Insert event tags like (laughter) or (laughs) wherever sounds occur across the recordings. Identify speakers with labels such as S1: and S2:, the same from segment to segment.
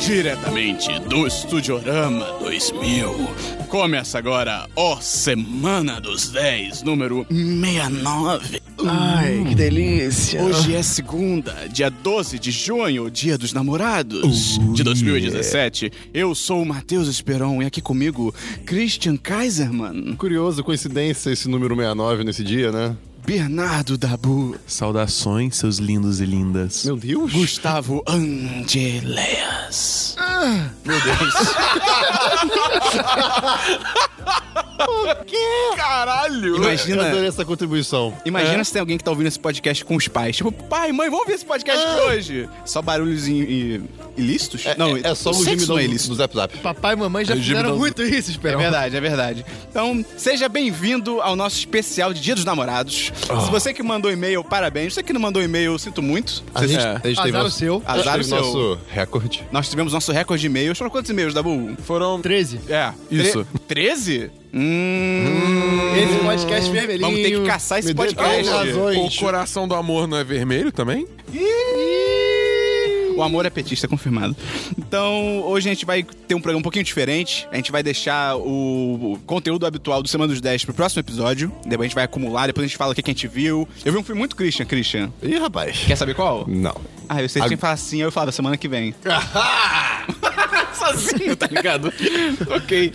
S1: diretamente do Studiorama 2000. Começa agora ó Semana dos 10, número 69.
S2: Ai,
S1: Hum.
S2: que delícia.
S1: Hoje é segunda, dia 12 de junho, dia dos namorados de 2017. Eu sou o Matheus Esperon e aqui comigo, Christian Kaiserman,
S3: Curioso, coincidência esse número 69 nesse dia, né?
S1: Bernardo Dabu,
S4: Saudações, seus lindos e lindas.
S3: Meu Deus!
S1: Gustavo Angeles.
S3: Ah,
S2: (laughs)
S3: Caralho!
S1: Imagina-
S3: Eu adorei É. essa contribuição.
S1: Imagina se tem alguém que tá ouvindo esse podcast com os pais. Tipo, pai, mãe, vamos ver esse podcast hoje. Só barulhos in- i- ilícitos?
S3: Ah. É, é, é só o
S1: sexo
S3: Jimmy
S1: não
S3: do,
S1: é
S3: do
S1: ilícito.
S3: Zap Zap.
S2: Papai e mamãe já
S3: Regime
S2: fizeram
S3: da-
S2: muito isso,
S1: É
S2: Esperão.
S1: verdade, é verdade. Então, seja bem-vindo ao nosso especial de Dia dos Namorados.
S3: Ah.
S1: Se você que mandou e-mail, parabéns. Você que não mandou e-mail, eu sinto muito.
S3: A gente, a gente
S2: Azar
S3: teve
S2: o
S3: nosso,
S2: seu.
S3: a gente
S1: Azar
S3: teve
S1: o seu.
S3: nosso recorde.
S1: Nós tivemos nosso recorde de e-mails. Foram quantos e-mails, Dabu?
S4: Foram
S2: 13.
S1: É,
S4: Isso.
S1: 13? Hum.
S2: Esse podcast vermelhinho.
S1: Vamos ter que caçar esse
S3: Me dê
S1: podcast.
S3: dez
S4: O coração do amor não é vermelho também?
S1: O amor é petista, confirmado. Então, hoje a gente vai ter um programa um pouquinho diferente. A gente vai deixar o, o conteúdo habitual do Semana dos 10 pro próximo episódio. Depois a gente vai acumular, depois a gente fala o que que a gente viu. Eu vi um filme muito Christian, Christian.
S3: Ih, rapaz.
S1: Quer saber qual?
S3: Não.
S1: Ah, eu sei que tinha que falar assim, eu falava semana que vem.
S4: Tá
S1: Sozinho, tá ligado? ok.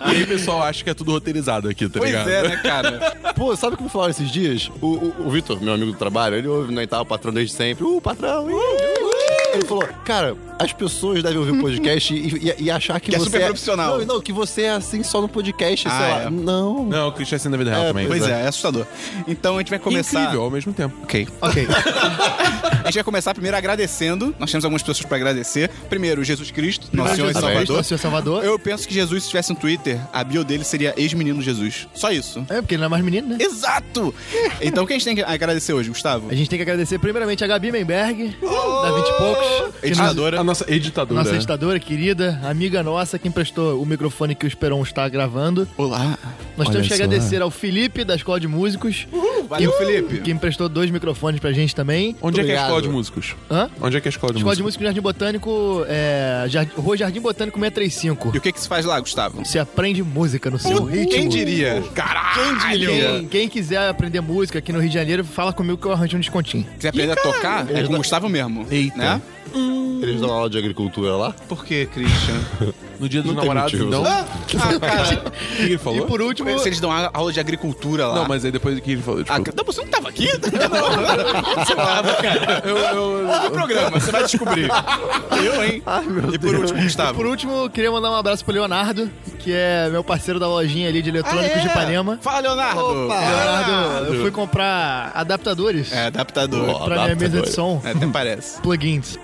S4: E aí, pessoal, acho que é tudo roteirizado aqui, tá
S1: Pois
S4: ligado?
S1: é, né, cara?
S3: Pô, sabe como falaram esses dias? O, o, o Vitor, meu amigo do trabalho, ele ouve na Itália o patrão desde sempre. Uh, patrão! ih, ih. Ele falou, cara, as pessoas devem ouvir o podcast e, e- e achar que,
S1: Que é
S3: você
S1: super profissional.
S3: Não, não, que você é assim só no podcast, sei
S1: Ah,
S3: lá.
S1: é.
S3: Não.
S4: Não, o Christian é assim na vida real
S3: É,
S4: também.
S1: Pois é, é assustador. Então a gente vai começar.
S4: Incrível, ao mesmo tempo.
S1: Ok.
S2: Ok.
S1: A gente vai começar primeiro agradecendo. Nós temos algumas pessoas pra agradecer. Primeiro, Jesus Cristo, nosso Senhor e
S3: Jesus Cristo,
S1: Salvador.
S2: Nosso Senhor Salvador.
S1: Eu penso que Jesus, se tivesse um Twitter, a bio dele seria ex-menino Jesus. Só isso.
S2: É, porque ele não é mais menino, né?
S1: Exato! Então, o que a gente tem que agradecer hoje, Gustavo?
S2: A gente tem que agradecer primeiramente a Gabi Menberg, da 20 e poucos. que nos-
S1: Editadora.
S4: A nossa editadora.
S2: Nossa editadora querida, amiga nossa, que emprestou o microfone que o Esperon está gravando.
S1: Olá.
S2: Nós
S4: Olha
S2: temos que
S4: só.
S2: agradecer ao Felipe, da Escola de Músicos,
S1: Valeu, Felipe.
S2: que emprestou dois microfones pra gente também.
S4: Onde é que é a
S3: Obrigado.
S4: escola de músicos?
S2: Hã?
S4: Onde é que é a escola de
S2: Escola de
S4: músicos?
S2: Música do Jardim Botânico, é, Jard- Rua Jardim Botânico
S1: E
S2: 635.
S1: o que que se faz lá, Gustavo?
S2: Você aprende música no seu É um ritmo.
S1: Quem diria?
S4: Caralho!
S1: Quem diria?
S2: Quem, quem quiser aprender música aqui no Rio de Janeiro, fala comigo que eu arranjo um descontinho.
S1: Você aprender a tocar é com o Gustavo mesmo.
S4: Eita.
S1: Né?
S3: Eles dão aula de agricultura lá?
S1: Por que, Christian?
S4: No dia dos
S3: Não tem
S4: namorados,
S3: motivo.
S4: então.
S1: ah, ah, cara.
S4: O que ele falou?
S2: E por último,
S1: Se eles Ah, dão a- aula de agricultura lá.
S4: Não, mas aí depois o que ele falou? Tipo,
S1: Ah, não, você não tava aqui? Não. Você tava, cara.
S4: eu, eu-
S1: Outro programa, você vai
S4: (laughs)
S1: descobrir. Eu, hein? e por último, Gustavo.
S2: por último, queria mandar um abraço pro Leonardo, que é meu parceiro da lojinha ali de eletrônicos de Ipanema.
S1: Ah, é. Fala, Leonardo.
S2: Leonardo, eu fui comprar adaptadores
S1: Ah, É, adaptador.
S3: Ó.
S2: pra minha mesa de
S3: adaptadores.
S2: som.
S1: É, até parece.
S2: Plugins.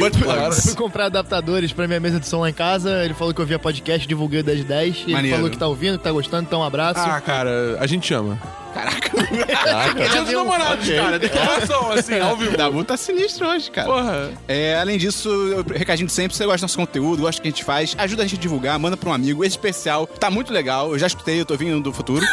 S1: Butt
S2: Fui
S1: plugs.
S2: comprar adaptadores pra minha mesa de som lá em casa. Ele falou que ouvia podcast, divulguei o 1010. E ele
S1: Maneiro.
S2: falou que tá ouvindo, que tá gostando, então um abraço.
S4: Ah, cara, a gente ama.
S2: Ele
S4: Dia dos
S2: deu um-
S4: namorados, cara. Declaração, assim, ao
S1: (laughs)
S4: vivo.
S1: Dabu tá sinistro hoje, cara.
S4: Porra.
S1: É, além disso, eu- recadinho de sempre, se você gosta do nosso conteúdo, gosta do que a gente faz, ajuda a gente a divulgar, manda pra um amigo, esse especial, tá muito legal, eu já escutei, eu tô vindo do (laughs) futuro,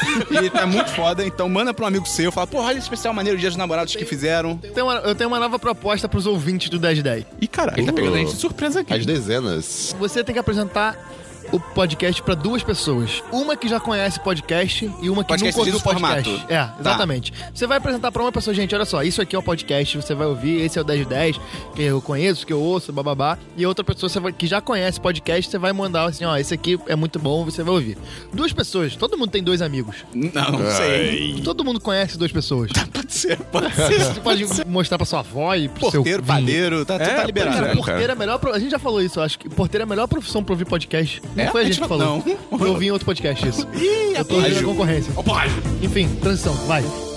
S1: e tá muito foda, então manda pra um amigo seu, fala, porra, olha esse especial maneiro, Dia dos Namorados que fizeram.
S2: Tem uma- eu tenho uma nova proposta pros ouvintes do 1010.
S4: E caralho,
S3: Ele tá pegando a gente de
S4: surpresa aqui.
S3: As dezenas.
S2: Você tem que apresentar o podcast pra duas pessoas. Uma que já conhece podcast e uma que
S1: Podcast
S2: nunca
S1: diz
S2: ouviu
S1: o
S2: podcast.
S1: formato. Tá.
S2: É, exatamente. Você vai apresentar pra uma pessoa, gente, olha só, isso aqui é o podcast, você vai ouvir, esse é o 1010, que eu conheço, que eu ouço, bababá. E outra pessoa você vai- que já conhece podcast, você vai mandar assim, ó, esse aqui é muito bom, você vai ouvir. Duas pessoas, todo mundo tem dois amigos.
S1: Não, não sei.
S2: Todo mundo conhece duas
S1: (laughs)
S2: pessoas.
S1: Pode ser, pode ser.
S2: Você pode mostrar pra sua avó e pro seu
S1: Porteiro,
S2: vinho.
S1: padeiro, tá,
S4: É,
S1: tá liberado.
S4: pois
S2: Cara,
S4: é.
S2: porteiro é a melhor. pro- A gente já falou isso, eu acho que porteiro é a melhor profissão pra ouvir podcast. Não
S1: É?
S2: foi a
S1: A
S2: gente,
S1: gente
S2: que
S1: não-
S2: falou. Eu ouvi em outro podcast isso.
S1: Ih, Então,
S2: Eu tô ouvindo a
S1: Ju.
S2: concorrência.
S1: Opa, Ju.
S2: Enfim, transição, vai.
S1: então,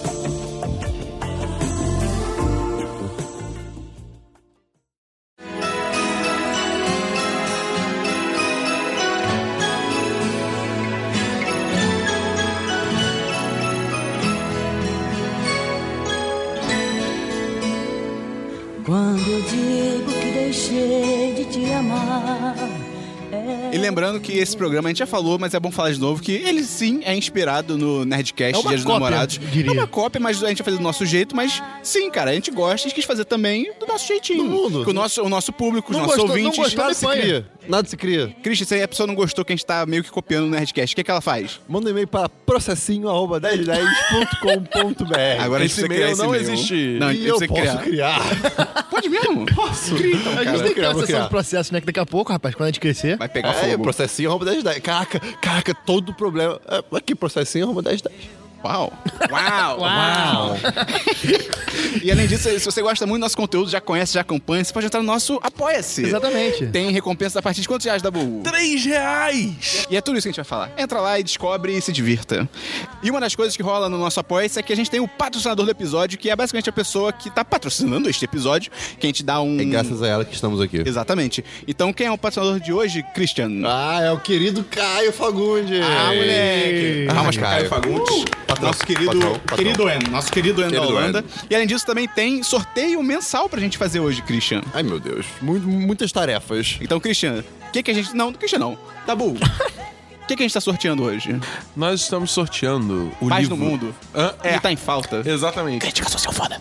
S5: Quando eu digo que deixei de te amar,
S1: E lembrando que esse programa a gente já falou, mas é bom falar de novo que ele sim é inspirado no Nerdcast
S2: É uma
S1: Dia dos
S2: cópia,
S1: Namorados.
S2: diria.
S1: É uma cópia, mas a gente vai fazer do nosso jeito, mas sim, cara, a gente gosta, a gente quis fazer também do nosso jeitinho.
S3: Do mundo.
S1: Com o nosso, o nosso público, os
S2: Não
S1: nossos
S2: gostou- não
S1: ouvintes.
S2: gostou,
S3: Nada se
S2: Apanha.
S3: cria. Nada se cria.
S1: Christian, se a pessoa não gostou que a gente tá meio que copiando o Nerdcast, o que, é que ela faz?
S3: Manda um e-mail para processinho.1010.com.br.
S1: Agora
S4: esse
S1: a gente precisa criar
S4: e-mail não
S1: e-mail.
S4: existe.
S1: Não, a gente
S3: e eu
S1: precisa
S3: posso
S1: criar.
S3: criar.
S1: Pode
S2: (laughs)
S1: mesmo? Posso. Então,
S2: A gente
S1: cara.
S2: tem que ter
S3: criar,
S2: uma
S3: vou
S2: sessão
S3: criar.
S2: de processo, né? Que daqui a pouco, rapaz, quando a gente crescer.
S1: Vai pegar
S3: É,
S1: fogo.
S3: processinho arroba 1010. Caraca, caraca, todo problema. É, aqui, processinho arroba 1010.
S1: Uau. Uau.
S2: (laughs) Uau!
S1: (laughs) E além disso, se você gosta muito do nosso conteúdo, já conhece, já acompanha, você pode entrar no nosso Apoia-se.
S2: Exatamente.
S1: Tem recompensa a partir de quantos reais da Bubu?
S4: 3 reais!
S1: E é tudo isso que a gente vai falar. Entra lá e descobre e se divirta. E uma das coisas que rola no nosso apoia é que a gente tem o patrocinador do episódio, que é basicamente a pessoa que tá patrocinando este episódio, que a gente dá um.
S3: É graças a ela que estamos aqui.
S1: Exatamente. Então, quem é o patrocinador de hoje, Christian?
S3: Ah, é o querido Caio Fagundes.
S1: Ah, moleque! Palmas pra Caio
S3: Caio.
S1: Fagundes.
S3: Patrão,
S1: nosso querido,
S3: patrão, patrão.
S1: querido En, nosso querido En da
S3: Querido
S1: Holanda. E além disso, também tem sorteio mensal pra gente fazer hoje, Christian.
S3: Ai, meu Deus. Mu- muitas tarefas.
S1: Então, Christian, o que, que a gente. Não, Christian não.
S3: (laughs)
S1: Tabu. O que, que a gente tá sorteando hoje?
S4: Nós estamos sorteando o
S1: Paz
S4: livro.
S1: no mundo.
S4: Hã?
S1: É. E tá em falta.
S4: Exatamente.
S1: Crítica social foda.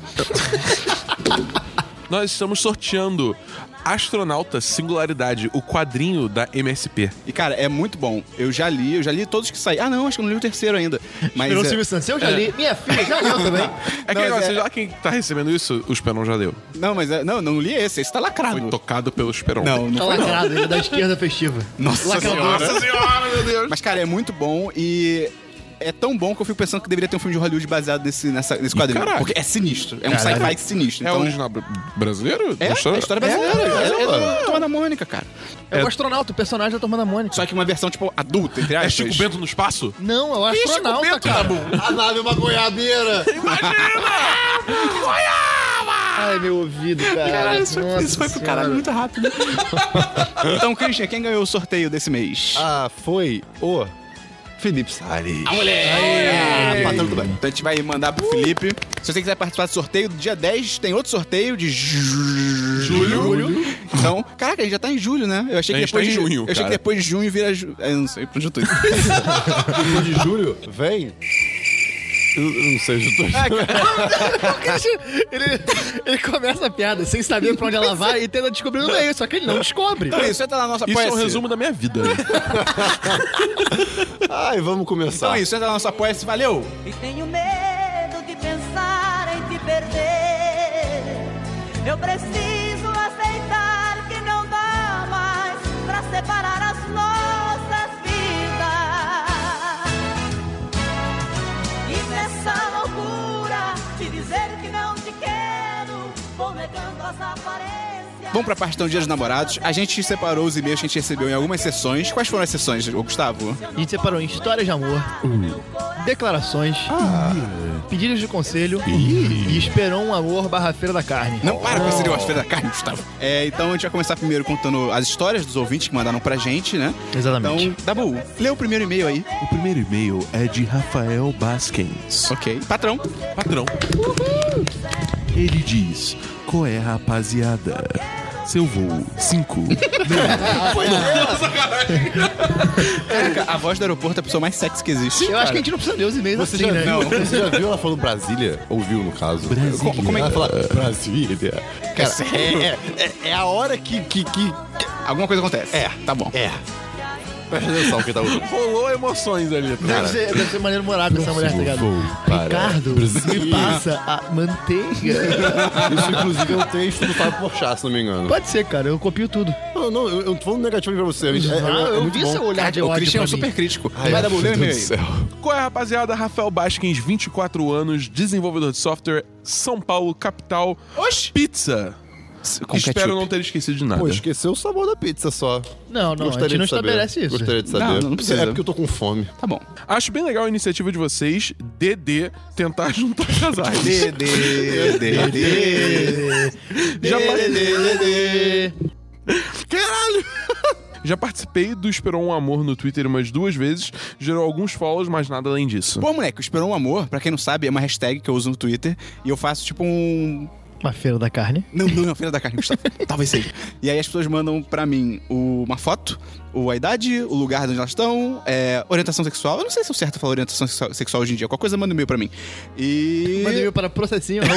S4: Nós estamos sorteando Astronauta Singularidade, o quadrinho da MSP.
S1: E, cara, é muito bom. Eu já li, eu já li todos que saí. Ah, não, acho que eu não li o terceiro ainda. Mas.
S2: Virou
S1: é-
S2: Silvio Santos. Eu já li. Minha filha já leu também.
S4: É que
S1: Não,
S4: negócio,
S1: mas é-
S4: seja lá quem tá recebendo isso, o Esperon já deu.
S1: Não, mas é... não, não li esse. Esse tá lacrado.
S4: Foi tocado pelo
S1: (laughs)
S4: Esperon.
S1: Não,
S2: Tá
S1: não foi. não.
S2: lacrado, ele é da esquerda festiva.
S1: Nossa
S2: Lacrador.
S1: Senhora.
S4: senhora, meu Deus!
S1: Mas, cara, é muito bom e. É tão bom que eu fico pensando que deveria ter um filme de Hollywood baseado nesse, nessa, nesse quadrinho.
S4: caraca.
S1: Porque é sinistro. É um
S2: Caraca.
S1: sci-fi sinistro.
S4: É
S1: então...
S4: original br- brasileiro?
S1: É, é a história brasileira.
S3: É,
S1: É, é,
S3: caramba.
S1: do Turma da Mônica, cara.
S2: É o astronauta, o personagem da Turma da Mônica.
S1: Só que uma versão, tipo, adulta, entre
S4: É
S1: aspas.
S4: Chico Bento no espaço?
S2: Não, é o astronauta, cara.
S3: (laughs) A nave é uma goiabeira.
S2: Ai, meu ouvido, cara.
S1: É,
S2: Nossa senhora.
S1: rápido. então, Christian, quem ganhou o sorteio desse mês?
S3: ah, foi o Felipe Salles.
S1: Ah, patrão do bem. Então a gente vai mandar pro Felipe. Se você quiser participar do sorteio, dia 10 tem outro sorteio de ju- julho. Então, caraca, a gente já tá em julho, né? Eu achei que
S4: A gente
S1: depois
S4: tá
S1: de
S4: em junho,
S1: Eu achei que
S4: cara.
S1: depois de junho vira ju... é, Eu não sei, pro
S4: (laughs)
S1: junto.
S3: Depois de julho, vem. Eu eu não sei,
S4: É,
S3: eu tô...
S2: Ele, ele começa a piada sem saber pra onde ela vai e tenta descobrir no meio, só que ele não descobre.
S1: Então é isso, entra lá na nossa
S4: Isso é um
S1: Apoia-se.
S4: resumo da minha vida.
S3: Ai, vamos começar.
S1: Então é isso, entra lá na nossa apoia-se. Valeu!
S5: E tenho medo de pensar em te perder. Eu preciso aceitar que não dá mais pra separar as nossas vidas. E nessa loucura de dizer que não te quero, vou negando as aparências.
S1: Vamos pra parte então, Dia dos Namorados. A gente separou os e-mails que a gente recebeu em algumas sessões. Quais foram as sessões, ô, Gustavo?
S2: A gente separou em histórias de amor, declarações,
S3: Ah.
S2: pedidos de conselho e esperou um amor barra feira da carne.
S1: Não, para
S4: Oh.
S1: com esse negócio, fez a carne, Gustavo. É, então a gente vai começar primeiro contando as histórias dos ouvintes que mandaram pra gente, né?
S2: Exatamente.
S1: Então, Dabu, lê o primeiro e-mail aí.
S4: (laughs) o primeiro e-mail é de Rafael Baskins.
S1: Ok. Patrão.
S4: Patrão. Ele diz: Qual é, rapaziada? Seu voo 5.
S1: Caraca, a voz do aeroporto é a pessoa mais sexy que existe.
S2: Eu acho que a gente não precisa ler os e-mails
S3: Você,
S2: assim,
S3: já,
S2: né?
S3: viu- você já viu ela falando Brasília? Ouviu, no caso.
S4: Brasília.
S3: Co- Como é que ela fala? Brasília. Cara,
S1: sério?
S3: é, é- é a hora que, que, que...
S1: Alguma coisa acontece. É, tá bom.
S3: É. Presta atenção quem tá ouvindo.
S4: (laughs) Rolou emoções ali.
S2: Deve ser, deve ser maneiro morar com essa mulher, tá ligado?
S3: vou para
S2: Ricardo,
S3: Brasília.
S2: me passa a manteiga.
S3: Isso, inclusive, é um texto do Fábio Porchat, se não me engano.
S2: Pode ser, cara, eu copio tudo.
S3: Não, não, eu eu não tô falando negativo pra você. gente. É, é, é
S2: Ah, eu
S3: muito
S2: vi
S3: bom.
S2: seu olhar de
S1: o
S2: ódio
S1: Christian é um
S2: pra mim.
S1: super crítico.
S3: Ai,
S1: Vai, Dabu,
S3: meu
S1: lê o
S3: Deus do
S1: e-mail aí.
S3: céu.
S4: Qual é, rapaziada? Rafael Baskins, 24 anos, desenvolvedor de software, São Paulo, capital.
S1: Oxi!
S4: Pizza.
S2: É,
S4: Espero não ter esquecido de nada.
S3: Pô, esqueceu o sabor da pizza só.
S2: Não, não, a
S3: Gostaria
S2: gente não
S3: de saber.
S2: estabelece isso.
S3: Gostaria de saber.
S1: Não, não precisa.
S3: É porque eu tô com fome.
S1: Tá
S2: (laughs)
S1: bom.
S4: Acho bem legal a iniciativa de vocês, DD, tentar (laughs) juntar casais.
S1: D, D, D, D.
S4: Já parei.
S2: Lê, lê.
S4: Caralho! (laughs) Já participei do Esperou um Amor no Twitter umas duas vezes, gerou alguns follows, mas nada além disso.
S1: Pô, moleque, o Esperou um Amor, pra quem não sabe, é uma hashtag que eu uso no Twitter e eu faço tipo um.
S2: Uma feira da carne.
S1: Não, não, é uma feira da carne,
S2: (laughs)
S1: Gustavo. Talvez seja. E aí as pessoas mandam pra mim o- uma foto, o, a idade, o lugar de onde elas estão, é, orientação sexual. Eu não sei se é o certo falar orientação sexual, sexual hoje em dia. Qualquer coisa manda um e-mail pra mim. E.
S2: Manda um e-mail para processinho.
S1: (laughs)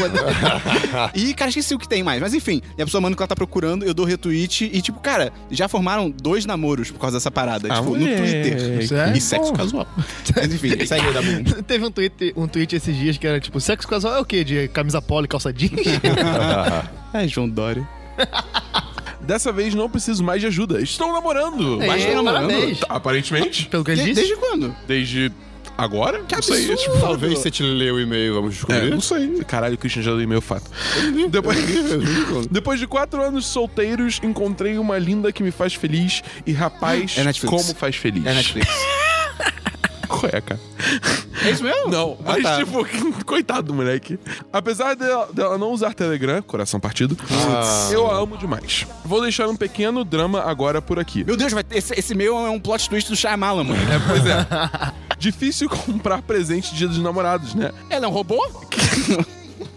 S1: E, cara, esqueci o que tem mais. Mas enfim, e a pessoa manda o que ela tá procurando, eu dou retweet e, tipo, cara, já formaram dois namoros por causa dessa parada.
S4: Ah,
S1: tipo, no
S4: moleque. é
S1: Twitter.
S2: Sério?
S1: E sexo casual. Mas
S4: (laughs)
S1: enfim, segue o Dabu.
S2: Teve um tweet, um tweet esses dias que era tipo, sexo casual é o quê? De camisa polo e calça
S1: (laughs)
S2: jeans?
S1: Ai, É, João Dória.
S4: Dessa vez não preciso mais de ajuda. Estou namorando.
S2: É,
S4: Mas estou namorando.
S2: parabéns.
S4: Tá, Aparentemente.
S2: Pelo que ele
S1: De-
S2: disse.
S1: desde quando?
S4: Desde agora? Que
S3: É
S1: absurdo.
S3: Talvez se te ler o e-mail, vamos
S4: É,
S3: descobrir.
S4: não sei. Caralho, o Christian já deu e-mail fato. Depois,
S3: É,
S4: (laughs) depois de quatro anos solteiros, encontrei uma linda que me faz feliz. E rapaz,
S1: É Netflix.
S4: como faz feliz.
S1: É Netflix.
S4: Qual é, cara?
S1: (laughs) É isso mesmo?
S4: Não,
S1: Ah,
S4: mas
S1: tá.
S4: tipo, (laughs) coitado do moleque. Apesar dela, dela não usar Telegram, coração partido, ah, eu a amo demais. Vou deixar um pequeno drama agora por aqui.
S1: Meu Deus, vai ter- esse, esse meu é um plot twist do Shyamalan, mano.
S4: É, pois é. Difícil (laughs) comprar presente de dia dos namorados, né?
S1: Ela é um robô?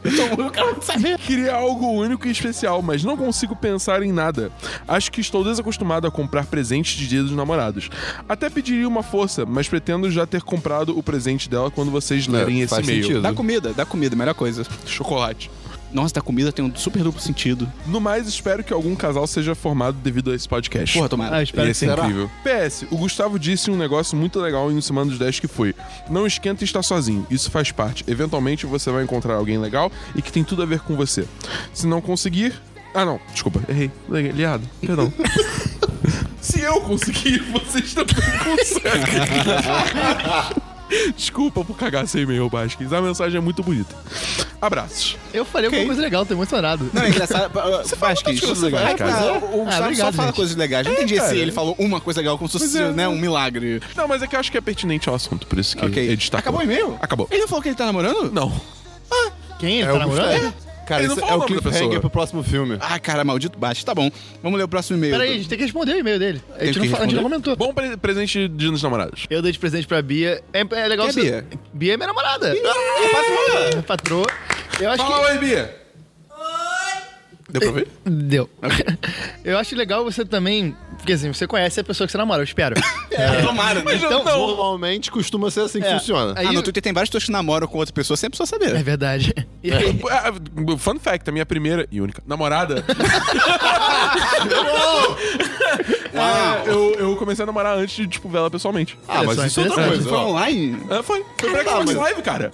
S1: Então, eu quero saber.
S4: Queria algo único e especial, mas não consigo pensar em nada. Acho que estou desacostumado a comprar presentes de dia dos namorados. Até pediria uma força, mas pretendo já ter comprado o presente dela quando
S1: É,
S4: vocês lerem esse
S3: faz
S4: e-mail.
S3: sentido.
S1: Dá comida, dá comida, melhor coisa.
S4: Chocolate.
S1: Nossa, dá comida tem um super duplo sentido.
S4: No mais, espero que algum casal seja formado devido a esse podcast.
S1: Porra,
S2: Ah, eu
S1: tomara.
S2: espero
S4: Ia
S2: que
S4: ser
S2: sim.
S4: é incrível. PS, o Gustavo disse um negócio muito legal em um Semana dos 10 que foi: Não esquenta e está sozinho, isso faz parte. Eventualmente você vai encontrar alguém legal e que tem tudo a ver com você. Se não conseguir. Ah, não, desculpa, errei. Li errado, perdão. (laughs) Se eu conseguir, vocês também conseguem. (laughs) Desculpa por cagar sem e-mail, Basques. A mensagem é muito bonita. Abraços.
S2: Eu falei alguma coisa legal, tô emocionado.
S1: Não, é engraçado. Você faz que
S4: coisas legais,
S1: Aí que tá,
S4: cara.
S1: O o Gustavo só
S2: Ah, obrigado,
S1: fala
S2: gente.
S1: coisas legais. Não entendi se
S4: cara.
S1: ele falou uma coisa legal como se fosse
S4: Pois é.
S1: né, um milagre.
S4: Não, mas é que eu acho que é pertinente ao assunto, por isso que
S1: Ok.
S4: ele destacou.
S1: Acabou o e-mail?
S4: Acabou.
S1: Ele não falou que ele tá namorando?
S4: Não.
S2: Quem? Ele
S3: É
S2: tá
S3: o
S2: namorando?
S3: Gustavo. Cara,
S4: Ele não
S3: isso
S4: fala
S3: é
S4: o
S3: o
S4: nome da pessoa.
S3: cliffhanger pro próximo filme.
S1: Ah, cara, maldito baixo. Tá bom. Vamos ler o próximo e-mail.
S2: Peraí, a gente tem que responder o e-mail dele. A
S1: Tem
S2: gente, não,
S1: que
S2: fala- a gente não
S1: responder?
S2: comentou.
S4: Bom pre- presente de dia dos namorados.
S2: Eu dei de presente pra Bia. É, é legal
S1: Quem é
S2: você- Bia é minha namorada. É patroa. Eu acho
S4: Fala, oi, Bia. Deu pra ver?
S2: que. Deu. (laughs) Eu acho legal você também. Porque assim, você conhece a pessoa que você namora, eu
S1: (laughs)
S2: espero.
S1: É, tomara, né?
S2: Então,
S3: Normalmente costuma ser assim que
S2: É.
S3: funciona.
S2: Aí-
S1: Ah, no Twitter tem vários pessoas que namoram com outra pessoa, sempre só
S2: É
S1: saber.
S2: verdade. E
S1: É.
S2: aí,
S4: Ah, Fun fact, a minha primeira e única namorada,
S1: Uau.
S4: É, eu, eu comecei a namorar antes de, tipo, ver ela pessoalmente.
S3: Ah, mas
S2: Olha só,
S3: isso é outra
S2: interessante.
S3: coisa.
S1: Foi
S3: ó.
S1: online?
S4: Ah, foi. Foi pra
S3: Caralho.
S4: Xbox Live, cara.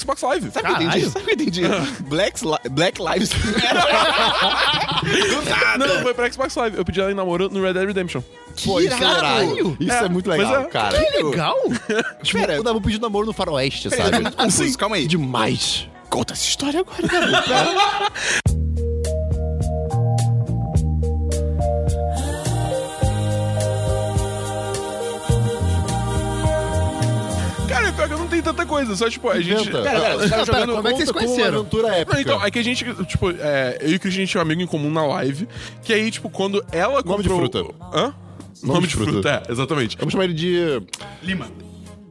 S4: Xbox Live.
S1: Sabe o que eu entendi?
S2: Caralho.
S1: Sabe o que eu entendi? Black, Li- Black Lives Do nada.
S4: Não, foi pra Xbox Live. Eu pedi ela em namoro no Red Dead Redemption.
S3: Pô, isso é
S2: Caralho.
S3: irado. Isso é,
S4: É,
S3: muito
S4: pois
S3: legal,
S4: é.
S3: cara.
S2: (laughs) que legal!
S3: Tipo, o Dabu pediu namoro no faroeste,
S1: Peraí,
S3: sabe?
S1: tá muito confuso, calma aí.
S3: Demais.
S1: Conta essa história agora, cara.
S4: Cara, pior que eu não tenho tanta coisa, só, tipo, a gente... Tá
S3: Inventa.
S1: Pera, pera, você tava
S4: (laughs)
S2: Não, pera,
S1: jogando
S2: como é que vocês
S3: Conta com uma
S2: conheceram?
S3: aventura épica.
S4: Não, então, é que a gente, tipo, é, eu e o Christian, a gente tinha um amigo em comum na live, que aí, tipo, quando ela
S3: Nome de
S4: comprou...
S3: fruta.
S4: Hã? Nome,
S3: de
S4: de fruta.
S3: fruta,
S4: é, exatamente.
S3: Vamos chamar ele de
S1: Lima.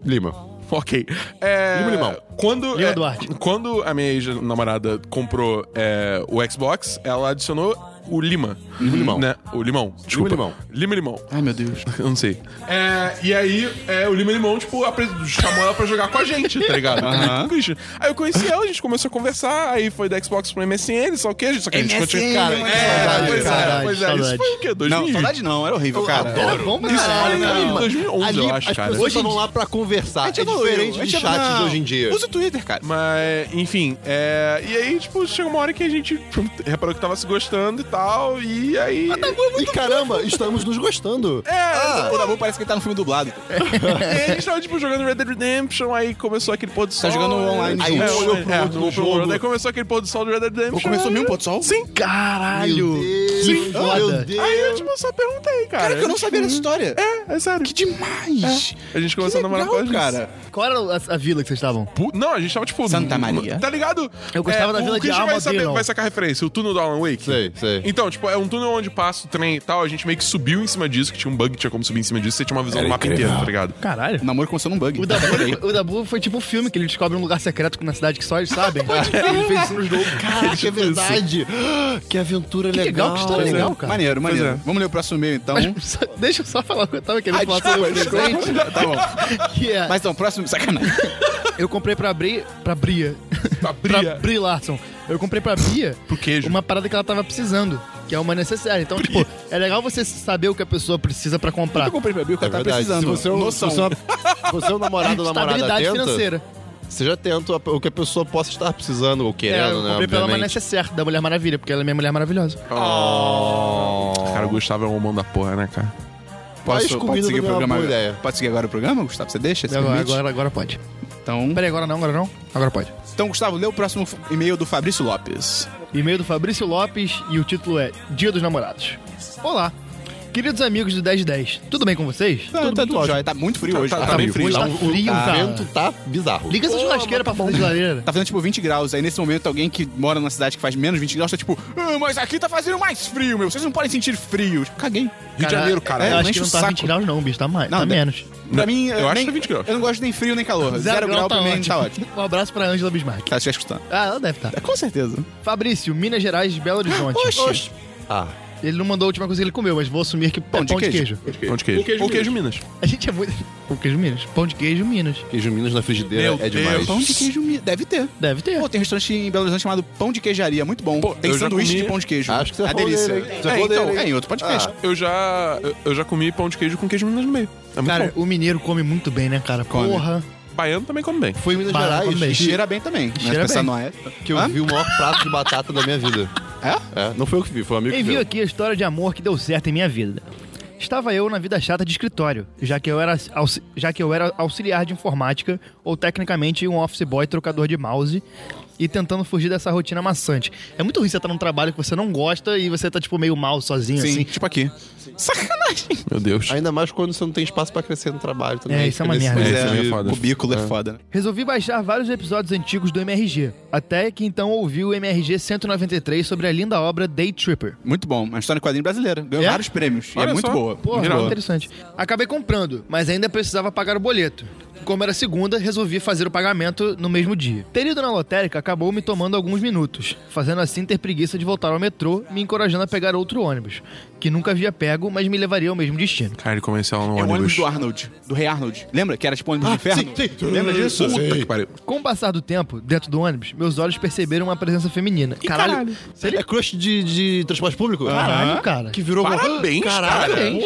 S3: Lima.
S4: Ok. É,
S3: Lima Limão.
S4: Quando,
S2: Lima
S4: é,
S2: Duarte.
S4: Quando a minha ex-namorada comprou é, o Xbox, ela adicionou o Lima. Lima
S3: Limão.
S4: Né? O Limão. Desculpa.
S3: Limão.
S4: Lima Limão.
S1: Ai, meu Deus.
S4: Eu não sei. É, e aí, é, o Lima Limão, tipo, apre- chamou ela pra jogar com a gente, tá ligado?
S1: Aham.
S4: (laughs) Com o Christian. Aí eu conheci ela, a gente começou a conversar, aí foi da Xbox pro MSN, só o quê? Só que a gente
S1: MSN,
S4: continua.
S1: Cara,
S4: é,
S1: que
S2: saudade,
S4: pois é,
S2: saudade,
S4: pois é. Isso
S2: saudade.
S4: foi o quê? 2000?
S1: Não, saudade não, era horrível, cara.
S2: Era bom pra
S4: Isso
S2: caralho.
S4: foi em
S3: é Caralho.
S4: 2011,
S3: Ali,
S4: eu acho,
S3: as
S4: cara.
S3: pessoas
S2: Hoje em
S3: estavam lá pra conversar. É
S1: evoluiu,
S3: diferente
S1: a
S3: de
S1: gente
S3: chats de
S1: evoluiu.
S3: hoje em dia.
S1: Usa o Twitter, cara.
S4: Mas, enfim, é, e aí, tipo, chegou uma hora que a gente (laughs) reparou que tava se gostando e tal, e aí.
S1: Ah, tá
S3: E caramba, estamos nos gostando.
S4: É,
S1: O Dabu parece que ele tá no filme dublado.
S4: e aí a gente tava, tipo, jogando Red Dead Redemption, aí começou aquele pôr do sol.
S1: Tá jogando online
S4: Aí
S1: junto.
S4: um olhou
S3: É,
S4: pro outro,
S3: no
S4: olhou pro outro,
S3: jogo.
S4: Aí começou aquele pôr do sol do Red Dead Redemption.
S1: começou mesmo o pôr do sol?
S4: Sim.
S2: Caralho! Que
S3: Ah,
S2: foda!
S4: Aí eu, tipo, só perguntei, cara.
S1: Cara, que eu não sabia dessa história.
S4: É, é sério.
S1: Que demais.
S4: A gente começou
S1: Uhum. Que
S4: a namorar
S1: legal,
S4: por causa
S1: cara.
S4: disso.
S2: Qual era a, a vila que vocês estavam?
S4: Pu- Não, a gente tava, tipo...
S1: Santa
S4: num-
S1: Maria.
S4: Tá ligado?
S2: Eu gostava da
S4: o
S2: Vila de
S4: Christian vai,
S2: Alma
S4: saber,
S2: Dillon.
S4: vai sacar referência, o túnel do Alan Wake.
S3: Sei, sei.
S4: Então, tipo, é um túnel onde passa o trem e tal. A gente meio que subiu em cima disso, que tinha um bug que tinha como subir em cima disso. Você tinha uma visão do mapa inteiro, tá ligado?
S2: Caralho.
S1: O namoro começou num bug.
S2: O Dabu, o Dabu foi tipo um filme que ele descobre um lugar secreto na cidade que só eles
S3: (laughs)
S2: sabem. ele fez isso no jogo.
S3: Caraca, é verdade. Ah, Que aventura
S2: Que legal,
S3: legal.
S2: que história
S4: Pois é.
S2: (laughs) legal, cara.
S1: Maneiro, maneiro.
S4: Pois é.
S1: Vamos ler o próximo e-mail, então.
S2: Mas só- deixa eu só falar o que eu tava querendo falar sobre o presente.
S1: tá bom.
S2: Que é,
S1: Mas então, próximo... Sacanagem.
S2: eu comprei pra Bri... Pra Bria. (laughs)
S4: Pra
S2: pra
S4: Bria.
S2: Bri Larson. Eu comprei pra Bria
S4: Pro queijo.
S2: uma parada que ela tava precisando. Que é uma necessidade. Então, tipo, é legal você saber o que a pessoa precisa pra comprar.
S1: Eu comprei pra Bill que
S3: É
S1: eu tava
S3: verdade.
S1: precisando.
S3: Se você é um,
S1: Noção.
S3: se você é uma- se você é um namorado
S2: (laughs)
S3: ou namorada
S2: Estabilidade
S3: atenta,
S2: financeira.
S3: você já tenta o que a pessoa possa estar precisando ou
S2: É,
S3: querendo,
S2: eu
S3: né?
S2: comprei pra ela uma
S3: obviamente.
S2: necessaire certa da Mulher Maravilha, porque ela é minha mulher maravilhosa.
S4: Cara, o Gustavo é um homão da porra, né, cara?
S3: Faz
S1: Posso, pode
S3: comida
S1: seguir o
S3: também é uma
S1: programa?
S3: boa ideia.
S1: Pode seguir agora o programa, Gustavo? Você deixa? Você
S2: Agora,
S1: permite?
S2: agora, agora pode.
S1: Então,
S2: Peraí, agora não, agora não. Agora pode.
S1: então, Gustavo, lê o próximo e-mail do Fabrício Lopes.
S2: E-mail do Fabrício Lopes e o título é Dia dos Namorados. Olá, queridos amigos do 1010, tudo bem com vocês?
S1: Tá, tá tudo jóia, tá muito frio hoje.
S4: tá-
S1: Tá,
S4: tá bem
S1: frio.
S4: frio.
S2: Hoje tá
S3: O-
S2: frio,
S3: o
S2: cara.
S3: vento tá bizarro.
S2: Liga essa churrasqueira pra fazer geladeira.
S1: Tá fazendo tipo 20 graus. Aí nesse momento alguém que mora numa cidade que faz menos 20 graus tá tipo, "Ah, mas aqui tá fazendo mais frio, meu. Vocês não podem sentir frio. Tipo, caguei. Rio de Janeiro, cara.
S2: Eu
S1: É,
S2: acho
S1: enche
S2: que
S1: o
S2: não tá
S1: saco.
S2: 20 graus não, bicho, tá mais,
S1: Não,
S2: tá
S1: deve-
S2: menos.
S1: Pra mim,
S4: Eu acho
S1: nem,
S4: que é 20 graus.
S1: Eu não gosto nem frio nem calor. Zero, grau, pra mim tá ótimo.
S2: Um abraço pra Angela Bismarck.
S1: Tá se escutando.
S2: Ah, ela deve estar. Tá.
S1: Com certeza.
S2: Fabrício, Minas Gerais, Belo Horizonte.
S3: Oxi. Ah,
S2: Ele não mandou a última coisa que ele comeu, mas vou assumir que pão, é
S1: de
S2: pão de
S1: queijo.
S2: queijo.
S4: Onde queijo? Ou queijo, Minas.
S2: A gente é muito... Pão de queijo Minas. Pão de queijo Minas.
S3: queijo Minas na frigideira
S4: Meu
S3: é demais.
S1: Pão de queijo mi- deve ter.
S2: Deve ter.
S1: Pô, tem um restaurante em Belo Horizonte chamado Pão de Queijaria, muito bom.
S4: Pô,
S1: tem
S4: eu já
S1: sanduíche
S4: comi.
S1: de pão de queijo.
S3: Acho que você
S1: é
S3: já falou
S1: delícia.
S3: dele, hein? Já
S1: é,
S3: falou
S1: então,
S3: dele,
S1: é
S3: hein?
S1: em outro podcast.
S3: Ah.
S4: Eu já, eu- eu já comi pão de queijo com queijo Minas no meio. É muito
S2: Cara,
S4: bom.
S2: o mineiro come muito bem, né, cara?
S1: Come.
S2: Porra.
S4: Baiano também come bem.
S3: Foi em Minas
S2: Bah,
S3: Gerais
S2: também.
S1: E
S3: que-
S1: cheira bem também.
S2: Cheira
S1: né? Pensar
S2: bem.
S1: numa época.
S3: que eu
S1: Hã?
S3: vi o maior prato de batata da minha vida.
S1: É?
S3: É, não foi eu que vi, foi um amigo que
S2: Envio
S3: viu.
S2: aqui a história de amor que deu certo em minha vida. Estava eu na vida chata de escritório, já que eu era, aux- já que eu era auxiliar de informática, ou tecnicamente um office boy trocador de mouse, e tentando fugir dessa rotina maçante. É muito ruim você estar num trabalho que você não gosta e você tá, tipo, meio mal sozinho,
S1: Sim,
S2: assim.
S1: tipo aqui. Sacanagem.
S4: Meu Deus.
S3: Ainda mais quando você não tem espaço pra crescer no trabalho também.
S2: É, isso é uma
S3: Nesse-
S2: merda.
S1: Pois
S3: nesse
S4: isso
S1: é,
S4: aí é
S1: é
S4: foda.
S1: cubículo é, foda, né?
S2: Resolvi baixar vários episódios antigos do MRG, até que então ouvi o MRG 193 sobre a linda obra Day Tripper.
S1: Muito bom. Uma história em quadrinho brasileira. Ganhou
S2: É?
S1: vários prêmios. E é
S4: Olha
S1: muito
S4: só.
S1: boa.
S2: Porra,
S1: Muito boa.
S2: interessante. Acabei comprando, mas ainda precisava pagar o boleto. Como era segunda, resolvi fazer o pagamento no mesmo dia. Ter ido na lotérica acabou me tomando alguns minutos, fazendo assim ter preguiça de voltar ao metrô, me encorajando a pegar outro ônibus, que nunca havia pego, mas me levaria ao mesmo destino.
S4: Cara, ele comercial no
S1: É o ônibus
S4: ônibus.
S1: do Arnold, do Rei Arnold. Lembra? Que era tipo ônibus do inferno?
S3: sim, sim.
S1: Lembra disso?
S3: Puta
S1: Puta
S3: que
S1: que pariu.
S2: Com o passar do tempo, dentro do ônibus, meus olhos perceberam uma presença feminina. Caralho,
S3: É crush de, de transporte público?
S2: caralho, cara.
S3: Que virou uma-
S4: Parabéns,
S3: Caralho.
S4: cara.
S2: Parabéns.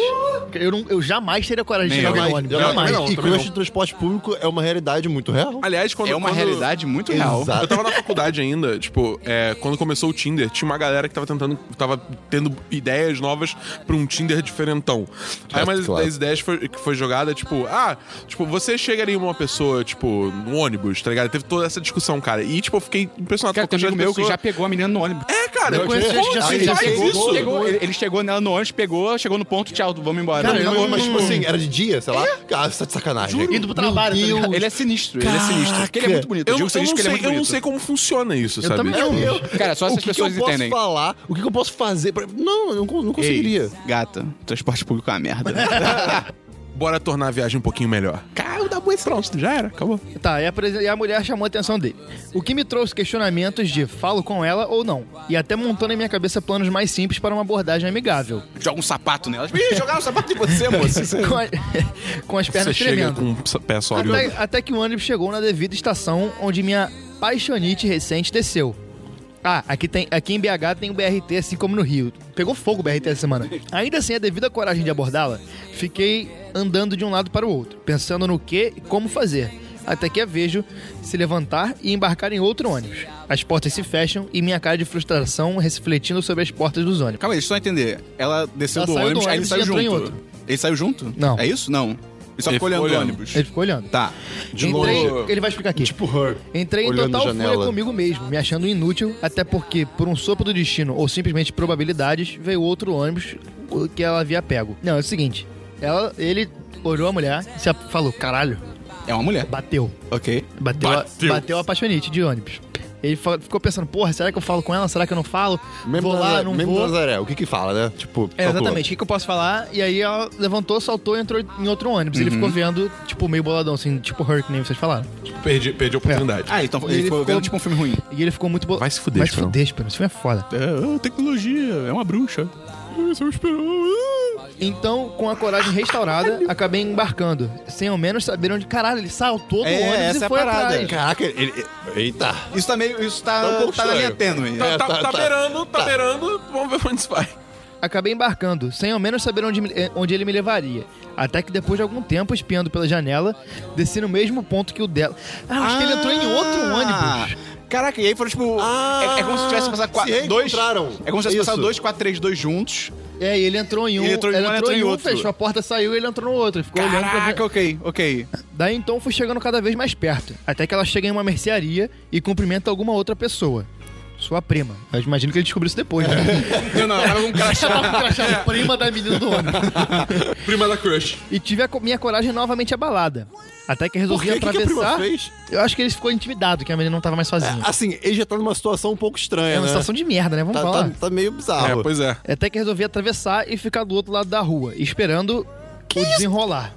S2: Eu, não- eu jamais teria coragem de
S1: Nem
S2: chegar
S1: eu.
S2: no
S3: Jamais,
S2: ônibus.
S4: Não,
S2: Jamais.
S3: jamais.
S4: não,
S3: e
S4: também
S3: crush
S4: não.
S3: de transporte público é uma realidade muito real.
S4: Aliás, quando
S1: É uma
S4: quando-
S1: realidade muito real.
S3: Exato.
S4: Eu tava na faculdade ainda, tipo, é, quando começou o Tinder, tinha uma galera que tava tentando, tava tendo ideias novas pra um Tinder diferentão. Aí uma das,
S3: claro.
S4: das ideias foi- que foi jogada, tipo, ah, tipo, você chegaria em uma pessoa, tipo, no ônibus, tá ligado? Teve toda essa discussão, cara. E, tipo, eu fiquei impressionado
S1: Cara,
S4: com
S1: tem
S4: a
S1: um amigo meu que
S4: pessoa.
S1: já pegou a menina no ônibus.
S4: É, cara,
S2: Eu conheço
S4: como
S2: gente que já
S4: você
S2: fez
S4: faz
S3: isso.
S4: isso?
S1: Chegou, ele, ele chegou nela no ônibus, pegou, chegou no ponto, tchau, vamos embora.
S3: Cara,
S2: Cara,
S3: não,
S2: eu não-
S3: mas tipo assim, era de dia, sei lá. Ah, você tá de sacanagem.
S2: Indo pro trabalho, tá ligado?
S1: ele é sinistro, ele é sinistro. Porque ele é
S3: Caraca.
S1: muito bonito.
S4: Eu,
S1: digo
S4: eu,
S1: sinistro
S4: não
S1: porque ele é
S4: sei,
S1: muito
S4: eu não
S1: bonito.
S4: sei como funciona isso,
S2: Eu
S4: sabe?
S2: também não.
S3: Eu-
S1: Cara, só
S3: o
S1: essas
S3: que que
S1: pessoas
S3: eu posso
S1: entendem.
S3: falar? O que, que eu posso fazer? pra- Não, eu não, con- não conseguiria.
S1: Ei, gata, transporte público é uma merda.
S4: Bora tornar a viagem um pouquinho melhor. Cara, o da boa pronto, já era, acabou.
S2: Tá, e a, presen- e a mulher chamou a atenção dele. O que me trouxe questionamentos de falo com ela ou não. E até montou na minha cabeça planos mais simples para uma abordagem amigável.
S1: Joga um sapato nela. Ih, jogaram um sapato em você, moça.
S2: (laughs) Com, a- (laughs) com as
S4: Você
S2: pernas
S4: chega
S2: tremendo.
S4: com o pé
S1: Ah,
S4: sóbrio.
S1: tá
S2: Até, até que o ônibus chegou na devida estação onde minha paixonite recente desceu. Ah, aqui, tem, aqui em BH tem o BRT, assim como no Rio. Pegou fogo o BRT essa semana. Ainda assim, a devida coragem de abordá-la, fiquei andando de um lado para o outro, pensando no que e como fazer. Até que a vejo se levantar e embarcar em outro ônibus. As portas se fecham e minha cara de frustração refletindo sobre as portas dos ônibus.
S1: Calma aí, deixa eu só entender. Ela desceu
S2: Ela
S1: do
S2: saiu do
S1: ônibus, aí ele
S2: ônibus
S1: saiu
S2: e entrou em
S1: junto. Ele saiu junto?
S2: Não.
S1: É isso? Não. Ele só
S4: Ele
S1: ficou
S4: ficou
S1: olhando o
S4: olhando.
S1: ônibus.
S2: Ele ficou olhando.
S1: Tá.
S2: Entrei-
S4: longe.
S2: Ele vai explicar aqui.
S3: Tipo, her.
S2: Entrei em
S3: Olhando
S2: total
S3: janela.
S2: fúria comigo mesmo, me achando inútil, até porque, por um sopro do destino ou simplesmente probabilidades, veio outro ônibus que ela havia pego. Não, é o seguinte, ela, ele olhou a mulher e se a- falou, caralho,
S1: É uma mulher.
S2: bateu.
S1: Ok.
S2: Bateu, a- bateu. a apaixonite de ônibus. Ele fa- ficou pensando, porra, será que eu falo com ela? Será que eu não falo?
S3: Mesmo
S2: vou lá,
S3: Nazaré,
S2: não
S3: mesmo
S2: vou.
S3: Nazaré, o que que fala, né? Tipo,
S2: É,
S3: calculou.
S2: exatamente, o que, que eu posso falar? E aí ela levantou, saltou e entrou em outro ônibus.
S3: Uhum.
S2: Ele ficou vendo, tipo, meio boladão, assim, tipo Her, que nem vocês falaram.
S4: Perdi, perdi a oportunidade.
S1: Ah, então ele,
S2: Ele
S1: ficou
S2: ficou-
S1: vendo tipo um filme ruim.
S2: E ele ficou muito boladão.
S4: Vai se fuder,
S2: Vai se
S4: Esperão.
S2: fuder, Esperão. Esse filme é foda.
S1: É, ah, tecnologia, é uma bruxa.
S2: Então, com a coragem restaurada, acabei embarcando. Sem ao menos saber onde. Caralho, ele saltou do
S1: É,
S2: ônibus
S1: essa é
S2: e
S1: a
S2: foi
S1: parada.
S2: atrás.
S3: Caraca, ele... ele- Eita.
S1: Isso tá meio. Isso tá,
S3: Tá um pouco
S1: tá na linha
S3: estranho.
S1: tênue. aí.
S4: Tá,
S3: É,
S4: tá,
S3: tá-
S4: tá
S3: tá.
S4: beirando, tá, beirando. Vamos ver onde isso vai.
S2: Acabei embarcando, sem ao menos saber onde, me- eh, onde ele me levaria. Até que depois de algum tempo, espiando pela janela, desci no mesmo ponto que o dela. Ah, acho que ele entrou em outro
S1: Ah!
S2: ônibus.
S1: Caraca, e aí foram tipo.
S3: Ah,
S1: é, é como se tivesse passado quatro,
S3: se
S1: dois.
S3: reencontraram.
S1: É como se tivesse passado
S3: Isso.
S1: dois, quatro, três, dois juntos.
S2: É, e ele entrou em um,
S1: Ele entrou em um, ela entrou em
S2: um,
S1: outro.
S2: fechou a porta, saiu ele entrou no outro. Ele Ficou olhando pra ver-
S1: Caraca, ok, ok.
S2: Daí então fui chegando cada vez mais perto, até que ela chega em uma mercearia e cumprimenta alguma outra pessoa. Sua prima. Eu imagino que ele descobriu isso depois, né?
S1: (laughs) Não, não, era um
S2: (laughs)
S1: crachá.
S2: Ela tava com o crachá, prima da menina
S3: (laughs)
S2: do ônibus.
S4: Prima da Crush.
S2: E tive a co- minha coragem novamente abalada. Até que
S3: Por
S2: resolvi
S3: quê? O que, que a prima
S2: atravessar.
S3: fez?
S2: eu acho que ele ficou intimidado, que a menina não tava mais sozinha.
S3: Assim, ele já tá numa situação um pouco
S2: É,
S3: estranha,
S2: uma
S3: né?
S2: situação de merda, né? Vamos
S3: Tá,
S2: falar.
S3: tá- tá meio bizarro.
S4: É, pois é.
S2: Até que resolvi atravessar e ficar do outro lado da rua, esperando o desenrolar.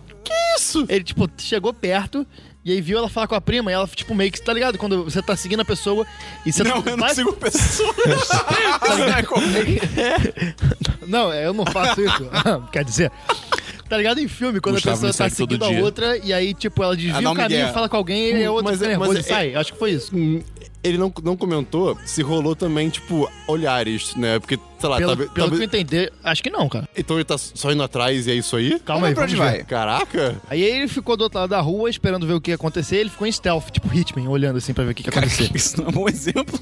S3: isso?
S2: Ele, tipo, chegou perto. E aí viu ela falar com a prima e ela, tipo, meio que, tá ligado? Quando você tá seguindo a pessoa e você
S1: Não, eu não
S2: vai-
S1: consigo pessoas. Não é comum.
S2: (laughs) Não, é, eu não faço isso. (laughs) Quer dizer. Tá ligado em filme, quando
S4: Gustavo
S2: a
S4: me
S2: pessoa tá
S4: segue todo
S2: seguindo a
S4: dia.
S2: outra e aí, tipo, ela
S1: Ah,
S2: desvia
S1: dá
S2: o
S1: um
S2: caminho,
S1: migué.
S2: fala com alguém e a outra
S3: Mas
S2: fica
S3: é- mas
S2: nervosa e
S3: é-
S2: sai. Acho que foi isso.
S3: Hum, Ele não, não comentou se rolou também, tipo, olhares, né? Porque, sei lá,
S2: Pelo,
S3: talvez.
S2: pelo
S3: talvez-
S2: que eu entendi, acho que não, cara.
S3: Então ele tá só indo atrás e é isso aí?
S2: Calma aí,
S1: pra onde
S2: vamos ver.
S1: vai.
S3: Caraca!
S2: Aí ele ficou do outro lado da rua, esperando ver o que ia acontecer. Ele ficou em stealth, tipo Hitman, olhando assim pra ver o que, que ia acontecer.
S1: Isso não é um bom exemplo.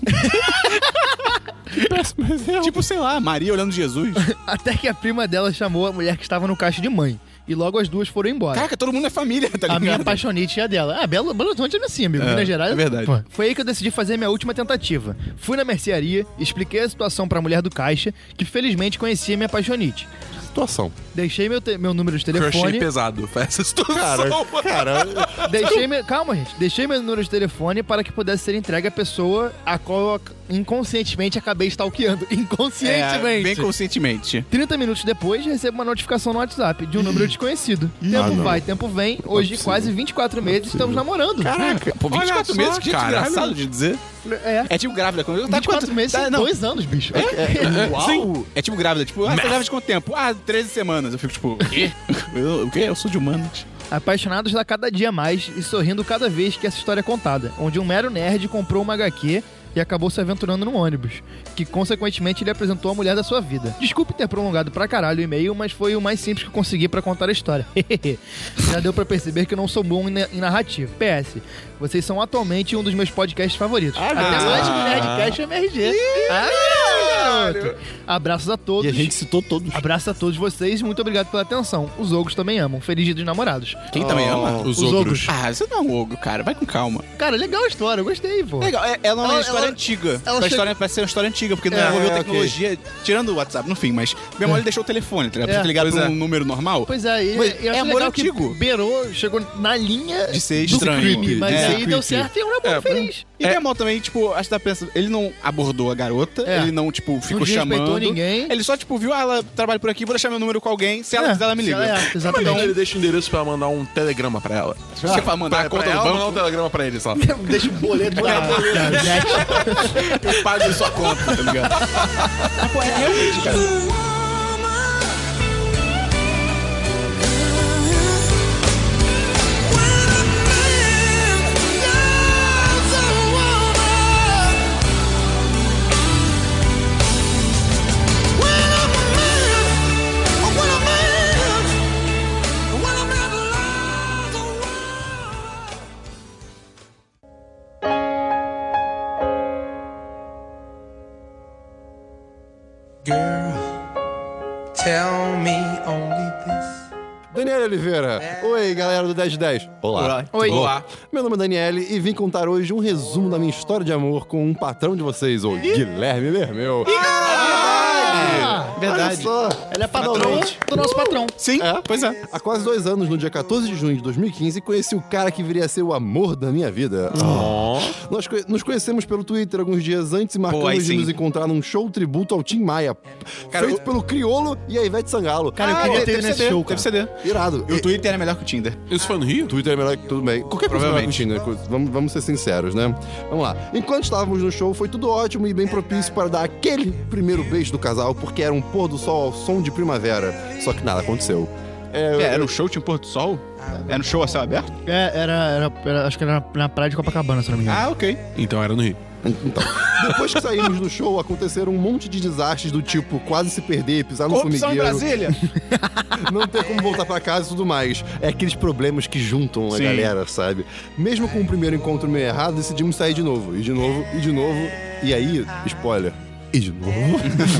S2: (laughs)
S1: Tipo, sei lá, Maria olhando Jesus.
S2: Até que a prima dela chamou a mulher que estava no caixa de mãe. E logo as duas foram embora.
S1: Caraca, todo mundo é família, tá
S2: A minha
S1: ligado?
S2: apaixonite é a dela. Ah, Belo, Belo Horizonte é assim, amigo. Minas Gerais.
S1: é verdade.
S2: Foi aí que eu decidi fazer minha última tentativa. Fui na mercearia, expliquei a situação pra mulher do caixa, que felizmente conhecia minha apaixonite.
S3: Situação.
S2: Deixei meu, te- meu número de
S4: Crush
S2: telefone.
S4: pesado. Foi essa situação.
S3: Cara, cara,
S2: Deixei meu, calma, gente. Deixei meu número de telefone para que pudesse ser entregue à pessoa a qual eu ac- inconscientemente acabei stalkeando. (laughs)
S1: É,
S2: Inconscientemente.
S1: bem conscientemente.
S2: 30 minutos depois, recebo uma notificação no WhatsApp de um número desconhecido. Tempo
S3: Ah, não.
S2: vai, tempo vem.
S1: é
S2: Hoje, quase 24 meses, estamos namorando.
S3: caraca.
S1: Pô,
S4: Olha
S1: 24
S4: só,
S1: meses, que
S4: caralho.
S1: engraçado de dizer.
S2: É.
S1: É tipo grávida. Quando eu tá
S2: 24
S1: quanto-
S2: meses,
S1: tá,
S2: são
S1: não.
S2: dois anos, bicho. (laughs)
S3: Uau!
S1: Sim. É tipo grávida, tipo, ah, tá grávida de quanto tempo? Ah, 13 semanas. Eu fico tipo, quê? (laughs) Eu- o quê? Eu sou de humanos.
S2: Apaixonados a cada dia mais e sorrindo cada vez que essa história é contada, onde um mero nerd comprou uma HQ e acabou se aventurando num ônibus, que consequentemente ele apresentou a mulher da sua vida. Desculpe ter prolongado pra caralho o e-mail, mas foi o mais simples que eu consegui pra contar a história. (laughs) Já deu pra perceber que eu não sou bom em na- em narrativa. PS, vocês são atualmente um dos meus podcasts favoritos. Até mais que Nerdcast e MRG. Ah, garoto. Abraços a todos.
S3: E a gente citou todos.
S2: Abraço a todos vocês, muito obrigado pela atenção. Os ogros também amam. Feliz dia dos namorados.
S1: Quem também ama?
S4: Os,
S2: Os
S4: ogros.
S1: Ah, você não é um ogro, cara. Vai com calma.
S2: Cara, legal a história, eu gostei, pô.
S1: Legal, é- ela é uma
S2: Ela-
S1: história
S2: ela-
S1: antiga.
S2: ela
S1: Uma
S2: chega-
S1: história, parece ser uma história antiga, porque não
S2: É,
S1: envolveu
S3: é, ok.
S1: tecnologia, tirando o WhatsApp, no fim, mas minha mãe deixou o telefone, tá ligado? Pra
S2: É.
S1: você ligar
S4: Pois
S1: pra um
S4: é.
S1: número normal.
S2: Pois é, e
S1: Mas
S2: eu
S1: é
S2: acho
S1: amor
S2: legal
S1: antigo.
S2: que beirou, chegou na linha
S1: De ser
S2: do
S1: estranho.
S2: crime, mas
S1: É.
S2: aí deu
S4: Creepy.
S2: certo e é um namoro
S4: É,
S2: feliz.
S1: E é. mal também, tipo, acho que tá pensando, ele não abordou a garota,
S2: É.
S1: ele não, tipo, ficou
S2: Não desrespeitou
S1: chamando.
S2: ninguém.
S1: Ele só, tipo, viu, ah, ela trabalha por aqui, vou deixar meu número com alguém, se ela
S2: É,
S1: quiser, ela me
S2: se
S1: liga.
S2: ela- é, exatamente.
S4: Ele deixa o endereço pra mandar um telegrama pra ela.
S1: (laughs) Se você for mandar
S4: pra
S1: pra
S4: conta do
S1: ela,
S4: banco, mandar um telegrama pra (laughs) ele, só.
S2: Deixa o boleto lá.
S1: eu pago em sua conta, tá ligado? Mas, pô, é realmente, cara.
S6: Girl, tell me only this.
S3: Daniela
S1: É.
S3: Oliveira. Oi, galera do 1010. Olá.
S2: Oi.
S4: Olá.
S3: Meu nome é Daniele e vim contar hoje um resumo da minha história de amor com um patrão de vocês, o Guilherme Vermeu. Ah,
S1: Verdade.
S3: Olha só.
S2: Ela é patroa do nosso patrão.
S1: Sim,
S3: É?
S1: pois é.
S3: Há quase dois anos, no dia 14 de junho de 2015, conheci o cara que viria a ser o amor da minha vida. Nós co- nos conhecemos pelo Twitter alguns dias antes e marcamos
S1: aí
S3: de
S1: sim.
S3: nos encontrar num show tributo ao Tim Maia,
S1: Cara,
S3: feito
S1: eu-
S3: pelo Criolo e a Ivete Sangalo.
S2: Cara, eu
S3: Ah,
S2: queria ter ido
S1: Teve
S2: nesse
S1: CD,
S2: show,
S1: teve
S2: cara.
S1: CD.
S3: Irado.
S1: E o Twitter é melhor que o Tinder.
S4: Isso foi no Rio?
S3: Twitter é melhor que tudo bem. Qualquer coisa é melhor que o Tinder. co- Vamos, vamos ser sinceros, né? Vamos lá. Enquanto estávamos no show, foi tudo ótimo e bem propício para dar aquele primeiro beijo do casal, porque era um pôr do sol ao som de primavera. Só que nada aconteceu. É, eu-
S1: É, era um show, tinha um Porto do Sol?
S2: Ah,
S1: Era um show a céu aberto?
S2: É, era, era- era- Acho que era na- na praia de Copacabana, se não me engano.
S1: Ah, ok.
S4: Então era no Rio.
S3: Então, depois que saímos do show, aconteceram um monte de desastres do tipo quase se perder, pisar no
S1: Corrupção em Brasília?
S3: formigueiro,
S1: (laughs)
S3: não ter como voltar pra casa e tudo mais. É aqueles problemas que juntam a
S1: Sim.
S3: galera, sabe? Mesmo com o primeiro encontro meio errado, decidimos sair de novo, e de novo, e de novo. E aí, spoiler. E de novo. (laughs)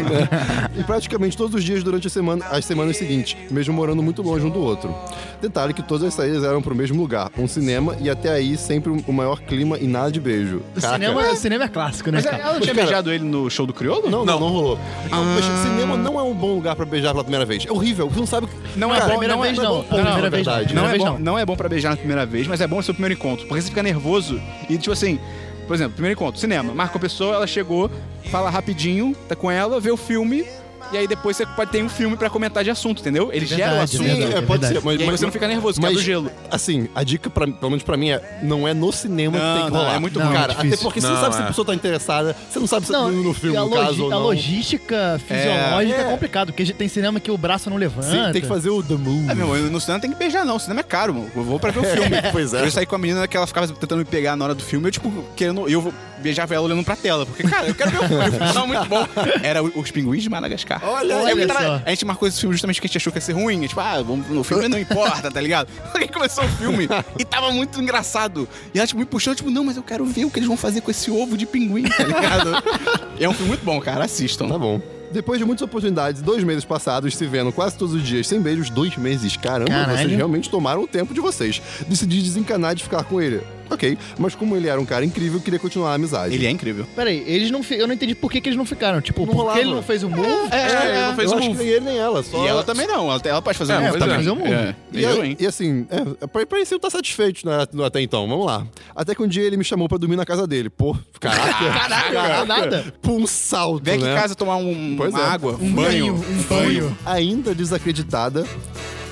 S3: e praticamente todos os dias durante a semana, as semanas seguintes, mesmo morando muito longe um do outro. Detalhe que todas as saídas eram pro mesmo lugar, um cinema, e até aí sempre o maior clima e nada de beijo.
S2: O
S3: Caraca.
S2: cinema, o cinema é clássico, né,
S1: Ah, Mas
S2: cara?
S1: ela não tinha beijado ele no show do Criolo?
S3: Não, não, não rolou. Mas cinema não é um bom lugar pra beijar pela primeira vez. É horrível, você não sabe.
S1: Não é
S3: Cara,
S1: bom,
S2: primeira
S1: não é-
S2: vez
S1: não é
S2: não.
S1: bom
S2: Na
S1: ponto,
S2: Primeira
S3: na
S2: vez não.
S3: verdade.
S2: Primeira
S1: Não é,
S2: vez
S1: bom,
S2: não.
S1: não é bom pra beijar na primeira vez, mas é bom no seu primeiro encontro. Porque você fica nervoso e, tipo assim, por exemplo, primeiro encontro, cinema. Marca a pessoa, ela chegou, fala rapidinho, tá com ela, vê o filme. E aí depois você pode ter um filme pra comentar de assunto, entendeu? Ele gera o
S2: Verdade,
S1: assunto.
S2: é verdade.
S3: é, pode ser,
S2: verdade.
S3: mas,
S1: E aí
S3: mas-
S1: você não fica nervoso, cai
S3: mas,
S1: do gelo.
S3: Assim, a dica, pra, pelo menos pra mim, é não é no cinema
S1: Não,
S3: que tem que
S1: não,
S3: rolar.
S1: é muito
S2: ruim,
S3: Cara,
S2: é difícil.
S3: até porque você
S4: Não,
S3: não sabe se
S4: é.
S3: a pessoa tá interessada, você não sabe se tá indo no filme,
S2: e a
S3: no caso,
S2: logi-
S3: ou
S2: A
S3: não.
S2: logística fisiológica é, complicado, porque tem cinema que o braço não levanta.
S3: Sim, tem que fazer o The Move.
S1: É, meu, eu- no cinema tem que beijar, não. O cinema é caro, mano. Eu vou pra ver o filme.
S3: (laughs) Pois é.
S1: Eu saí com a menina que ela ficava tentando me pegar na hora do filme. Eu, tipo, querendo. Eu vou- beijava ela olhando pra tela. Porque, cara, eu quero ver o filme. O filme tava muito bom. Era o- Os Pinguins de Madagascar.
S3: Olha
S1: Eu
S2: aí.
S1: que tava-
S2: só.
S1: A gente marcou esse filme justamente porque a gente achou que ia ser ruim. Tipo, ah, vamos- o filme não importa, tá ligado? (laughs) Aí começou o filme e tava muito engraçado. E ela, tipo, me puxou, tipo, não, mas eu quero ver o que eles vão fazer com esse ovo de pinguim, tá ligado? (laughs) E é um filme muito bom, cara. Assistam.
S3: Tá bom. Depois de muitas oportunidades, dois meses passados, se vendo quase todos os dias sem beijos, dois meses. Caramba,
S2: Caralho.
S3: vocês realmente tomaram o tempo de vocês. Decidi desencanar de ficar com ele. Ok, mas como ele era um cara incrível, queria continuar a amizade.
S1: Ele é incrível.
S2: Peraí, eles não. fi- Eu não entendi por que, que eles não ficaram. Tipo, por
S3: rolava.
S2: que ele não fez o move?
S4: É, ele não fez
S3: eu
S4: o
S3: acho que
S4: move.
S3: nem ele nem ela, só
S1: um E ela também não. Ela, ela pode fazer
S4: É,
S1: um
S4: pois
S1: também.
S4: é.
S2: Fazer um move.
S3: E,
S1: Eu,
S3: a-
S1: hein?
S3: e assim, é, pare- parecia estar satisfeito né, até então, vamos lá. Até que um dia ele me chamou pra dormir na casa dele. Pô,
S1: (laughs)
S3: caraca,
S2: Caraca, nada.
S3: pô, um salto,
S1: Vem aqui
S3: né?
S1: em casa tomar um,
S3: Pois
S1: uma
S3: é.
S1: água, um
S2: banho,
S1: banho.
S2: um banho.
S3: Ainda desacreditada,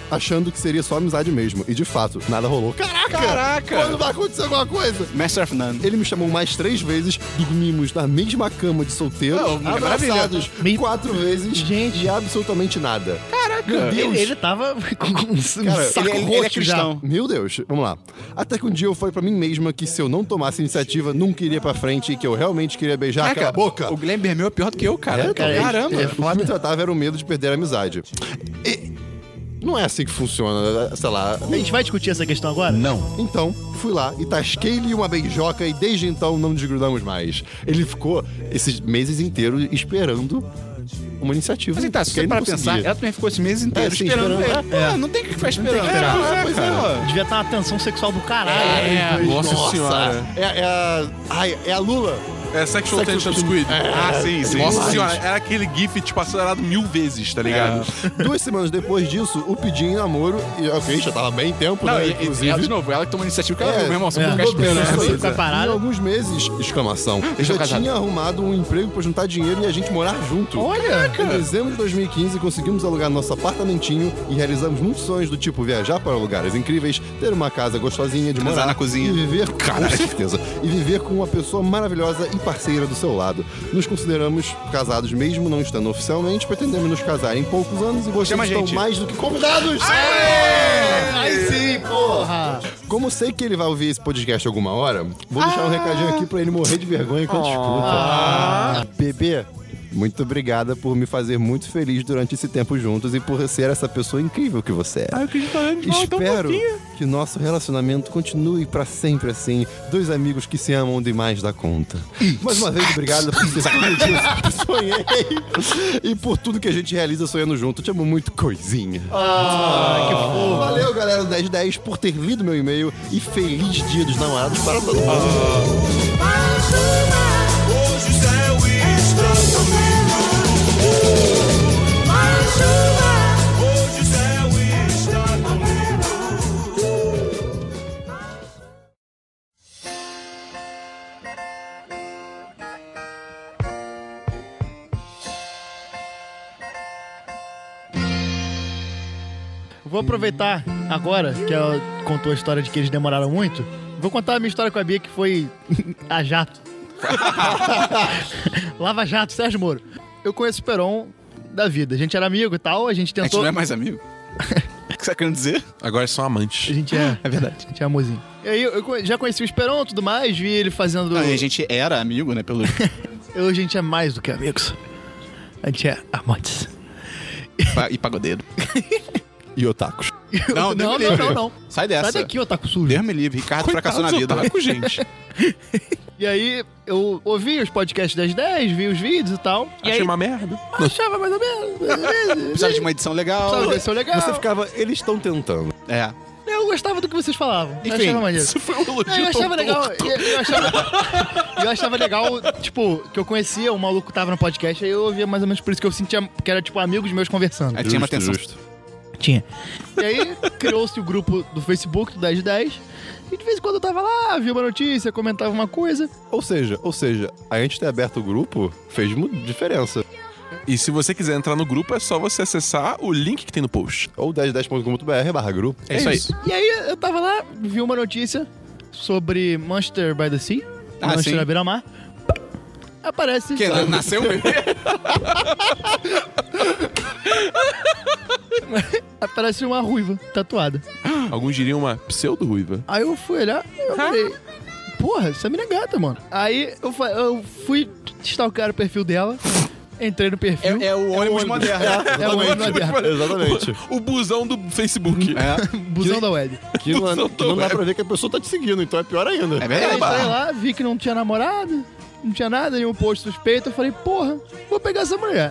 S3: achando que seria só amizade mesmo. E de fato, nada rolou. Caraca!
S1: Caraca!
S3: Quando vai acontecer alguma coisa?
S1: Master of None.
S3: Ele me chamou mais três vezes, dormimos na mesma cama de solteiro,
S1: Oh, que
S3: abraçados
S2: Me-
S3: quatro vezes
S2: Gente.
S3: e absolutamente nada. Caraca! Meu Deus!
S2: Ele, ele tava com um
S3: Cara,
S2: saco
S1: ele- ele é
S2: roxo
S1: cristão.
S2: já.
S3: Meu Deus, vamos lá. Até que um dia eu falei pra mim mesma que se eu não tomasse iniciativa, nunca iria pra frente e que eu realmente queria beijar aquela boca.
S1: O Guilherme Bermeu é pior do que eu, cara.
S3: É, talvez.
S1: Caramba.
S3: O que me tratava era o medo de perder a amizade. E- Não é assim que funciona, sei lá.
S2: A gente vai discutir essa questão agora? Não.
S3: Então, fui lá e tasquei-lhe uma beijoca e desde então não desgrudamos mais. Ele ficou esses meses inteiros esperando uma iniciativa.
S1: Mas tá, se
S3: porque
S1: você
S3: ele
S1: parar
S3: não
S1: pra pensar,
S3: conseguia.
S1: ela também ficou esse mês inteiro
S3: É, sim,
S1: esperando.
S3: esperando.
S1: É, Não tem que ficar esperando.
S3: esperar.
S1: É,
S3: Pois
S1: cara.
S2: Devia estar uma tensão sexual do caralho.
S4: É, nossa, senhora.
S3: É, é a. Ai, é a Lula.
S4: É Sexual
S3: Sexual
S4: Tension Squid.
S1: Ah, sim, sim.
S4: Nossa
S1: Sim.
S4: senhora, era aquele gif, tipo, acelerado mil vezes, tá ligado?
S3: Duas semanas depois disso, o pedi em namoro. E ok, já tava bem tempo,
S1: Não,
S3: né?
S1: e, e ela, de novo, ela que toma a iniciativa que ela
S3: É,
S1: viu, meu irmão, você não
S2: é.
S1: ficar esperando.
S2: Todo mundo
S1: né?
S2: sabe. Tá parado?
S3: Em alguns meses, exclamação,
S1: Hum.
S3: eu já
S1: casado.
S3: tinha arrumado um emprego pra juntar dinheiro e a gente morar junto.
S2: Olha!
S3: Em dezembro de 2015, conseguimos alugar nosso apartamentinho e realizamos muitos sonhos do tipo viajar para lugares incríveis, ter uma casa gostosinha de
S1: Transar
S3: morar
S1: na cozinha.
S3: e viver, com (laughs) certeza, e viver com uma pessoa maravilhosa e parceira do seu lado. Nos consideramos casados mesmo não estando oficialmente, pretendemos nos casar em poucos anos e vocês
S1: Chama a
S3: estão
S1: gente.
S3: mais do que convidados.
S2: Aí sim, porra!
S3: Como sei que ele vai ouvir esse podcast alguma hora, vou deixar um recadinho aqui pra ele morrer de vergonha enquanto escuta. Bebê, muito obrigada por me fazer muito feliz durante esse tempo juntos e por ser essa pessoa incrível que você é.
S4: que a gente tá olhando
S3: Espero que nosso relacionamento continue pra sempre assim, dois amigos que se amam demais da conta. Mais uma vez, obrigado por ter tudo isso que sonhei e por tudo que a gente realiza sonhando junto. Te amo muito, coisinha. Valeu, galera do 1010, por ter lido meu e-mail e feliz dia dos namorados para todo mundo.
S5: Hoje o céu está
S2: Vou aproveitar agora que ela contou a história de que eles demoraram muito. Vou contar a minha história com a Bia, que foi (laughs) a jato. (laughs) Lava Jato, Sérgio Moro. Eu conheço o Peron da vida. A gente era amigo e tal, a gente
S1: A gente
S2: tentou.
S1: não é mais amigo? (laughs) O que você tá querendo dizer?
S4: Agora são
S2: A
S4: amantes.
S2: gente é.
S1: (laughs) É verdade.
S2: A gente é amorzinho. E aí, eu co- já conheci o Esperon e tudo mais, vi ele fazendo.
S1: Não, e a gente era amigo, né? Pelo.
S2: Hoje a gente é mais do que amigos. A gente é amantes.
S1: pa- e pagodeiro.
S3: E otakus.
S1: Não, Deus
S2: (laughs) não,
S1: me
S2: não,
S1: livre.
S2: não, não.
S1: Sai dessa.
S2: Sai daqui, otaku sujo.
S1: Deus me é livre. Ricardo fracassou na vida.
S4: Otaku,
S2: (laughs)
S4: gente.
S2: E aí, eu ouvi os podcasts das 10, vi os vídeos e tal. E
S4: Achei
S2: aí,
S1: (laughs)
S4: uma merda.
S2: achava mais ou menos.
S1: Precisava de uma edição legal.
S2: Sabe, isso é legal.
S3: Você ficava, eles estão tentando.
S1: É.
S2: Eu gostava do que vocês falavam. eu
S1: Enfim,
S2: achava maneiro.
S4: Isso foi um elogio
S2: Não, eu
S4: tão
S2: achava legal.
S4: torto.
S2: Eu, eu achava, eu achava legal, tipo, que eu conhecia, o maluco tava no podcast, aí eu ouvia mais ou menos por isso que eu sentia que era, tipo, amigos meus conversando.
S1: Aí tinha uma atenção.
S2: Tinha. E aí criou-se o grupo do Facebook do 1010. E de vez em quando eu tava lá, via uma notícia, comentava uma coisa.
S3: Ou seja, ou seja, a gente ter aberto o grupo fez mu- diferença.
S4: E se você quiser entrar no grupo, é só você acessar o link que tem no post.
S3: Ou 1010.com.br barra grupo.
S1: É isso aí.
S2: E aí eu tava lá, vi uma notícia sobre Manchester by the Sea,
S1: Ah,
S2: Manchester
S1: sim.
S2: na beira-mar. Aparece.
S1: Que nasceu mesmo?
S2: Aparece uma ruiva tatuada.
S4: Alguns diriam uma pseudo-ruiva.
S2: Aí eu fui olhar e eu falei, porra, essa mina é gata, mano. Aí eu, fa- eu fui stalkear o perfil dela, entrei no perfil.
S1: É, é o ônibus moderno. É,
S2: É o ônibus moderno.
S3: Exatamente.
S4: (laughs) O busão do Facebook.
S1: É.
S2: Busão da web.
S1: (laughs)
S3: Que não, é- que não dá pra ver que a pessoa tá te seguindo, então é pior
S1: É
S3: ainda.
S2: Aí eu
S1: verdade.
S2: entrei lá, vi que não tinha namorado, não tinha nada, nenhum post suspeito. Eu falei, porra, vou pegar essa mulher.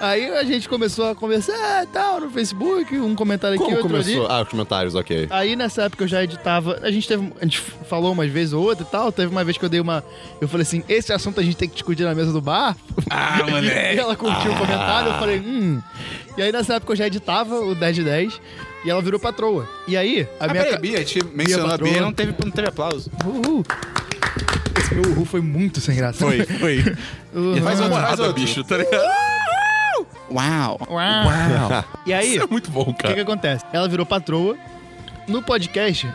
S2: Aí a gente começou a conversar e tal no Facebook, um comentário aqui,
S3: Como
S2: outro ali.
S3: começou? Ah, os comentários, ok.
S2: Aí nessa época eu já editava. A gente teve. A gente falou umas vezes ou outra e tal. Teve uma vez que eu dei uma. Eu falei assim: esse assunto a gente tem que discutir na mesa do bar.
S1: Ah,
S2: (laughs) E
S1: moleque. Ah.
S2: ela curtiu o comentário, eu falei, hum. E aí nessa época eu já editava o 10 de 10 e ela virou patroa. E aí, a
S1: A
S2: minha.
S1: Ah, peraí, Bia, a gente mencionou a Bia
S2: patroa.
S1: não teve, não teve aplauso.
S2: Uhul. Esse meu uhul foi muito sem graça.
S1: foi.
S2: (laughs) Uhul.
S3: Ah,
S1: Faz uma
S4: Nada,
S1: faz outro.
S4: bicho, tá ligado?
S1: Uau.
S2: Uau. E aí,
S4: Isso é
S2: o
S4: muito bom,
S2: que,
S4: cara.
S2: que acontece? Ela virou patroa. No podcast,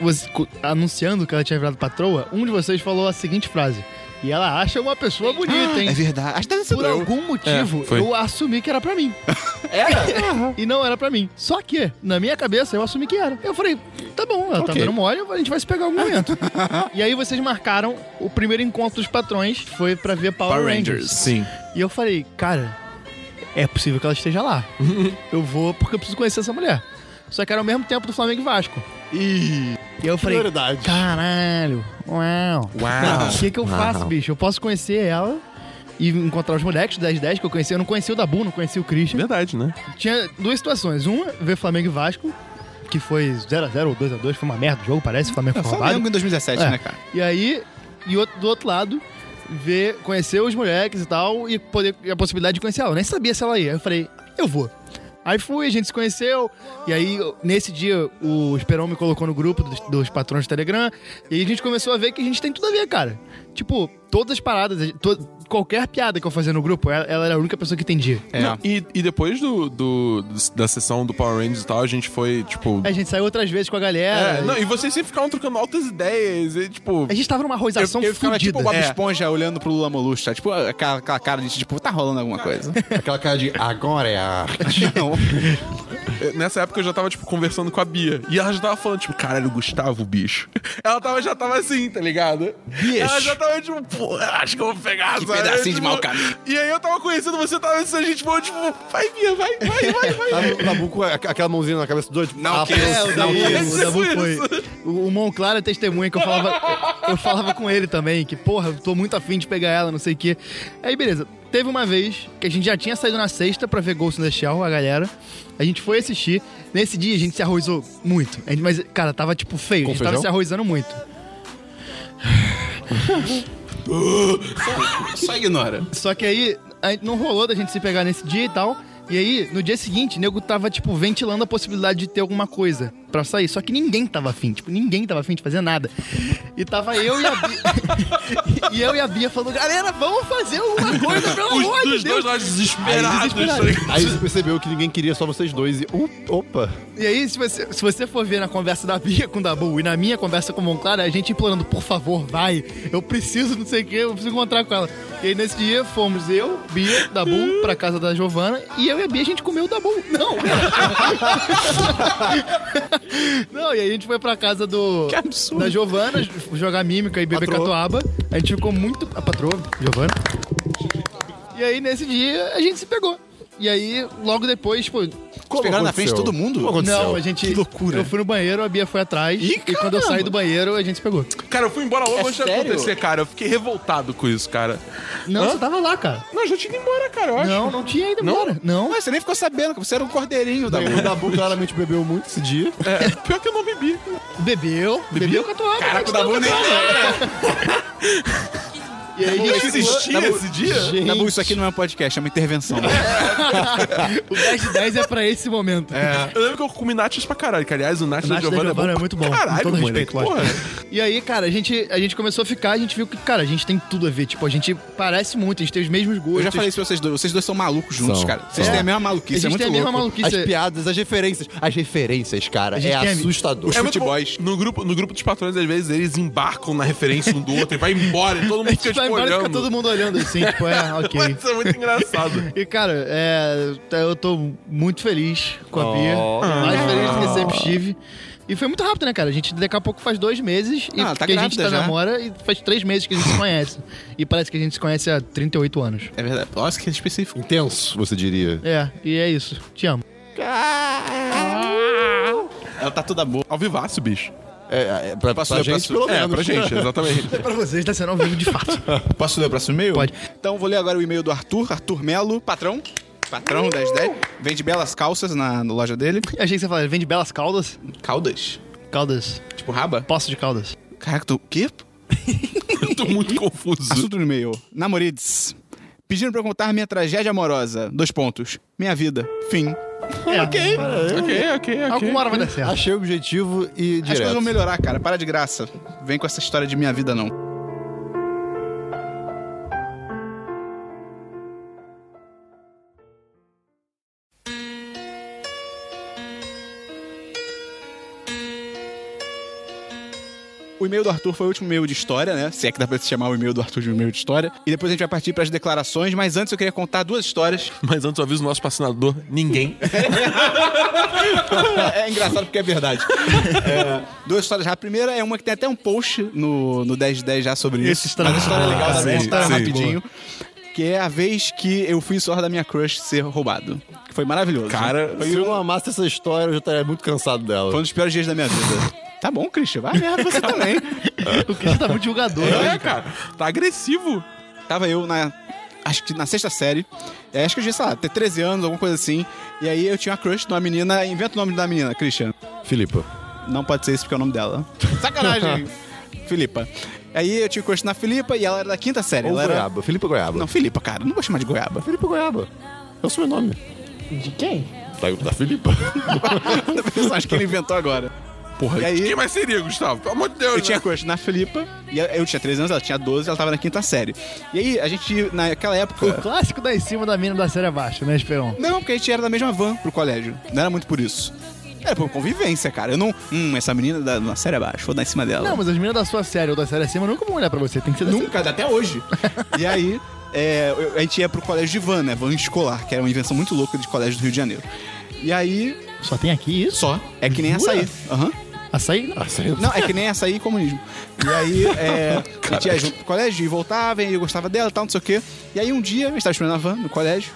S2: você- co- anunciando que ela tinha virado patroa, um de vocês falou a seguinte frase. E ela acha uma pessoa bonita, hein?
S1: É verdade. Acho que deve ser
S2: Por
S1: eu.
S2: algum motivo,
S4: É, foi.
S2: eu assumi que era pra mim. Era? e não era pra mim. Só que, na minha cabeça, eu assumi que era. Eu falei, tá bom, ela tá
S4: Ok.
S2: dando mole, a gente vai se pegar em algum momento. e aí vocês marcaram o primeiro encontro dos patrões, foi pra ver Power, Rangers.
S4: Sim.
S2: E eu falei, cara, é possível que ela
S1: (laughs)
S2: esteja lá. eu vou porque eu preciso conhecer essa mulher. Só que era ao mesmo tempo do Flamengo e Vasco. E eu falei,
S3: Prioridade.
S2: caralho, uau.
S4: Uau.
S2: O que, que eu faço, bicho? Eu posso conhecer ela e encontrar os moleques do 10-10 que eu conheci. Eu não conhecia o Dabu, não conhecia o Christian.
S4: Verdade, né?
S2: Tinha duas situações. Uma, ver Flamengo e Vasco, que foi 0x0 ou 2x2, foi uma merda o jogo, parece. O Flamengo
S1: É,
S2: foi roubado.
S1: Flamengo em 2017,
S2: É.
S1: né, cara?
S2: E aí, e outro- do outro lado, ver, conhecer os moleques e tal, e poder e a possibilidade de conhecer ela. Eu nem sabia se ela ia. Eu falei, eu vou. Aí fui, a gente se conheceu, e aí eu- nesse dia o Esperão me colocou no grupo dos, dos patrões do Telegram, e a gente começou a ver que a gente tem tudo a ver, cara. Tipo, todas as paradas, a gente- to- qualquer piada que eu fazia no grupo, ela, ela era a única pessoa que entendia.
S1: É.
S4: Não, e, e depois do, do- da sessão do Power Rangers e tal, a gente foi, tipo.
S2: Aí A gente saiu outras vezes com a galera.
S4: É, não, e vocês sempre ficavam trocando altas ideias. E, tipo.
S2: A gente tava numa arrozação
S1: eu ficava
S2: fodida.
S1: tipo o Bob
S4: É.
S1: Esponja olhando pro Lula Molustra. Tipo, aquela, aquela cara de tipo, tá rolando alguma coisa.
S3: Aquela cara de agora é a arte.
S1: (laughs) Não.
S4: Nessa época eu já tava, tipo, conversando com a Bia. E ela já tava falando, tipo, caralho, Gustavo, bicho. (laughs) Ela tava, já tava assim, tá ligado?
S1: Bicho.
S4: Ela já tava, tipo, pô, acho que eu vou pegar
S1: Que
S4: sabe?
S1: pedacinho de
S4: Tipo,
S1: mau caminho.
S4: E aí eu tava conhecendo você, tava assim, a gente boa, tipo, vai, Bia, vai, vai, vai,
S1: (laughs)
S3: (laughs)
S4: vai.
S3: Tava o Dabu com a- aquela mãozinha na cabeça do doido. tipo,
S1: Não,
S3: ah,
S1: que
S3: pô,
S1: isso.
S2: É, o Dabu,
S4: isso,
S2: o Dabu
S4: isso.
S2: foi. O, o Monclar é testemunha que eu falava. Eu falava com ele também, que, porra, eu tô muito afim de pegar ela, não sei o quê. Aí, beleza. Teve uma vez que a gente já tinha saído na sexta pra ver Ghost in the Shell, a galera. A gente foi assistir. Nesse dia a gente se arrozou muito. A gente- Mas, cara, tava tipo feio. a gente tava
S3: feijão?
S2: se arrozando muito.
S1: Só ignora.
S2: Só que aí aí não rolou da gente se pegar nesse dia e tal. E aí, no dia seguinte, o nego tava, tipo, ventilando a possibilidade de ter alguma coisa pra sair. Só que ninguém tava afim, tipo, ninguém tava afim de fazer nada. E (laughs) tava eu e a Bia. e eu e a Bia falando, galera, vamos fazer alguma coisa, pelo amor
S1: de
S4: os dois
S1: Deus.
S4: lá desesperados. tá ligado?
S3: Aí você percebeu que ninguém queria só vocês dois e. op- Opa!
S2: E aí, se você, se você for ver na conversa da Bia com o Dabu e na minha conversa com o Monclar, a gente implorando, por favor, vai, eu preciso, não sei o que, eu preciso encontrar com ela. E aí, nesse dia, fomos eu, Bia, Dabu, pra casa da Giovana, e eu e a Bia, a gente comeu o Dabu. Não! (laughs) não, e aí a gente foi pra casa do...
S1: Que absurdo.
S2: Da Giovana, jogar mímica e beber
S3: Patroa.
S2: catuaba. A gente ficou muito... A patroa, Giovana. E aí, nesse dia, a gente se pegou. E aí, logo depois, tipo, pô,
S3: Como
S1: pegaram na frente de
S3: aconteceu?
S1: todo mundo?
S3: Como aconteceu?
S2: não, a gente.
S1: Que loucura.
S2: Eu fui no banheiro, a Bia foi atrás.
S1: Ih,
S2: e quando eu saí
S1: caramba.
S2: do banheiro, a gente se pegou.
S4: Cara, eu fui embora logo
S1: É
S4: antes de
S1: sério?
S4: acontecer, cara. Eu fiquei revoltado com isso, cara.
S2: Não,
S4: Hã?
S2: você tava lá, cara.
S4: Não, eu já tinha ido embora, cara, eu acho.
S2: Não, não tinha ainda
S4: Não?
S2: embora. Não.
S1: Mas você nem ficou sabendo, que você era um cordeirinho da
S3: O Dabu claramente bebeu muito esse dia.
S4: É, pior que eu não bebi.
S2: Bebeu, bebeu com a toalha.
S1: Caraca, o Dabu nem.
S4: né?
S2: E aí,
S4: Não
S2: gente,
S4: existia esse dia?
S3: Gente,
S1: Dabu, isso aqui não é um podcast, é uma intervenção.
S2: o 10 de 10 é pra esse momento.
S4: Eu lembro que eu comi nachos pra caralho. Que, aliás, o nacho
S2: É. O
S4: da
S2: Nath da
S4: Giovanna é,
S2: Giovanna
S4: bom
S2: é muito bom,
S4: pra
S2: com
S4: Caralho,
S2: todo
S4: mano.
S2: respeito,
S4: que
S2: lógico.
S4: porra. É
S2: E aí, cara, a gente, a gente começou a ficar, a gente viu que, cara, a gente tem tudo a ver. Tipo, a gente parece muito, a gente tem os mesmos gostos.
S1: Eu já falei isso pra vocês dois. Vocês dois são malucos juntos,
S3: São.
S1: cara. Vocês
S3: São.
S1: têm a mesma
S2: A
S1: maluquice,
S2: gente
S1: é muito
S2: tem a
S1: louco.
S2: mesma maluquice.
S3: As piadas, as referências. As referências, cara,
S2: A gente
S3: é
S2: tem-
S3: assustador.
S1: Os
S4: É muito bom.
S1: futebols.
S4: No grupo, no grupo dos patrões, às vezes, eles embarcam na referência um do outro e vai embora. E todo
S2: (laughs) a
S4: mundo fica,
S2: gente
S4: tipo,
S2: vai embora e
S4: olhando.
S2: fica todo mundo olhando assim, tipo, é, ok.
S4: Mas isso é muito
S2: (laughs)
S4: engraçado.
S2: E, cara, é, tá- eu tô muito feliz com a Bia.
S3: Oh.
S2: mais
S1: Ah.
S2: feliz do que sempre estive. E foi muito rápido, né, cara? A gente daqui a pouco faz dois meses e
S1: Ah, tá
S2: que a gente
S1: grávida
S2: tá
S1: já.
S2: namora e faz três meses que a gente se conhece. E parece que a gente se conhece há 38 anos.
S1: É verdade. Nossa, que específico.
S3: Intenso, você diria.
S2: É, e é isso. Te amo.
S1: Ela tá toda boa.
S4: Ao vivaço, bicho.
S3: É, é, pra, pra
S1: Passou,
S3: gente,
S1: passou.
S3: pelo menos.
S4: É, pra gente, exatamente.
S2: Pra vocês, tá sendo ao vivo de (laughs) fato.
S1: (laughs) Posso ler o próximo e-mail?
S2: Pode.
S1: Então vou ler agora o e-mail do Arthur, Arthur Melo, patrão. Patrão 1010. Vende belas calças na, na loja dele.
S2: Achei que você falava, vende belas caldas?
S1: Caldas?
S2: Caldas.
S1: Tipo raba?
S2: Poço de caldas.
S1: Caraca, tu. Quê?
S4: Eu tô muito confuso.
S1: Assunto do e-mail. Namorides. Pediram pra eu contar minha tragédia amorosa. Dois pontos. Minha vida. Fim.
S2: É, ok.
S4: ok, ok, ok.
S2: Alguma hora vai dar certo.
S3: Achei o objetivo e
S1: As coisas
S3: direto.
S1: vão melhorar, cara. Para de graça. Vem com essa história de minha vida, não. O e-mail do Arthur foi o último e-mail de história, né? Se é que dá pra se chamar o e-mail do Arthur de um e-mail de história. E depois a gente vai partir pras declarações, mas antes eu queria contar duas histórias.
S4: Mas antes eu aviso o nosso patrocinador, ninguém.
S1: é engraçado porque é verdade. É, duas histórias rápidas. A primeira é uma que tem até um post no, no 10 de 10 já sobre isso.
S2: Essa história-
S1: Mas a história é legal
S2: Ah,
S1: também,
S2: sim,
S1: a história
S2: sim.
S1: é rapidinho. Que é a vez que eu fui sorte da minha crush ser roubado. Que foi maravilhoso. né?
S4: Cara,
S3: Se eu não amasse essa história, eu já estaria muito cansado dela.
S1: Foi um dos piores dias da minha vida. Tá bom, Christian. Vai merda você também.
S2: O Cristo tá muito julgador.
S4: é, (laughs)
S2: né?
S4: cara. Tá agressivo.
S1: Tava eu na. Acho que na sexta série. É, acho que eu tinha, sei lá, até 13 anos, alguma coisa assim. E aí eu tinha uma crush numa menina. Inventa o nome da menina, Christian.
S3: Filipa.
S1: Não pode ser isso porque é o nome
S3: (laughs)
S1: dela. Sacanagem! (laughs) Filipa. Aí eu tinha crush na Filipa e ela era da quinta série.
S3: Ou
S1: ela era...
S3: goiaba. Filipa Goiaba.
S1: Não, Filipa, cara. Não vou chamar de goiaba. (laughs)
S3: Filipa Goiaba. É o sobrenome.
S2: De quem?
S3: Da, da Filipa.
S1: Acho que ele inventou agora.
S4: Porra,
S1: E aí-
S4: quem mais seria, Gustavo? Pelo amor de Deus.
S1: Eu
S4: né?
S1: tinha crush na Filipa, e ela- eu tinha 13 anos, ela tinha 12, ela tava na quinta série. E aí, a gente, naquela
S3: (laughs)
S2: O
S1: época...
S2: (laughs) clássico da em cima da mina da série abaixo, né, Esperon?
S1: Não, porque a gente era da mesma van pro colégio. Não era muito por isso. Era por convivência, cara. Eu não... Hum, essa menina da na série abaixo, vou dar em cima dela.
S2: Não, mas as minas da sua série ou da série acima nunca vão olhar pra você. Tem que ser da
S1: Nunca, até
S2: (laughs)
S1: hoje. e aí, é, eu- a gente ia pro colégio de van, né? Van escolar, que era uma invenção muito louca de colégio do Rio de Janeiro. E aí,
S2: Só tem aqui isso?
S1: só. É que nem
S2: Jura?
S1: açaí. Aham.
S2: Açaí?
S3: Ah, sério?
S1: Não, é que nem açaí e comunismo. E aí, é,
S2: (laughs)
S1: a gente ia junto pro colégio e voltava, e eu gostava dela e tal, não sei o quê. E aí um dia, eu estava esperando a van no colégio,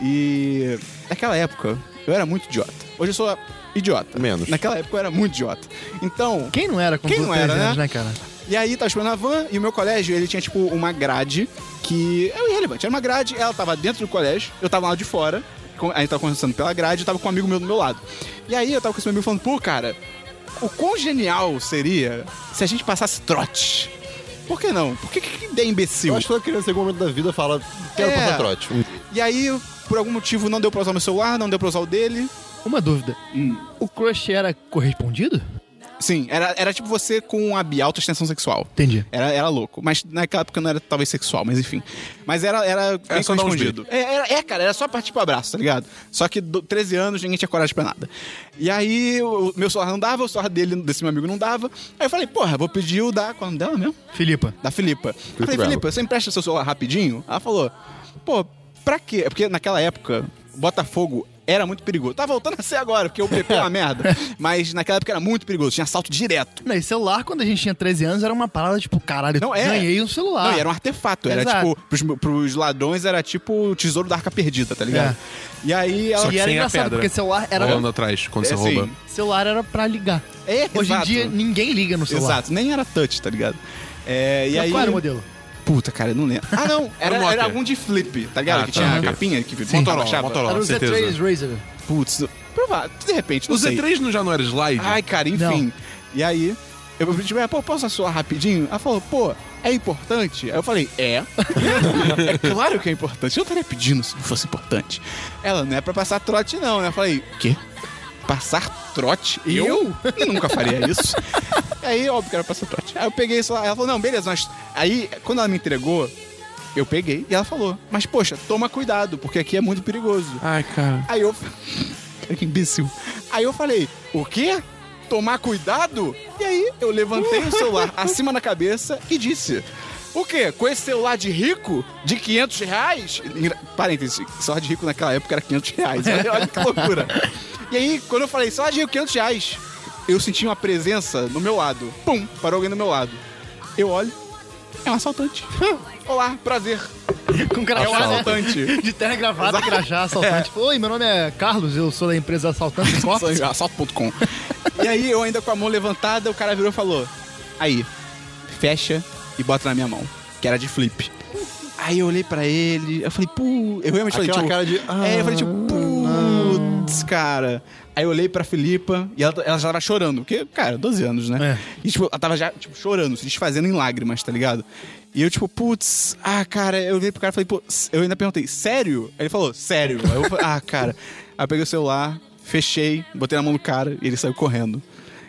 S1: e naquela época eu era muito idiota. Hoje eu sou idiota.
S3: Menos.
S1: Naquela época eu era muito idiota. Então,
S2: Quem não era com
S1: Quem não
S2: 13
S1: era,
S2: anos,
S1: né?
S2: né, cara?
S1: E aí tava esperando a van e o meu colégio, ele tinha tipo uma grade que é irrelevante. Era uma grade, ela tava dentro do colégio, eu tava lá de fora, com- aí tava conversando pela grade, eu tava com um amigo meu do meu lado. E aí eu tava com esse meu amigo falando, pô, cara, o quão genial seria se a gente passasse trote? Por que não? Por que que ideia imbecil?
S3: Eu acho que toda criança em algum momento da vida fala, quero
S1: É.
S3: passar trote.
S1: E aí, por algum motivo, não deu pra usar o meu celular, não deu pra usar o dele.
S2: Hum. Uma dúvida. O crush era correspondido?
S1: Sim, era, era tipo você com a bi, alta extensão sexual.
S2: Entendi.
S1: Era, era louco. Mas naquela época não era talvez sexual, mas enfim. Mas era, era bem
S4: só dar uns
S1: correspondido. É, era- é, cara, era só partir pro abraço, tá ligado? Só que do, 13 anos ninguém tinha coragem pra nada. E aí o o meu celular não dava, o celular dele, desse meu amigo, não dava. Aí eu falei, porra, vou pedir o da. Qual é o nome dela mesmo?
S2: Filipa.
S1: Da Filipa. eu falei,
S4: Belo.
S1: Filipa, você empresta seu celular rapidinho? Ela falou, pô, pra quê? É Porque naquela época, Botafogo era muito perigoso. Tá voltando a ser agora, porque o PP
S4: (laughs)
S1: é uma merda. Mas naquela época era muito perigoso, tinha assalto direto.
S2: Não, e celular, quando a gente tinha 13 anos, era uma parada tipo, caralho,
S1: Não, é.
S2: ganhei um celular.
S1: Não, e era um artefato. Era
S2: Exato.
S1: tipo, pros, pros ladrões era tipo o tesouro da arca perdida, tá ligado?
S2: É.
S1: E aí ela.
S2: E era
S7: sem a
S2: engraçado,
S7: pedra.
S2: porque celular era,
S4: Rolando atrás, quando você
S1: É assim,
S4: rouba.
S2: celular era pra ligar.
S1: É,
S2: Hoje em
S1: exato.
S2: dia, ninguém liga no celular.
S1: Exato, nem era touch, tá ligado? É, e
S2: Mas
S1: aí.
S2: Qual era o modelo?
S1: Puta, cara, eu não lembro. Ah, não, era,
S4: um Nokia.
S1: era algum de flip, tá ligado?
S4: Ah,
S1: que
S4: tá,
S1: tinha a
S4: ok.
S1: capinha que
S4: Motorola,
S1: abaixava.
S4: Motorola,
S2: era o
S4: certeza.
S2: Z3 Razer.
S1: Putz, provável, de repente, não
S4: O
S1: sei.
S4: Z3 não já não era slide?
S1: Ai, cara, enfim. E aí, eu pedi pra ela, pô, posso assoar rapidinho? Ela falou, pô, é importante? Aí eu falei, é. (laughs) é claro que é importante. Eu estaria pedindo se não fosse importante. Ela, não é pra passar trote, não, né? Eu falei, o quê? Passar trote? Eu? Nunca faria isso. E aí, óbvio que era passar trote. Aí eu peguei isso lá, ela falou, não, beleza, mas. Aí, quando ela me entregou, eu peguei e ela falou, mas poxa, toma cuidado, porque aqui é muito perigoso.
S4: Ai, cara.
S1: Aí eu. (laughs) Olha que imbecil. Aí eu falei, o quê? Tomar cuidado? E aí eu levantei o celular acima da cabeça e disse. O quê? Com esse celular de rico? De 500 reais? Engra- Parênteses, celular de rico naquela época era 500 reais. né? Olha, olha que loucura. E aí, quando eu falei, celular de rico, 500 reais, eu senti uma presença no meu lado. Pum, parou alguém do meu lado. Eu olho, é um assaltante. (laughs) Olá, prazer.
S2: Com crachá,
S1: É um
S2: né?
S1: assaltante.
S2: De terra gravada, crachá, assaltante. Oi, meu nome é Carlos, eu sou da empresa Assaltante Corpos.
S1: Só- Assalto.com. e aí, eu ainda com a mão levantada, o cara virou e falou: Aí, fecha e bota na minha mão. Que era de flip. Aí eu olhei pra ele, eu falei, pô. Eu realmente falei,
S3: Aquela
S1: tipo,
S3: cara de,
S1: é, eu falei, tipo, putz, cara. Aí eu olhei pra Filipa e ela, ela já tava chorando. Porque, cara, 12 anos, né? E, tipo, ela tava já, tipo, chorando, se desfazendo em lágrimas, tá ligado? E eu, tipo, putz, ah, cara, eu olhei pro cara e falei, pô, s- eu ainda perguntei, sério? Aí ele falou, sério. Aí eu falei, ah, cara. Aí eu peguei o celular, fechei, botei na mão do cara e ele saiu correndo.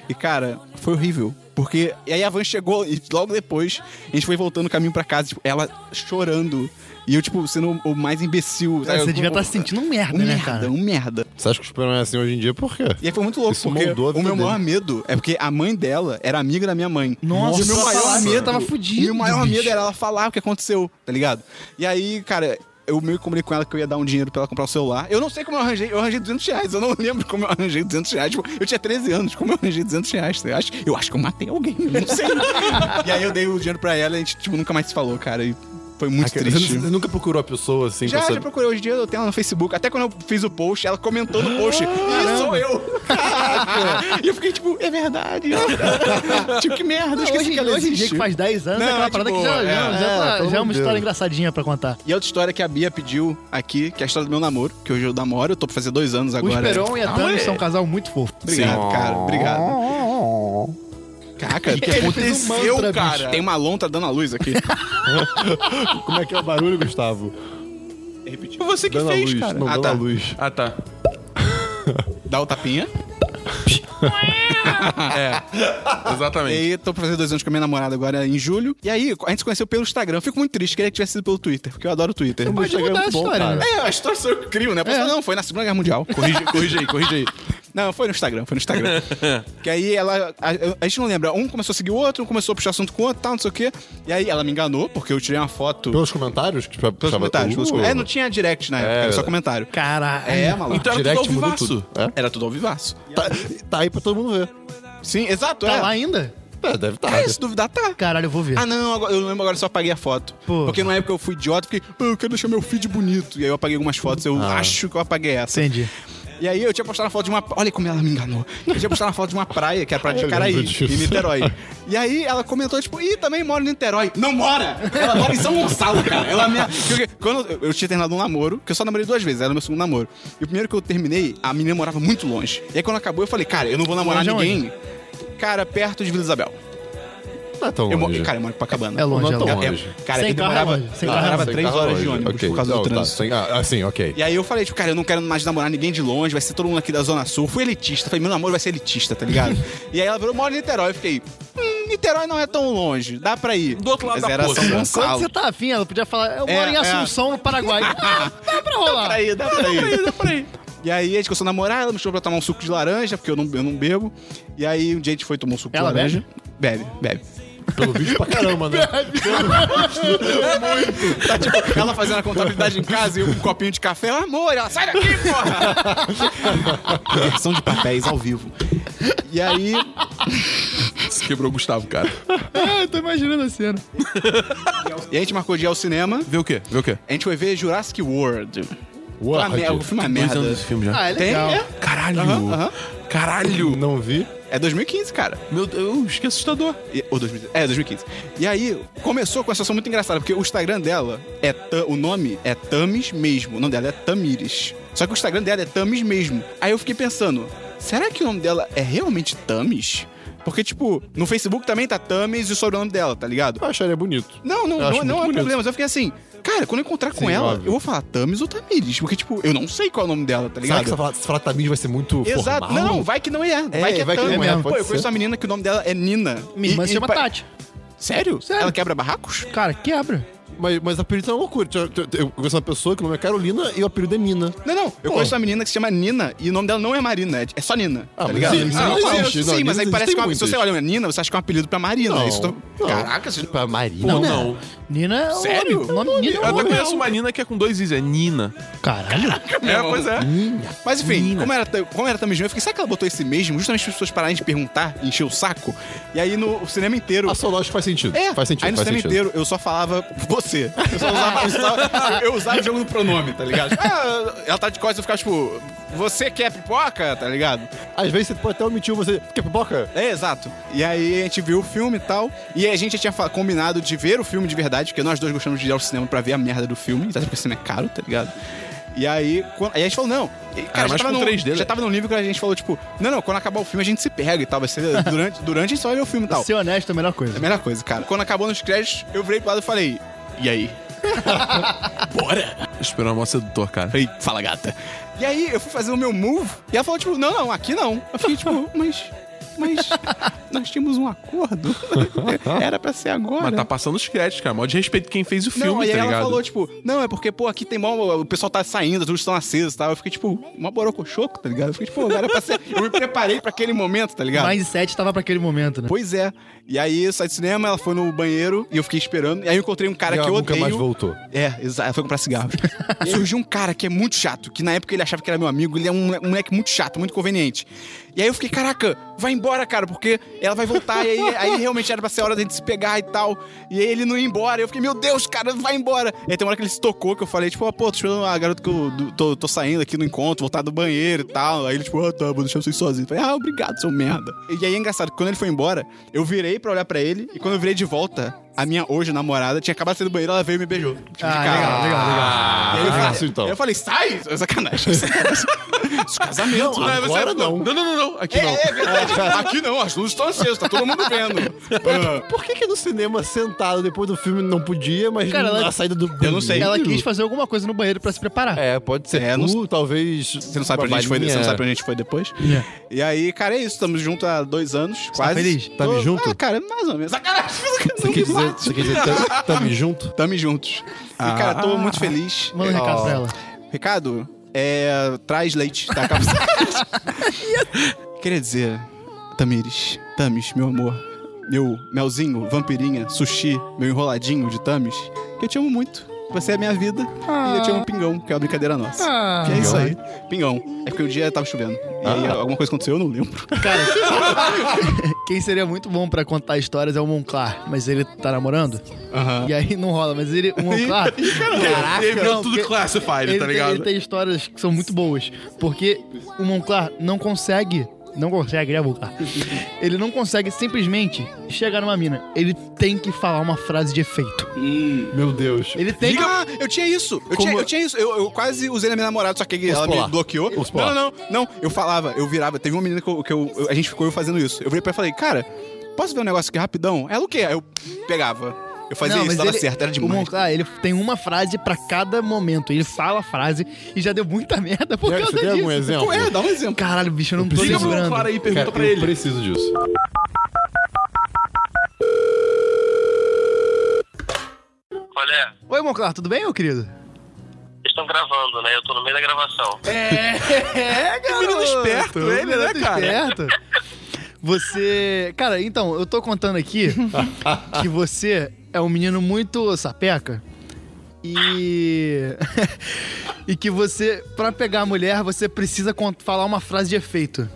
S1: E, cara, foi horrível. Porque. E aí a van chegou e logo depois a gente foi voltando o caminho pra casa, tipo, ela chorando. E eu, tipo, sendo o mais imbecil. sabe?
S2: Cara, Você
S1: Tá, Eu-
S2: devia estar se sentindo um merda,
S1: um
S2: né,
S1: merda,
S2: cara?
S1: um merda.
S3: Você acha que o Superman é assim hoje em dia? Por quê?
S1: E aí foi muito louco,
S3: Isso
S1: porque
S3: moldou a
S1: o
S3: vida
S1: meu maior
S3: dele.
S1: medo é porque a mãe dela era amiga da minha mãe.
S2: Nossa,
S1: e o meu
S2: ela
S1: maior
S2: falava,
S1: medo
S2: ela tava
S1: O
S2: fudido,
S1: meu maior
S2: bicho.
S1: medo era ela falar o que aconteceu, tá ligado? E aí, cara, eu meio que combinei com ela que eu ia dar um dinheiro pra ela comprar o celular. Eu não sei como eu arranjei, eu arranjei 200 reais, eu não (laughs) lembro como eu arranjei 200 reais. Tipo, eu tinha 13 anos, como eu arranjei 200 reais? Eu acho, eu acho que eu matei alguém, eu não
S2: (laughs)
S1: sei. e aí eu dei o dinheiro pra ela e a gente, tipo, nunca mais se falou, cara. E foi muito triste.
S3: Você você nunca procurou a pessoa assim
S1: Já,
S3: pra
S1: já
S3: saber?
S1: procurei. Hoje em dia eu tenho ela no Facebook. Até quando eu fiz o post, ela comentou no post. Ih, sou eu. e eu fiquei tipo, é (laughs) verdade. tipo, que merda. eu
S2: Não,
S1: esqueci
S2: hoje,
S1: que ela
S2: hoje em
S1: existe.
S2: dia que faz 10 anos,
S1: Não,
S2: é aquela
S1: é de
S2: parada que
S1: boa,
S2: já, já-
S1: é,
S2: já tá-
S3: pelo
S2: já é
S3: amor
S2: uma
S3: de
S2: história
S3: Deus.
S2: engraçadinha pra contar.
S1: E outra história que a Bia pediu aqui, que é a história do meu namoro, que hoje eu namoro, eu tô pra fazer dois anos
S2: O
S1: agora.
S2: Esperon e a Tami
S1: é.
S2: são um casal muito fofo.
S1: Obrigado, cara. Obrigado. Caraca, o (laughs) que
S2: Ele fez um
S1: aconteceu,
S2: mantra,
S1: cara?
S2: bicho.
S1: Tem uma lontra dando a luz (laughs) aqui.
S3: Como é que é o barulho, Gustavo?
S1: Repetiu. Você
S3: Dando a luz, não
S1: Ah,
S3: dando
S1: tá.
S3: a luz.
S4: Ah, tá.
S1: Dá o tapinha.
S4: Ah,
S1: E
S4: Exatamente.
S1: aí, tô pra fazer dois anos com a minha namorada agora em julho. E aí, a gente se conheceu pelo Instagram. Fico muito triste, queria que tivesse sido pelo Twitter, porque eu adoro o Twitter.
S3: O Instagram
S2: mudar
S3: é muito
S2: a
S3: bom,
S2: história,
S3: cara.
S2: né?
S1: É, a história sou eu que crio, né? Porque Não, foi na Segunda Guerra Mundial.
S4: Corrige, corrige aí, corrige aí.
S1: (laughs) Não, foi no Instagram, foi no (laughs) Instagram. que aí ela. A, a gente não lembra. Um começou a seguir o outro, um começou a puxar assunto com o outro, tal, não sei o quê. E aí ela me enganou, porque eu tirei uma foto.
S3: Pelos comentários? Que Uh, pelos
S1: pelos comentários. pelos comentários. É, não tinha direct na época, era só
S3: verdade.
S1: comentário.
S2: Caralho.
S1: É, maluco.
S4: Então era
S3: Direct
S4: tudo ao
S3: mudou
S4: vivaço.
S3: tudo. É?
S1: Era tudo ao vivaço.
S3: Tá, tá aí pra todo mundo ver.
S1: Sim, exato,
S2: Tá
S1: é.
S2: lá ainda?
S3: É, deve estar.
S1: É, se duvidar, tá.
S2: Caralho, eu vou ver.
S1: Ah, não, agora- eu lembro agora só apaguei a foto.
S2: Pô.
S1: Porque na época eu fui idiota, fiquei, "Ah, eu quero deixar meu feed bonito. E aí eu apaguei algumas fotos, eu
S3: Ah.
S1: acho que eu apaguei essa.
S2: Entendi.
S1: E aí eu tinha postado uma foto de uma. Olha como ela me enganou. Eu tinha postado uma foto de uma praia, que era a praia de
S3: (laughs) Eu
S1: Caraí,
S3: lembro disso.
S1: em Niterói. E aí ela comentou, tipo, ih, também mora em Niterói. Não mora! Ela mora em São Gonçalo, cara. Ela me. Porque Quando eu, eu tinha terminado um namoro, que eu só namorei duas vezes, era o meu segundo namoro. E o primeiro que eu terminei, a menina morava muito longe. E aí quando acabou, eu falei, cara, eu não vou namorar
S2: Longe aonde?
S1: ninguém. Cara, perto de Vila Isabel.
S3: não é tão
S1: Eu mo-
S3: longe.
S1: Cara, eu moro em Copacabana.
S2: É longe,
S3: Não é tão
S2: é
S1: É,
S3: longe.
S1: cara,
S2: Sem
S1: eu
S2: carro é
S1: demorava,
S2: longe, sem
S1: eu
S2: carro.
S1: demorava
S3: Sem
S1: três
S3: carro
S1: horas
S3: longe.
S1: de ônibus
S3: Ok,
S1: por causa
S3: não,
S1: do
S3: tá,
S1: trânsito.
S3: sem- ah, ah, sim, ok.
S1: E aí eu falei, tipo, cara, eu não quero mais namorar ninguém de longe, vai ser todo mundo aqui da Zona Sul. Fui elitista, falei, meu namoro vai ser elitista, tá (laughs) ligado? e aí ela virou, mora em Niterói. Eu fiquei, hum, Niterói não é tão longe, dá pra ir. Do outro lado Mas era São
S2: Quando você
S1: Gonçalo.
S2: tá afim, ela podia falar, eu
S1: É,
S2: moro em
S1: é.
S2: Assunção,
S1: (laughs)
S2: no Paraguai. Ah, Dá pra
S1: Dá
S2: rolar.
S1: pra ir, dá pra ir. dá pra ir. E aí a gente começou a namorar, ela me chamou pra tomar um suco de laranja, porque eu não, eu não bebo. E aí um dia a gente foi tomar um suco
S2: Ela
S1: de laranja. Bebe? Bebe,
S3: Pelo vídeo (laughs) pra caramba, né?
S1: Tá tipo, (laughs) ela fazendo a contabilidade em casa e eu com um copinho de café. Eu, Amor, ela sai daqui, porra! (laughs) Inversão de papéis ao vivo. E aí,
S4: é Isso quebrou o Gustavo, cara.
S2: Ah, eu tô imaginando a cena.
S1: e a gente marcou de ir ao cinema.
S4: Vê o quê? Vê o quê?
S1: A gente foi ver Jurassic World. Uma
S3: World.
S1: merda, o filme é uma
S4: Dois anos
S1: merda.
S4: desse filme já.
S2: Ah, é
S1: Tem?
S2: legal.
S1: É.
S4: Caralho!
S1: Aham, aham.
S4: Caralho!
S3: Não vi.
S1: É 2015, cara.
S4: Meu Deus, que é assustador.
S1: E- Ou 2015. É, 2015. E aí, começou com uma situação muito engraçada, porque o Instagram dela é. Ta- O nome é Tamis mesmo. O nome dela é Tamires. Só que o Instagram dela é Tamis mesmo. Aí eu fiquei pensando, será que o nome dela é realmente Tamis? Porque, tipo, no Facebook também tá Tamis e o sobrenome dela, tá ligado?
S3: Eu acharia bonito.
S1: Não, não,
S3: Eu acho
S1: não, não
S3: muito
S1: é um
S3: bonito.
S1: problema. Mas eu fiquei assim, cara, quando eu encontrar com
S3: Sim,
S1: ela,
S3: óbvio.
S1: eu vou falar Tamis ou Tamires. Porque, tipo, eu não sei qual é o nome dela, tá
S3: Será
S1: ligado?
S3: que se falar, se falar Tamires vai ser muito
S1: Exato.
S3: formal?
S1: Não, vai que não é.
S3: É,
S1: Vai que é,
S3: vai que
S1: Tami.
S3: não é,
S1: Pô,
S3: pode
S1: eu conheço
S3: ser.
S1: uma menina que o nome dela é Nina.
S2: Minha
S1: E-
S2: irmã
S1: e
S2: se chama
S1: pa-
S2: Tati.
S1: Sério?
S2: Sério.
S1: Ela quebra barracos?
S2: Cara, quebra.
S3: Mas, mas apelido é uma loucura. Eu, eu- eu conheço uma pessoa que o nome é Carolina e o apelido é Nina.
S1: Não, não. Eu
S3: Pô.
S1: conheço uma menina que se chama Nina e o nome dela não é Marina, é- é só Nina.
S3: Ah,
S1: tá
S3: mas
S1: ligado?
S3: sim, isso não
S1: eu-
S3: existe, não,
S1: sim, mas aí
S3: Nina
S1: parece
S3: existem
S1: que uma, se
S3: muitas.
S1: você olha uma Nina, você acha que é um apelido pra Marina.
S3: Não,
S1: isso tá-
S3: não. né?
S1: Caraca, você...
S3: Pra Marina.
S4: Não,
S2: Não,
S4: não.
S2: Nina é o
S1: Sério?
S2: nome- o nome. Nina é
S4: Eu
S2: o
S4: até
S2: nome.
S4: conheço uma Nina que é com dois Is, é Nina.
S2: Caralho.
S4: É, pois é.
S1: Mas enfim, como era, ta- como era também eu fiquei, será que ela botou esse mesmo? Justamente para as pessoas pararem de perguntar, encher o saco. E aí no o cinema inteiro.
S3: A sua lógica faz sentido.
S1: É,
S3: Faz sentido,
S1: aí no
S3: faz
S1: cinema
S3: sentido.
S1: inteiro eu só falava você. Eu só usava, eu usava- (laughs) eu usava o jogo do pronome, tá ligado? Ah, ela tá de costas, eu ficava tipo, você quer pipoca, tá ligado?
S3: Às vezes você pode até omitir o você. Quer pipoca?
S1: É, exato. E aí a gente viu o filme e tal. E a gente já tinha fa- combinado de ver o filme de verdade, porque nós dois gostamos de ir ao cinema pra ver a merda do filme, até porque o cinema é caro, tá ligado? E aí, quando- aí a gente falou, não. E,
S4: Ah,
S1: cara, já,
S4: mas
S1: tava
S4: com
S1: num,
S4: 3D, né?
S1: já tava num nível que a gente falou, tipo, não, não, quando acabar o filme a gente se pega e tal. Vai ser durante, durante a gente só vai ver o filme e tal.
S2: Ser honesto é a melhor coisa.
S1: É a melhor coisa, cara. Quando acabou nos créditos, eu virei pro lado e falei, e aí?
S4: Esperar mó sedutor, cara.
S1: Falei, fala gata. E aí eu fui fazer o meu move e ela falou, tipo, não, não, aqui não. Eu fiquei, tipo, mas. Mas nós tínhamos um acordo. (laughs) Era pra ser agora.
S4: Mas tá passando os créditos, cara. Mó de respeito quem fez o filme,
S1: não, e aí
S4: tá
S1: ela
S4: ligado?
S1: falou, tipo, não, é porque, pô, aqui tem mó. O pessoal tá saindo, todos estão acesos e tal. Eu fiquei, tipo, mó borocochoco, tá ligado? Eu fiquei, tipo, era pra ser. Eu me preparei pra aquele momento, tá ligado?
S2: Mais sete tava pra aquele momento, né?
S1: Pois é. E aí eu saí do cinema, ela foi no banheiro e eu fiquei esperando. E aí eu encontrei um cara
S3: E
S1: que
S3: ela
S1: eu
S3: nunca
S1: odeio.
S3: mais voltou.
S1: É, exato. Ela foi comprar cigarros. Surgiu um cara que é muito chato, que na época ele achava que era meu amigo, ele é um mole- um moleque muito chato, muito conveniente. E aí eu fiquei, caraca, vai embora, cara, porque ela vai voltar, e aí, aí realmente era pra ser a hora da gente se pegar e tal. E aí ele não ia embora. Eu fiquei, meu Deus, cara, vai embora. E aí tem uma hora que ele se tocou, que eu falei, tipo, ah, pô, tô esperando a garota que eu do- tô, tô saindo aqui no encontro, voltar do banheiro e tal. Aí ele, tipo, ah, tá, vou deixar vocês sozinhos. Eu falei, ah, obrigado, seu merda. E aí é engraçado, que quando ele foi embora, eu virei pra olhar pra ele, e quando eu virei de volta, a minha hoje namorada tinha acabado de sair do banheiro, ela veio e me beijou. Tipo, de
S2: Ah,
S1: cara.
S2: legal, legal, legal.
S3: Ah,
S1: Aí eu falei-
S3: isso então.
S1: Eu falei, sai! é Sacanagem. (laughs) Isso é casamento.
S3: Não,
S1: né?
S4: Aí você-
S3: Agora não.
S4: Não, não, não, não. Aqui
S1: É,
S4: não.
S1: é verdade.
S4: (laughs)
S1: Aqui não, as luzes estão acesas, tá todo mundo vendo. Ah,
S3: Por que, que no cinema, sentado depois do filme, não podia, mas
S2: Cara, ela-
S3: na saída do.
S1: Eu não sei.
S2: Ela quis fazer alguma coisa no banheiro pra se preparar.
S3: É, pode ser.
S1: É, não-
S3: tu, talvez.
S1: Você não sabe pra onde a gente foi, você não sabe pra onde a gente foi depois.
S2: Yeah.
S1: E aí, cara, é isso. Estamos juntos há dois anos, quase.
S2: feliz?
S3: Tamo
S1: Tô-
S3: junto?
S1: Ah, cara, mais ou menos. Sacanagem, (laughs)
S3: Você
S1: não
S3: quer
S1: me
S3: dizer,
S1: bate.
S3: você quer dizer tam- tamo junto?
S1: Tamo juntos. E, cara, tô muito feliz.
S2: Manda um recado pra ela.
S1: Ricardo, é, traz leite, tá? Acaba- Queria dizer, Tamires, Tamis, meu amor, meu melzinho, vampirinha, sushi, meu enroladinho de Tamis, que eu te amo muito. Você é a minha vida e eu te amo pingão, que é uma brincadeira nossa.
S2: Ah.
S1: que é isso aí. Pingão. É porque o dia tava chovendo. E aí alguma coisa aconteceu, eu não lembro.
S2: (laughs) Cara, (laughs) quem seria muito bom pra contar histórias é o Monclar, mas ele tá namorando. E aí não rola, mas ele. O Monclar. Caraca,
S4: Ele virou
S2: não,
S4: tudo
S2: porque
S4: classified,
S2: ele
S4: tá
S2: tem-
S4: ligado?
S2: ele tem histórias que são muito boas. Porque o Monclar não consegue. Não consegue, né, Monclar? Ele não consegue simplesmente chegar numa mina. Ele tem que falar uma frase de efeito.
S3: Meu Deus.
S2: Ele tem que.
S1: Ah, eu tinha isso. Eu, tinha, eu tinha isso. Eu, eu quase usei na minha namorada, só que ela
S3: polar.
S1: me bloqueou.
S3: Os
S1: Não,
S3: polar.
S1: não, não. Não, eu falava, eu virava. Teve uma menina que, eu, que eu- eu- a gente ficou eu fazendo isso. Eu virei pra ela e falei, cara, posso ver um negócio aqui rapidão? Ela o quê? Aí eu pegava. Eu fazia
S2: Não,
S1: isso,
S2: mas
S1: dava
S2: ele-
S1: certo, era
S2: o
S1: demais.
S2: Monclar, ele tem uma frase pra cada momento. Ele fala a frase e já deu muita (laughs) merda por
S3: Quer-
S2: causa
S3: você tem
S2: disso.
S3: algum exemplo?
S1: É, dá um exemplo.
S2: Caralho, bicho, eu não tô
S3: preciso-
S4: Liga pro
S2: lembrando.
S4: Monclar aí e pergunta
S3: Cara,
S4: pra
S3: eu
S4: ele.
S3: preciso disso.
S7: Olha,
S2: Oi, Monclar, tudo bem, meu querido?
S7: eles estão gravando, né? Eu tô no meio da gravação.
S2: É, cara. (laughs) Menino é
S4: esperto, ele, né, cara?
S2: Esperto. Você. Cara, então, eu tô contando aqui que você é um menino muito sapeca. E. (laughs) e que você, pra pegar a mulher, você precisa con- falar uma frase de efeito.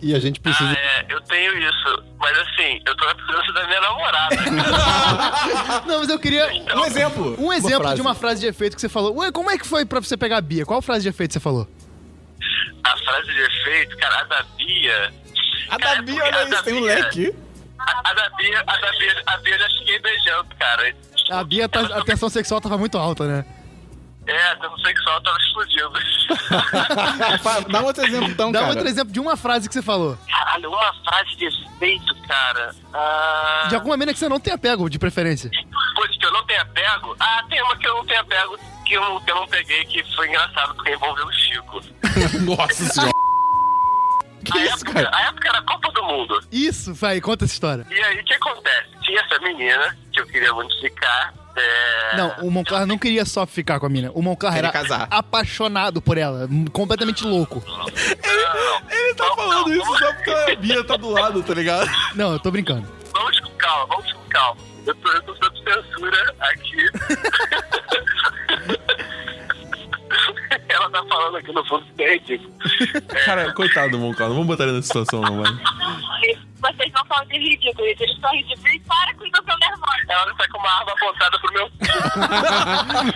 S3: E a gente
S7: Ah,
S3: precisa.
S7: é, eu tenho isso. Mas assim, eu tô na presença da
S1: (laughs)
S7: minha namorada.
S2: Não, mas eu queria.
S1: Um exemplo.
S2: Um exemplo
S3: frase.
S2: de uma frase de efeito que você falou. Ué, como é que foi pra você pegar a Bia? Qual frase de efeito você falou?
S7: a frase de efeito, cara, a da Bia.
S1: A
S7: Cara,
S1: da Bia,
S7: porque a
S1: olha
S7: da
S1: isso, tem um
S7: Bia-
S1: leque.
S7: A, a da Bia, a da Bia, a Bia eu já cheguei beijando, cara.
S2: A Bia, tá, a tensão sexual tava muito alta, né?
S7: É, a tensão sexual tava explodindo.
S1: (laughs) Fa- Dá um outro exemplo, então,
S2: Dá
S1: cara.
S2: outro exemplo de uma frase que você falou.
S7: Caralho, uma frase de efeito, cara. Ah,
S2: De alguma maneira que você não tenha pego, de preferência.
S7: Pois que eu não tenho apego. Ah, tem uma que eu não tenho apego, que eu, que eu não peguei, que foi engraçado, porque envolveu o Chico.
S4: Nossa senhora.
S1: (laughs)
S7: a, época, a época era a Copa do Mundo.
S2: Isso, vai, conta essa história.
S7: E aí, o que acontece? Tinha essa menina que eu queria muito ficar. É...
S2: Não, o Monclar não queria só ficar com a mina. O Monclar
S1: Queria
S2: era
S1: casar.
S2: apaixonado por ela, m- completamente louco.
S1: Ele tá falando isso só porque a Bia tá do lado, tá ligado?
S2: Não, eu tô brincando.
S7: Vamos com calma, vamos com calma. Eu tô, eu tô sob censura aqui. (laughs) Ela tá falando aqui no fundo do dente.
S4: Cara, coitado do Monclar. Não vamos botar ele nessa situação, não, mano.
S8: Vocês não falam de ridículo, eles estão ridículos e para com isso, eu tô nervosa.
S7: Ela tá com uma arma apontada pro meu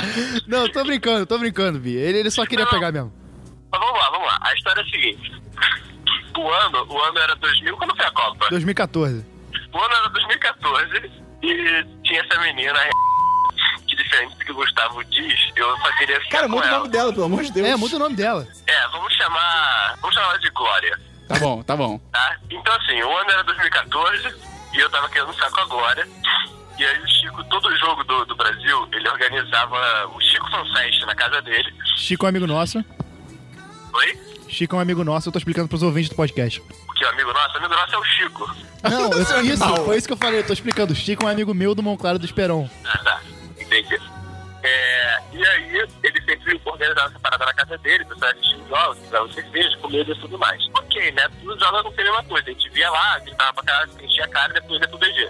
S7: filho.
S2: Não, eu tô brincando, eu tô brincando, Bia. Ele, ele só queria pegar mesmo.
S7: Mas vamos lá, vamos lá. A história é a seguinte. O ano, o ano era 2000, quando foi a Copa?
S2: 2014.
S7: O ano era 2014 e tinha essa menina, que diferente do que o Gustavo diz, eu só queria ficar
S1: Cara,
S7: com
S1: muda o
S7: ela.
S1: nome dela, pelo amor de Deus.
S2: É, muda o nome dela.
S7: É, vamos chamar. Vamos chamar ela de Glória,
S1: Tá bom, tá bom.
S7: tá? Então assim, o ano era 2014 e eu tava querendo ficar com a Glória. E aí o Chico, todo jogo do, do Brasil, ele organizava o Chico Fanfest na casa dele.
S2: Chico é um amigo nosso.
S7: Oi?
S2: Chico é um amigo nosso, eu tô explicando pros ouvintes do podcast.
S7: Que é um amigo nosso, amigo nosso é o Chico.
S2: Não, eu- isso, foi isso que eu falei, eu tô explicando. Chico é um amigo meu do Monclar e do Esperon.
S7: Ah, tá. Entendi. É, e aí, ele sempre organizava essa parada na casa dele, pessoal assistia os jogos, dava cerveja, comida e tudo mais. Ok, né? Os jogos não seria uma coisa. A gente via lá, gritava pra casa, enchia a cara e depois ia pro BG.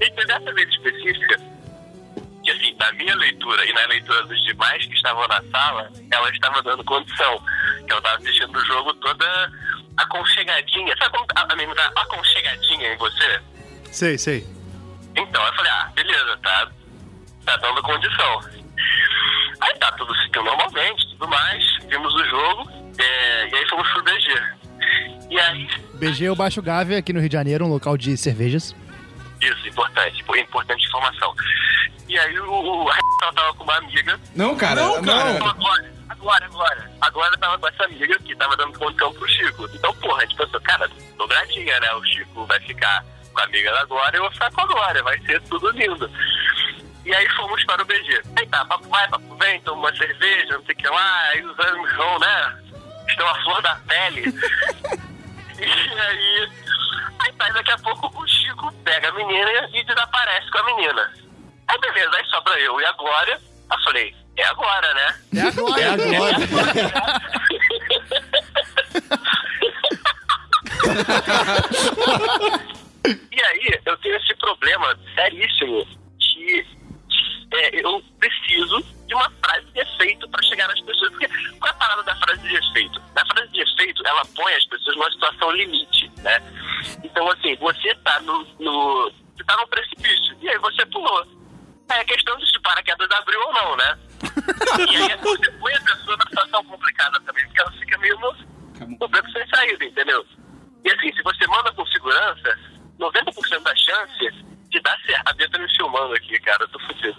S7: Então, dessa vez específica, que assim, na minha leitura e na leitura dos demais que estavam na sala, ela estava dando condição. Ela estava assistindo o jogo toda aconchegadinha. Sabe quando a a menina tá aconchegadinha em você?
S2: Sei, sei.
S7: Então, eu falei, ah, beleza, tá, tá dando condição. Aí tá, tudo seguiu normalmente, tudo mais, vimos o jogo, é, e aí fomos pro BG. E aí,
S2: BG o Baixo Gávea, aqui no Rio de Janeiro, um local de cervejas.
S7: isso, importante, pô, importante informação. E aí o, o ela (laughs) tava com uma amiga,
S1: Não, cara. Não,
S7: Então, agora, agora, agora. Agora eu tava com essa amiga que tava dando condição pro Chico. Então, porra, a gente pensou, cara, dobradinha, né? O Chico vai ficar com a amiga da Glória e eu vou ficar com a Glória. Vai ser tudo lindo. E aí fomos para o BG. Aí tá, papo vai, papo vem, toma uma cerveja, não sei o que lá. Aí os ânimos vão, né? Estão à flor da pele. e aí... Aí tá, e daqui a pouco o Chico pega a menina e desaparece com a menina. Aí beleza, aí sobra eu e a Glória. Aí eu falei, é agora, né?
S2: É agora, é
S7: E aí, eu tenho esse problema seríssimo que é, eu preciso de uma frase de efeito pra chegar nas pessoas. Porque qual é a parada da frase de efeito? Na frase de efeito, ela põe as pessoas numa situação limite, né? Então, assim, você tá no. no você tá no precipício. E aí você pulou. É questão de se o paraquedas abriu ou não, né? e aí você põe a pessoa numa situação complicada também, porque ela fica meio no no beco sem saída, entendeu? E assim, se você manda por segurança, 90% da chance de dar certo. A Bia tá me filmando aqui, cara, eu tô fudido.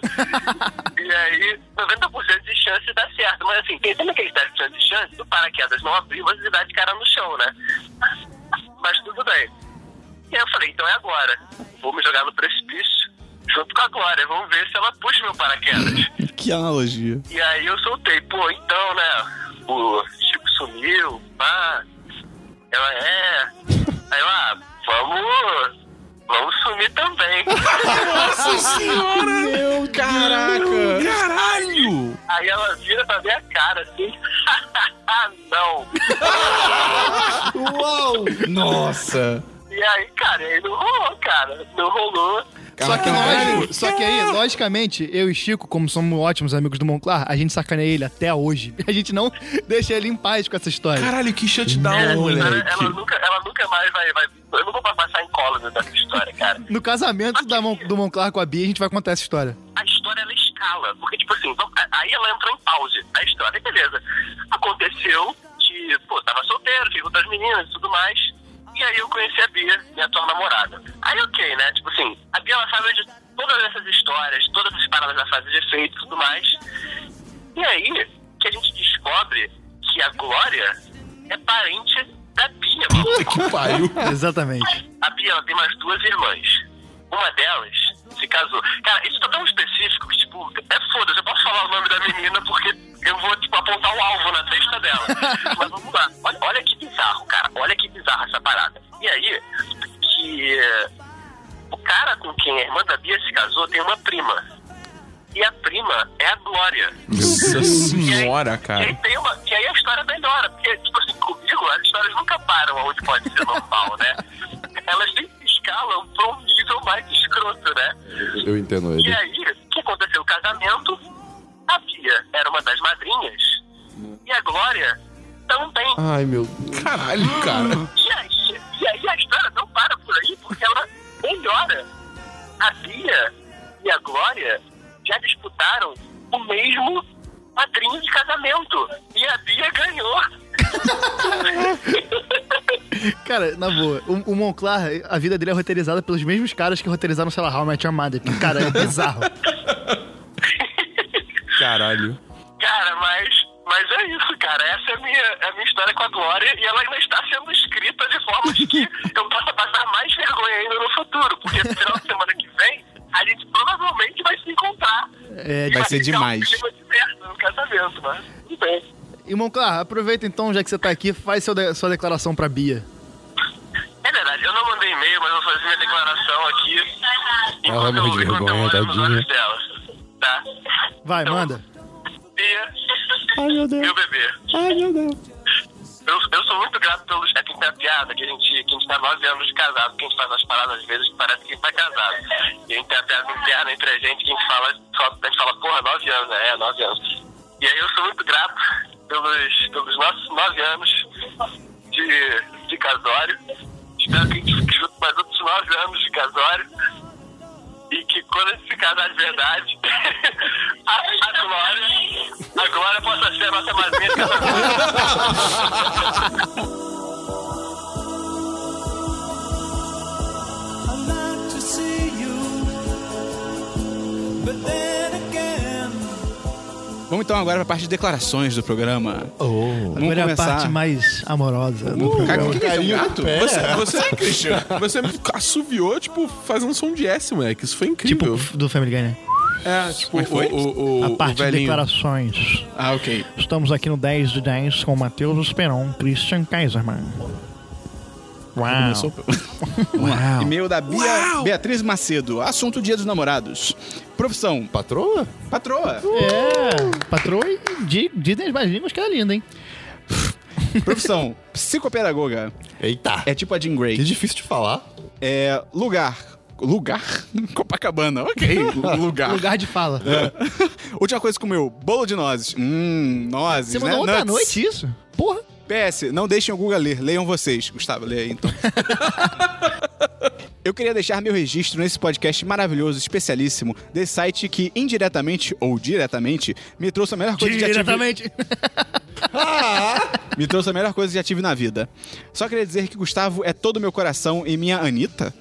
S7: e aí, 90% de chance de dar certo. Mas assim, tem sempre aqueles 10% de chance do paraquedas não abrir, mas de dar de cara no chão, né? Mas tudo bem. E aí eu falei, então é agora. Vou me jogar no precipício junto com a Glória. Vamos ver se ela puxa meu paraquedas.
S1: Que analogia.
S7: E aí eu soltei, pô, então, né? O Chico sumiu, pá. Ela é. Aí eu, ah, vamos. Vamos sumir também.
S1: Meu Caraca!
S4: Caralho!
S7: aí ela vira pra minha cara assim. (laughs) Ah, não.
S3: Uau!
S1: Nossa!
S7: E aí, cara, aí não rolou, cara. Não rolou.
S2: Só que,
S1: Caralho.
S2: lógico- só que aí, logicamente, eu e Chico, como somos ótimos amigos do Monclar, a gente sacaneia ele até hoje. (laughs) A gente não deixa ele em paz com essa história.
S4: Caralho, que
S7: É,
S4: shutdown,
S7: cara,
S4: moleque.
S7: ela, nunca, ela nunca mais vai, vai. Eu não vou passar incólume dessa história, cara.
S2: No casamento da Mon- do Monclar com a Bia, a gente vai contar essa história.
S7: a história ela escala. Porque, tipo assim, vamos- a- aí ela entrou em pause, a história, beleza. Aconteceu que, pô, tava solteiro, fiquei com outras meninas e tudo mais. E aí eu conheci a Bia, minha atual namorada. Aí ok, né? Tipo assim, a Bia ela sabe de todas essas histórias, todas as paradas da fase de efeito e tudo mais. E aí que a gente descobre que a Glória é parente da Bia, maluco.
S2: (laughs) Exatamente.
S7: A Bia ela tem mais duas irmãs. Uma delas se casou. Cara, isso tá tão específico que, tipo, é foda-se, eu posso falar o nome da menina porque eu vou, tipo, apontar o alvo na testa dela. Mas vamos lá. Olha, olha que bizarro, cara. Olha que bizarro essa parada. E aí, que eh, o cara com quem a irmã da Bia se casou tem uma prima. E a prima é a Glória.
S4: Nossa senhora,
S7: E aí
S4: cara.
S7: tem uma. Que aí a história é melhora. Porque, tipo assim, comigo, as histórias nunca param onde pode ser normal, né? Elas sempre escalam pra um nível mais escroto, né?
S3: Eu entendo
S7: E
S3: ele.
S7: aí, o que aconteceu? O casamento, a Bia era uma das madrinhas e a Glória também. Hum.
S3: Ai, meu.
S4: Caralho, cara.
S7: E aí, e aí a história não para por aí, porque ela melhora. A Bia e a Glória já disputaram o mesmo padrinho de casamento. E a Bia ganhou.
S2: Cara, na boa, o, o Monclar, a vida dele é roteirizada pelos mesmos caras que roteirizaram, sei lá, How I Met Your Mother. Porque, Cara, é (laughs) bizarro.
S4: Caralho.
S7: Cara, mas. Mas é isso, cara. Essa é a minha, é a minha história com a Glória e ela ainda está sendo escrita de forma que eu possa passar mais vergonha ainda no futuro. Porque no final de semana que vem, a gente provavelmente vai se encontrar.
S2: É,
S7: E
S1: vai ser
S7: ficar um
S1: demais.
S7: clima de merda no casamento, mas tudo bem.
S2: E Monclar, aproveita então, já que você tá aqui, faz seu de- sua declaração pra Bia.
S7: É verdade, eu não mandei e-mail, mas eu vou fazer minha declaração aqui.
S3: Ela
S7: Enquanto
S3: morre de
S7: eu, enquanto
S3: vergonha,
S7: eu olho nos
S3: tadinha.
S7: olhos dela. Tá?
S2: Vai,
S7: Então,
S2: manda.
S7: Bia. Ai, meu Deus. Meu bebê. Ai, meu Deus. Eu, eu sou muito grato pelos. É que tem a piada que a gente, que a gente tá nove anos de casado, que a gente faz umas paradas às vezes que parece que tá casado. E a gente tem a piada interna entre a gente que a gente fala, só- a gente fala, porra, nove anos, né? é, nove anos. E aí eu sou muito grato pelos, pelos nossos nove anos de, de casório. Espero que a gente fique junto mais outros nove anos de casório. E que quando a gente se casar de verdade, (laughs) a, a Glória, a Glória possa ser a nossa madrinha de casamento.
S1: Vamos então agora pra parte de declarações do programa. Vamos
S2: Agora é a
S1: começar.
S2: parte mais amorosa do
S1: Cara,
S2: programa.
S1: que que é isso? É um gato?
S4: Você, você, Christian, você me assoviou, tipo, fazendo som de S, moleque. Isso foi
S2: Tipo,
S4: incrível.
S2: do Family Guy, né?
S4: é, tipo,
S1: mas foi?
S4: o, o, o,
S2: A
S4: o
S2: parte de
S4: velhinho.
S2: declarações.
S1: Ah, ok.
S2: Estamos aqui no 10 de 10 com Matheus Esperon, Christian Kaiserman. Uau. Uau.
S1: E-mail da Bia- Beatriz Macedo. Assunto Dia dos Namorados. Profissão,
S3: Patroa?
S1: patroa.
S2: É, patroa e di- dizem as mais línguas que ela é linda, hein?
S1: Profissão, psicopedagoga.
S3: Eita!
S1: É tipo a Jean
S3: Que
S1: Grey.
S3: difícil de falar.
S1: É lugar. Lugar? (laughs) Copacabana, ok. Lugar. (laughs)
S2: (laughs) Lugar de fala.
S1: É. Última coisa que comeu, bolo de nozes. Hum, nozes,
S2: Você
S1: né?
S2: mandou ontem à
S1: Nuts.
S2: noite isso? Porra.
S1: PS, não deixem o Guga ler, leiam vocês. Gustavo, lê aí então. Eu queria deixar meu registro nesse podcast maravilhoso, especialíssimo, desse site que indiretamente ou diretamente me trouxe a melhor coisa que já tive-
S2: Diretamente.
S1: me trouxe a melhor coisa que já tive na vida. Só queria dizer que Gustavo é todo meu coração e minha Anitta.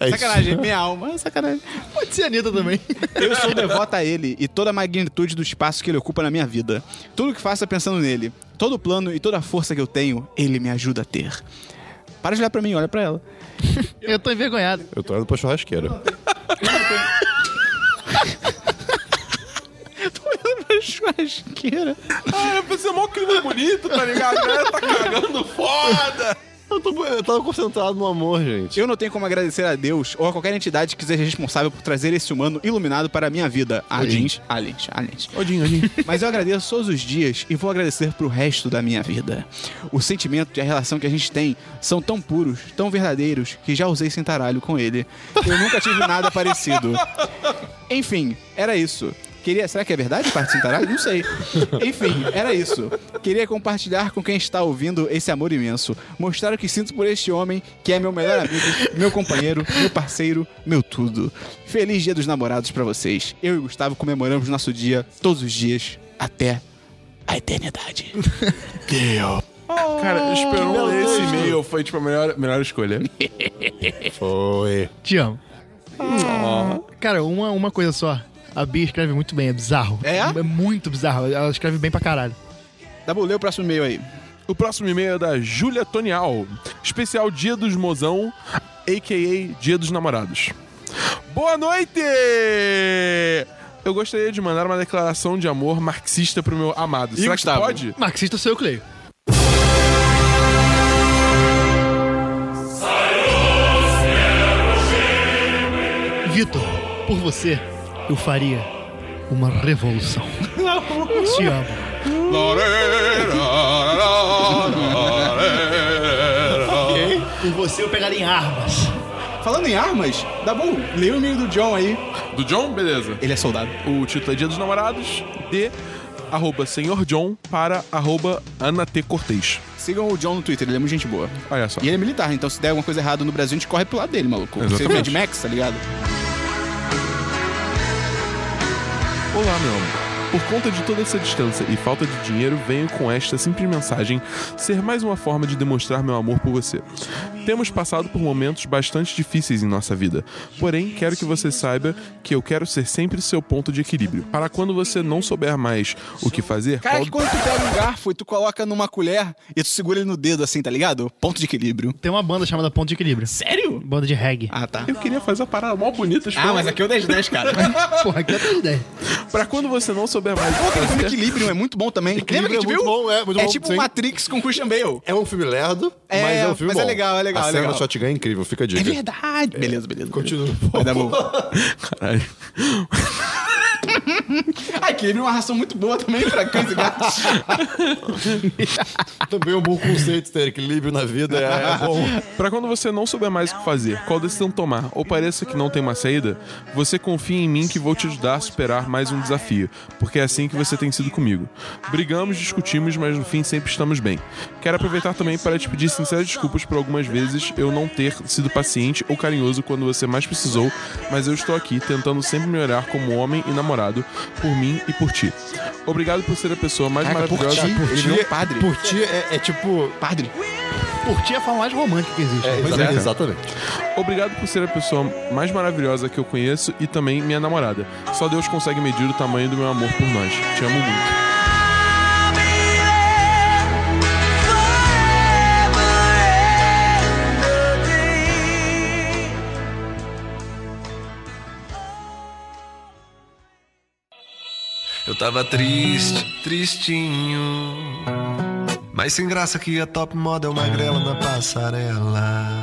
S3: É
S1: Sacanagem, minha alma, sacanagem.
S2: (laughs) Pode ser a Anitta também.
S1: Eu sou devota a ele e toda a magnitude do espaço que ele ocupa na minha vida. Tudo que faço é pensando nele. Todo o plano e toda a força que eu tenho, ele me ajuda a ter. Para de olhar pra mim, olha pra ela.
S2: Eu tô envergonhado.
S3: (laughs) Eu tô olhando pra churrasqueira.
S1: Churrasqueira.
S4: Ah, é pra ser mó clima bonito, tá ligado? A galera tá cagando foda.
S3: Eu, tô, eu tava concentrado no amor, gente.
S1: Eu não tenho como agradecer a Deus ou a qualquer entidade que seja responsável por trazer esse humano iluminado para a minha vida. Aliens, aliens, aliens.
S4: Odinho, Odinho.
S1: (laughs) Mas eu agradeço todos os dias e vou agradecer pro resto da minha vida. O sentimento e a relação que a gente tem são tão puros, tão verdadeiros, que já usei sem taralho com ele. Eu nunca tive nada parecido. Enfim, era isso. Queria... Será que é verdade, parte sem taralho? Não sei. Enfim, era isso. Queria compartilhar com quem está ouvindo esse amor imenso. Mostrar o que sinto por este homem, que é meu melhor amigo, meu companheiro, meu parceiro, meu tudo. Feliz Dia dos Namorados pra vocês. Eu e Gustavo comemoramos nosso dia todos os dias, até a eternidade.
S4: Cara, esperou ler esse e-mail. Foi, tipo, a melhor, melhor escolha.
S3: Foi.
S2: Te amo. Cara, uma, uma coisa só. A Bia escreve muito bem, é bizarro.
S1: É?
S2: É muito bizarro. Ela escreve bem pra caralho.
S1: Dabu, lê o próximo e-mail aí.
S4: O próximo e-mail é da Júlia Tonial. Especial Dia dos Mozão, a.k.a. Dia dos Namorados. Boa noite! Eu gostaria de mandar uma declaração de amor marxista pro meu amado. Será
S1: Gustavo?
S4: que pode?
S2: Marxista sou eu, Cleio. Vitor, por você, eu faria uma revolução. Te amo. Por você, eu pegaria em armas.
S1: Falando em armas, Dabu, lê o e-mail do John aí.
S4: Do John? Beleza.
S1: Ele é soldado.
S4: O título é Dia dos Namorados de arroba Senhor John para arroba Ana T. Cortez.
S1: Sigam o John no Twitter, ele é muito gente boa.
S4: Olha só.
S1: E ele é militar, então se der alguma coisa errada no Brasil, a gente corre pro lado dele, maluco. Você é Mad
S4: Exatamente.
S1: Max, tá ligado?
S4: Olá, meu amor. Por conta de toda essa distância e falta de dinheiro, venho com esta simples mensagem ser mais uma forma de demonstrar meu amor por você. Temos passado por momentos bastante difíceis em nossa vida, porém quero que você saiba que eu quero ser sempre seu ponto de equilíbrio. Para quando você não souber mais o que fazer,
S1: Cara,
S4: qual-
S1: que quando tu pega um garfo e tu coloca numa colher e tu segura ele no dedo assim, tá ligado? Ponto de equilíbrio.
S2: Tem uma banda chamada Ponto de Equilíbrio.
S1: Sério?
S2: Banda de reggae.
S1: Ah, tá.
S4: eu queria fazer a parada mó bonita.
S1: Ah, mas aqui é o 10 10, (laughs) cara.
S2: Porra, que outra ideia.
S4: Para quando você não souber mais o que
S1: O
S4: fazer,
S1: Equilíbrio é muito bom também. Lembra que a gente
S3: é muito
S1: viu?
S3: bom, é muito bom,
S1: tipo
S3: sim.
S1: Matrix com Christian Bale.
S3: É um filme lerdo,
S1: É,
S3: mas é um filme
S1: mas é
S3: bom.
S1: legal, é legal,
S3: A
S1: é
S3: cena
S1: legal.
S3: do Shotgun é incrível, fica a
S1: É
S3: dica.
S1: verdade. Beleza, beleza.
S3: Continua. (laughs)
S1: Vai dar bom. (laughs)
S4: Caralho.
S1: Ah, Equilíbrio é uma ração muito boa também pra cães e gatos.
S3: Também é um bom conceito ter equilíbrio na vida, é, é bom.
S4: Pra quando você não souber mais o que fazer, qual decisão tomar ou pareça que não tem uma saída, você confia em mim que vou te ajudar a superar mais um desafio, porque é assim que você tem sido comigo. Brigamos, discutimos, mas no fim sempre estamos bem. Quero aproveitar também para te pedir sinceras desculpas por algumas vezes eu não ter sido paciente ou carinhoso quando você mais precisou, mas eu estou aqui tentando sempre melhorar como homem e namorado, por mim e por ti. Obrigado por ser a pessoa mais
S1: Caraca, por
S4: maravilhosa.
S1: ti? Ele virou padre.
S3: Por ti é, é tipo.
S1: Padre.
S2: Por ti é a forma mais romântica que existe.
S3: É,
S4: é, cara.
S3: exatamente.
S4: Obrigado por ser a pessoa mais maravilhosa que eu conheço e também minha namorada. Só Deus consegue medir o tamanho do meu amor por nós. Te amo muito.
S9: Eu tava triste, tristinho. Mas sem graça que a top model magrela na passarela.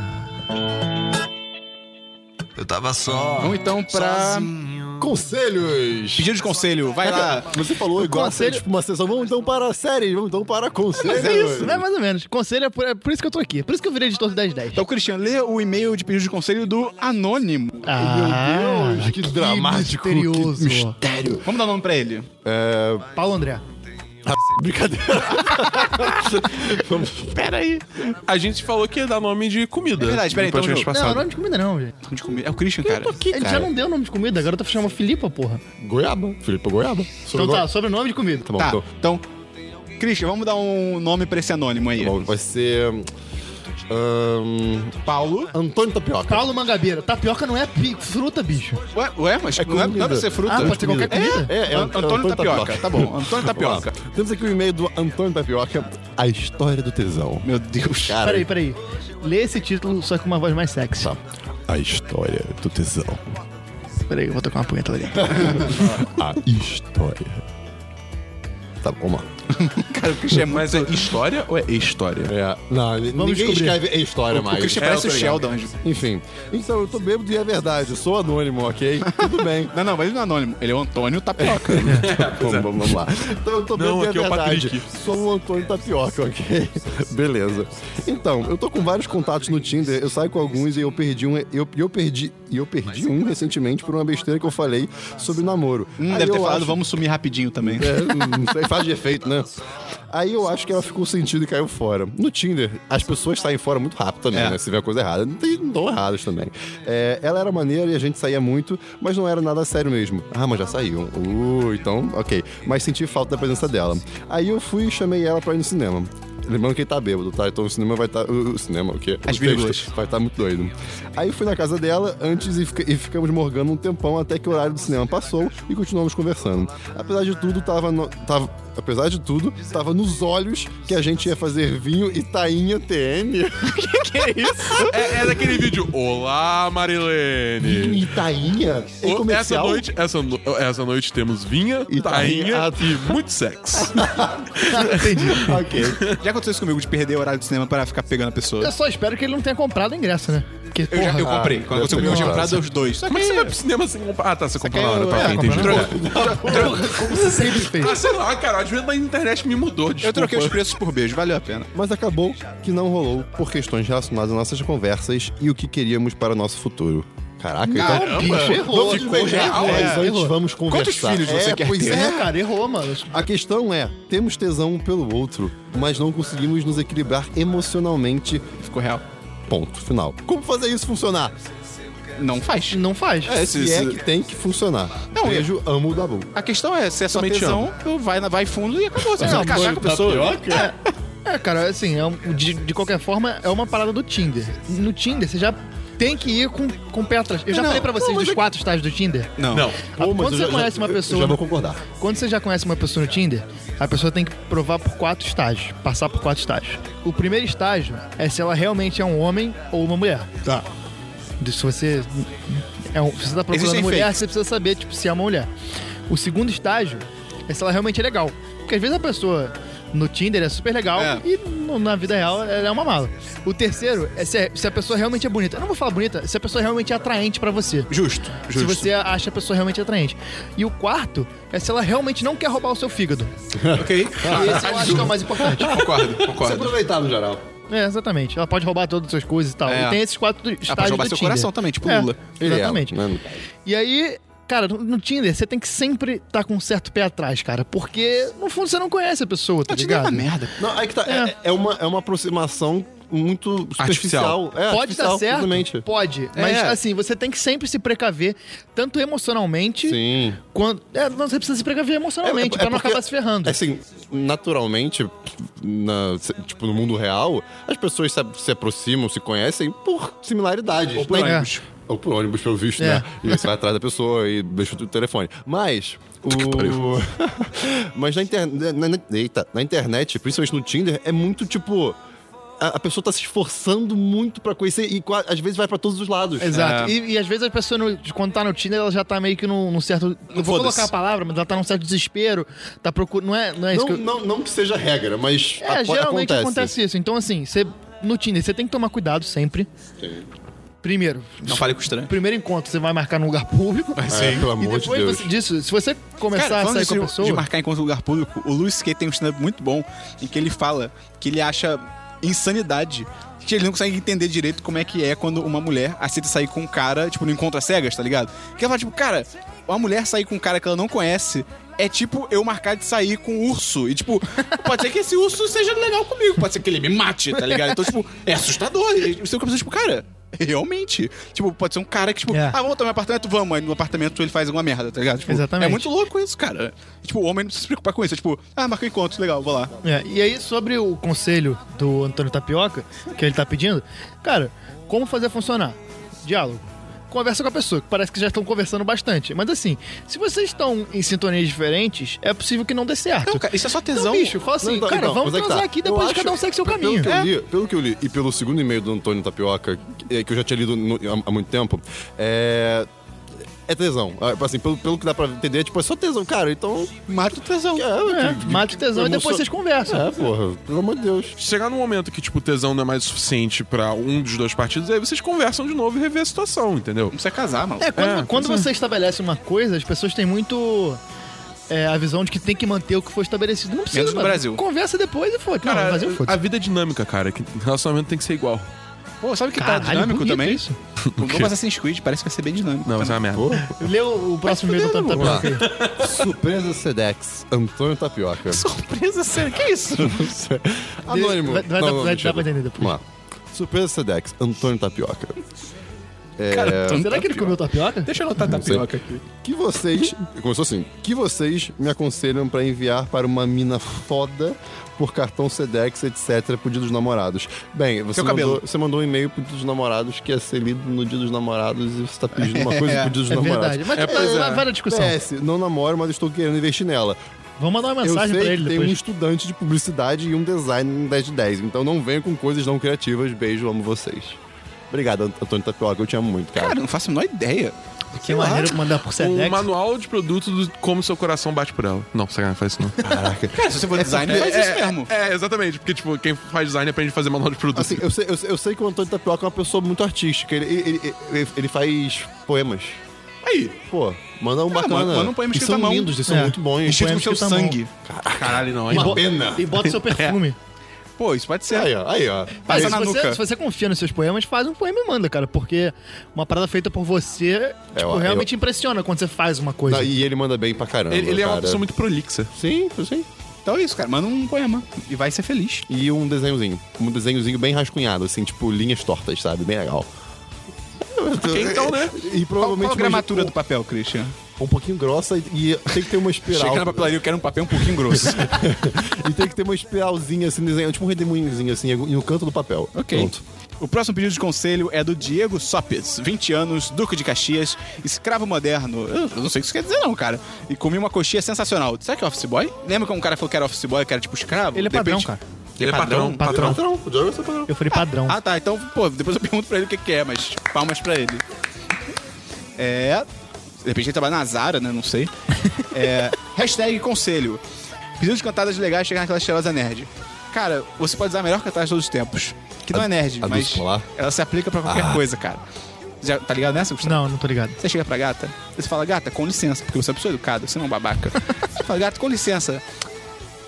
S9: Eu tava só.
S1: Vamos então pra-
S9: sozinho.
S3: Conselhos!
S1: Pedido de conselho, vai lá.
S3: Você falou igual
S2: Conselho-
S3: a tipo uma sessão. Vamos então para a série, vamos então para conselhos.
S2: É isso, né? Mais ou menos. Conselho é por, é por isso que eu tô aqui. Por isso que eu virei editor do 1010.
S1: Então, Cristian, lê o e-mail de pedido de conselho do Anônimo.
S2: Ah,
S3: Meu Deus, que dramático, que
S2: misterioso.
S1: Sério? Vamos dar nome pra ele.
S2: Paulo André.
S3: Brincadeira. vamos.
S1: Pera aí.
S4: A gente falou que ia dar nome de comida.
S1: É verdade, peraí,
S4: no podcast
S1: então,
S2: Não,
S4: passado.
S2: nome de comida não, gente.
S1: De comer. É o Christian, cara.
S2: Ele já não deu nome de comida, a garota chama Filipa, porra.
S3: Goiaba. Filipe Goiaba.
S2: Então
S3: Sobre
S2: tá, sobre o nome de comida.
S3: Tá bom,
S1: Tá,
S3: então. Tá
S1: então. Christian, vamos dar um nome pra esse anônimo aí.
S3: Bom, vai ser. hum, Ahn,
S1: Paulo.
S3: Antônio Tapioca.
S2: Paulo Mangabeira, tapioca não é pi- fruta, bicho.
S1: Ué, ué mas não é, não é pra ser fruta.
S2: Ah, pode ser qualquer comida?
S3: É, é, é
S1: Antônio Tapioca. Tá bom, Antônio
S3: Vamos
S1: Tapioca.
S3: lá. Temos aqui o e-mail do Antônio Tapioca, A História do Tesão.
S1: Meu Deus.
S3: Cara,
S2: Peraí, Tá. peraí. Lê esse título só com uma voz mais sexy.
S3: A História do Tesão.
S2: Peraí, eu vou tocar uma punheta (laughs) ali.
S3: A História. Tá bom, vamos lá.
S1: Cara, o Christian é muito...
S4: Mas é história ou é história?
S3: É, não, ninguém
S2: descobrir.
S3: escreve a história
S1: O
S3: mais.
S1: Christian
S3: É,
S1: parece
S3: eu
S1: o
S3: tô ligado.
S1: Sheldon. Anjo.
S3: Enfim, então eu tô bêbado e é verdade, eu sou anônimo, ok? Tudo bem.
S1: Não, não, mas ele não é anônimo. Ele é o Antônio Tapioca.
S3: Vamos, vamos, vamos lá. Então eu tô bêbado
S4: Não,
S3: e é
S4: aqui é o
S3: verdade.
S4: Patrick.
S3: sou o Antônio Tapioca, ok? (laughs) Beleza. Então, eu tô com vários contatos no Tinder, eu saio com alguns e eu perdi um. Eu, eu perdi. E eu perdi um recentemente por uma besteira que eu falei sobre namoro.
S1: Hum,
S3: Aí
S1: deve ter
S3: eu
S1: falado,
S3: acho-
S1: vamos sumir rapidinho também.
S3: É, não sei, faz de efeito, né? Aí eu acho que ela ficou sentido e caiu fora. No Tinder, as pessoas saem fora muito rápido também,
S1: É.
S3: né? Se vê uma coisa errada. Não tem- não estão erradas também. É, ela era maneira e a gente saía muito, mas não era nada sério mesmo. Ah, mas já saiu. Uh, então, ok. Mas senti falta da presença dela. Aí eu fui e chamei ela pra ir no cinema. Lembrando que ele tá bêbado, tá? Então o cinema vai estar. o cinema, o quê?
S1: As
S3: O texto
S1: vírgulas.
S3: Vai estar muito doido. Aí fui na casa dela antes e, fica- e ficamos morgando um tempão até que o horário do cinema passou e continuamos conversando. Apesar de tudo, tava, no- tava- apesar de tudo, tava nos olhos que a gente ia fazer vinho e tainha (laughs) TN. (laughs)
S4: É, é daquele vídeo. Olá, Marilene.
S3: E tainha? Em
S4: O- Essa
S3: comercial?
S4: noite, essa, no- essa noite temos vinha,
S3: E
S4: tainha
S3: tainha.
S4: e muito sexo.
S2: Entendi.
S3: Ok.
S1: Já aconteceu isso comigo, de perder o horário do cinema para ficar pegando a pessoa.
S2: Eu só espero que ele não tenha comprado o ingresso, né? Porque,
S1: Eu,
S2: porra,
S1: já, eu comprei.
S3: deve
S1: Quando aconteceu
S3: ter
S1: comigo, eu tinha
S3: comprado.
S1: comprado os dois. Só
S4: Como é que você
S1: que-
S4: vai pro cinema sem comprar? Ah, tá, você comprou na hora, tá,
S1: É,
S4: ok, entendi.
S2: comprou
S4: Droga.
S2: você sempre fez.
S4: Ah, sei lá, cara, às vezes na internet me mudou,
S1: Eu
S4: desculpa.
S1: troquei os preços por beijo, valeu a pena.
S3: Mas acabou que não rolou por questões relacionadas às nossas conversas e o que queríamos para o nosso futuro. Caraca, então.
S2: O bicho errou.
S3: Vamos beijar,
S1: É.
S2: errou,
S3: mas antes
S2: errou.
S3: vamos conversar.
S1: filhos você quer
S3: pois
S1: ter?
S3: é,
S2: É, cara, errou, mano.
S3: A questão é, temos tesão um pelo outro, mas não conseguimos nos equilibrar emocionalmente.
S1: Ficou real.
S3: Ponto final. Como fazer isso funcionar?
S1: Não faz.
S2: Não faz.
S1: É,
S3: Se
S1: se-
S3: é
S2: eh,
S1: se-
S3: que tem que funcionar.
S1: Não,
S3: Beijo, amo o Dabu.
S1: A questão é, se é só
S4: Também te
S1: tesão, tu vai, na- vai fundo e acabou. Você
S2: Não,
S1: vai casar com a pessoa.
S2: É, cara, assim, é um- de, de qualquer forma, é uma parada do Tinder. No Tinder, você já tem que ir com, com o pé atrás. Eu já
S1: Não,
S2: falei pra vocês
S1: não, mas
S2: dos
S1: é-
S2: quatro estágios do Tinder.
S1: Não.
S4: Não.
S3: Pô, mas
S2: Quando
S3: eu
S2: você
S3: já-
S2: conhece uma
S3: eu- eu
S2: pessoa-
S3: Já vou concordar.
S2: Quando você já conhece uma pessoa no Tinder, a pessoa tem que provar por quatro estágios, passar por quatro estágios. O primeiro estágio é se ela realmente é um homem ou uma mulher. Tá. Se você é um, se você tá procurando
S1: Existem
S2: mulher,
S1: fakes.
S2: você precisa saber tipo, se é uma mulher. O segundo estágio é se ela realmente é legal. Porque às vezes a pessoa no Tinder é super legal
S1: É.
S2: e no- na vida real ela é uma mala. O terceiro é se, se a pessoa realmente é bonita. Eu não vou falar bonita, se a pessoa realmente é atraente pra você.
S1: Justo,
S2: Se
S1: justo.
S2: você acha a pessoa realmente atraente. E o quarto é se ela realmente não quer roubar o seu fígado.
S1: (laughs) Ok.
S2: E esse eu acho que é o mais importante.
S1: (laughs) Concordo, concordo.
S3: Aproveitar no geral.
S2: É, exatamente. Ela pode roubar todas as suas coisas e tal.
S1: É.
S2: E tem esses quatro estágios
S1: Ela pode roubar
S2: do
S1: seu
S2: Tinder.
S1: coração também, tipo
S2: É,
S1: Lula.
S2: Exatamente.
S3: Ele é, né?
S2: E aí, cara, no- no Tinder, você tem que sempre estar com um certo pé atrás, cara. Porque, no fundo, você não conhece a pessoa, tá
S1: Tá te dando
S2: ligado?
S1: uma merda.
S3: Não, aí que tá. É,
S2: É.
S3: é uma, é uma aproximação muito superficial. É,
S2: Pode dar
S3: artificial,
S2: certo?
S3: Exatamente.
S2: Pode. Mas,
S1: É.
S2: assim, você tem que sempre se precaver, tanto emocionalmente...
S3: Sim. É,
S2: Quanto... É, não, você precisa se precaver emocionalmente, pra não
S3: porque,
S2: acabar se ferrando.
S3: Assim, naturalmente, na- se- tipo, no mundo real, as pessoas se, se aproximam, se conhecem por similaridades. Ou
S2: por ônibus.
S3: Ou por ônibus, pelo visto,
S2: É.
S3: né? E você vai atrás da pessoa e deixa o telefone. Mas. O...
S2: (laughs)
S3: Mas na internet. Na, na- eita, na internet, principalmente no Tinder, é muito tipo. A, a pessoa tá se esforçando muito pra conhecer e qua- às vezes vai pra todos os lados.
S2: Exato. E, e às vezes a pessoa, no- quando tá no Tinder, ela já tá meio que num, num certo. Não vou
S1: Foda-se.
S2: colocar a palavra, mas ela tá num certo desespero. Tá procurando. Não é, não é isso
S3: Não,
S2: que eu...
S3: não, não que seja regra, mas.
S2: É,
S3: apo-
S2: geralmente acontece. isso. Então, assim, você. No Tinder, você tem que tomar cuidado sempre. Primeiro,
S1: Não fale com estranho.
S2: primeiro encontro você vai marcar num lugar (laughs) público.
S3: É, pelo
S2: E
S3: amor de
S2: depois
S3: Deus.
S2: você- disso, se você começar
S1: Cara,
S2: a
S1: falando
S2: sair com a
S1: disso, de
S2: pessoa.
S1: marcar encontro em lugar público, o Louis C.K. tem um stand-up muito bom em que ele fala que ele acha insanidade. Que ele não consegue entender direito como é que é quando uma mulher aceita sair com um cara, tipo, no encontro às cegas, tá ligado? Que ela fala, tipo, cara, uma mulher sair com um cara que ela não conhece é tipo eu marcar de sair com um urso. E, tipo, pode ser que esse urso seja legal comigo, pode ser que ele me mate, tá ligado? Então, tipo, é assustador. E você fica pensando, tipo, cara. realmente. Tipo, pode ser um cara que, tipo,
S2: É.
S1: ah, vamos tomar um apartamento, vamos. Aí no apartamento ele faz alguma merda, tá ligado? Tipo,
S2: Exatamente.
S1: É muito louco isso, cara. Tipo, o homem não precisa se preocupar com isso. É tipo, ah, marca um encontro, legal, vou lá.
S2: É, e aí, sobre o conselho do Antônio Tapioca, que ele tá pedindo, cara, como fazer funcionar? Diálogo. Conversa com a pessoa, que parece que já estão conversando bastante. Mas assim, se vocês estão em sintonias diferentes, é possível que não dê certo.
S1: Não, cara, isso é só tesão.
S2: Então, bicho, fala assim,
S3: Não, então,
S2: cara,
S3: então,
S2: vamos
S3: mas é que
S2: transar
S3: tá.
S2: aqui, depois
S3: Eu
S2: cada um
S3: acho-
S2: segue seu
S3: pelo-
S2: caminho.
S3: Pelo que,
S2: É.
S3: eu li, pelo que eu li e pelo segundo e-mail do Antônio Tapioca, que, que eu já tinha lido no- há, há muito tempo, é. É tesão. Ah, Assim, pelo, pelo que dá pra entender, tipo, é só tesão, cara. Então.
S1: Mata o tesão.
S2: É,
S3: que-
S2: mata o tesão e
S3: emocio-
S2: depois vocês conversam.
S3: É, porra, pelo amor de Deus.
S4: Chegar num momento que, tipo, o tesão não é mais o suficiente pra um dos dois partidos, aí vocês conversam de novo e revê a situação, entendeu?
S1: Não precisa casar, mano.
S2: É, quando,
S4: É,
S2: quando você estabelece uma coisa, as pessoas têm muito. é, a visão de que tem que manter o que foi estabelecido. Não precisa,
S1: Menos no
S2: mano.
S1: Brasil.
S2: Conversa depois e foda. Não, no Brasil
S1: um
S2: foda.
S4: a vida é dinâmica, cara. Que relacionamento tem que ser igual.
S1: Pô, sabe o que tá
S2: Caralho,
S1: dinâmico
S2: bonito
S1: também?
S2: Isso.
S1: (laughs) O novo Assassin's Creed parece que vai ser bem dinâmico.
S4: Não, isso é uma merda.
S2: Lê o, o próximo e-mail do Tap Tap
S3: Vamos
S2: Tap aí.
S3: Surpresa Sedex, Antônio Tapioca.
S1: Surpresa, sério, que isso?
S3: Anônimo.
S2: Vai- vai dar- vai dar pra entender depois.
S3: Vamos lá. Surpresa Sedex, Antônio Tapioca.
S4: É,
S1: Cara, tanta
S2: Será que ele
S1: pior.
S2: comeu tapioca?
S1: Deixa eu anotar a tapioca aqui.
S3: Que vocês. Começou assim. Que vocês me aconselham pra enviar para uma mina foda por cartão Sedex, etc., pro dia dos namorados. Bem, você
S1: Seu
S3: mandou,
S1: cabelo.
S3: você mandou um e-mail pro dia dos namorados que ia ser lido no dia dos namorados e você tá pedindo uma coisa pro dia dos
S2: (laughs) É
S3: namorados.
S2: verdade. Mas é,
S4: pois
S2: vai
S4: é.
S2: vai na discussão.
S3: PS, não namoro, mas estou querendo investir nela.
S2: Vamos mandar uma
S3: Eu
S2: mensagem
S3: sei
S2: pra
S3: que
S2: ele
S3: tem um
S2: depois.
S3: estudante de publicidade e um design em 10 de 10. Então não venha com coisas não criativas. Beijo, amo vocês. Obrigado, Ant- Antônio Tapioca. Eu te amo muito, cara.
S1: Cara, eu não faço a menor ideia.
S2: Que maneiro mandar por
S4: Um
S2: Sedex.
S4: manual de produto do como seu coração bate por ela. Não, sacanagem, faz isso não.
S1: Cara, se você for designer, faz isso mesmo.
S4: É, exatamente. Porque, tipo, quem faz design aprende a fazer manual de produto.
S3: Assim, eu sei, eu, sei- eu sei que o Antônio Tapioca é uma pessoa muito artística. Ele, ele, ele- ele faz poemas.
S1: Aí,
S3: Pô, manda um
S1: Ah,
S3: bacana.
S1: manda- manda um poema
S3: E
S1: escrito
S3: são
S1: à mão.
S3: lindos, eles são
S2: É.
S3: muito bons. tá
S1: enchido
S2: põe
S1: com
S2: a
S1: seu
S2: fita na mão.
S1: sangue.
S4: Caralho, não,
S2: E
S4: hein?
S2: bo-
S3: pena.
S2: E bota seu perfume.
S1: Pô, isso pode ser.
S3: É, Aí, ó. Aí, ó.
S1: Passa
S2: Mas se,
S1: na
S2: você,
S1: nuca.
S2: se você confia nos seus poemas, faz um poema e manda, cara. Porque uma parada feita por você, tipo,
S3: eu-
S2: realmente impressiona quando você faz uma coisa.
S3: Não, e ele manda bem pra caramba.
S1: Tá
S4: Ele, ele é uma
S3: cara.
S4: pessoa muito prolixa.
S3: Sim, sim.
S1: Então é isso, cara. Manda um poema e vai ser feliz.
S3: E um desenhozinho. Um desenhozinho bem rascunhado, assim, tipo linhas tortas, sabe? Bem legal.
S4: Então, né?
S1: Qual,
S3: E provavelmente.
S1: qual a
S3: uma-
S1: gramatura do papel, Christian?
S3: um pouquinho grossa e, e tem que ter uma espiral.
S1: Chega na papelaria, eu quero um papel um pouquinho grosso.
S3: e tem que ter uma espiralzinha assim, desenhando, tipo um redemoinhozinho assim, no canto do papel.
S1: ok.
S3: Pronto.
S1: O próximo pedido de conselho é do Diego Sopes, 20 anos, Duque de Caxias, escravo moderno. Eu, eu não sei o que isso quer dizer, não, cara. E comi uma coxinha sensacional. Será que é office boy? Lembra quando um cara falou que era office boy, que era tipo escravo?
S2: Ele é padrão,
S1: Depende-
S2: cara.
S4: Ele é padrão.
S2: Padrão.
S3: Patrão, o Diogo é seu patrão.
S2: Eu falei padrão.
S1: Ah, tá. Então, pô, depois eu pergunto pra ele o que, que é, mas palmas pra ele. É. De repente ele trabalha na Zara, né? Não sei.
S3: (laughs)
S1: É. Hashtag conselho. Pedido de cantadas legais chegar naquela cheirosa nerd. Cara, você pode usar a melhor cantada de todos os tempos. Que não é nerd,
S3: a do Ah.
S1: mas
S3: escolar?
S1: ela se aplica pra qualquer coisa, cara. Já, tá ligado nessa, Gustavo?
S2: Não, não tô ligado.
S1: Você chega pra gata, você fala, gata, com licença, porque você é uma pessoa educada, você não é um
S3: (laughs)
S1: babaca. Você fala, gata, com licença.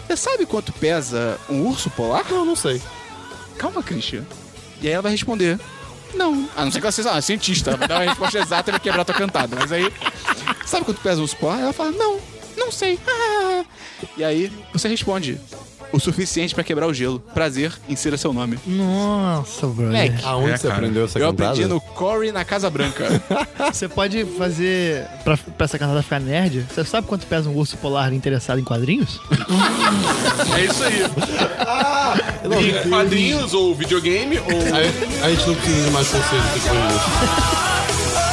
S1: Você sabe quanto pesa um urso polar?
S3: Não, não sei.
S1: calma, Christian. E aí ela vai responder, não. A não ser que ela seja ah, cientista, ela vai dar uma resposta exata e vai quebrar a tua cantada. Mas aí, sabe quanto pesa o suor? Ela fala, não, não sei. (laughs) Ah. E aí você responde, o suficiente pra quebrar o gelo. Prazer, insira seu nome.
S2: Hum, Nossa, brother.
S3: Aonde
S4: É,
S3: você
S4: cara.
S3: aprendeu essa
S1: Eu
S3: cantada?
S1: aprendi no Corey na Casa Branca.
S2: Você pode fazer. Pra, pra essa cantada ficar nerd, você sabe quanto pesa um urso polar interessado em quadrinhos?
S4: É isso aí. e quadrinhos, ou videogame, ou.
S3: A, a gente não precisa de mais conselho depois disso.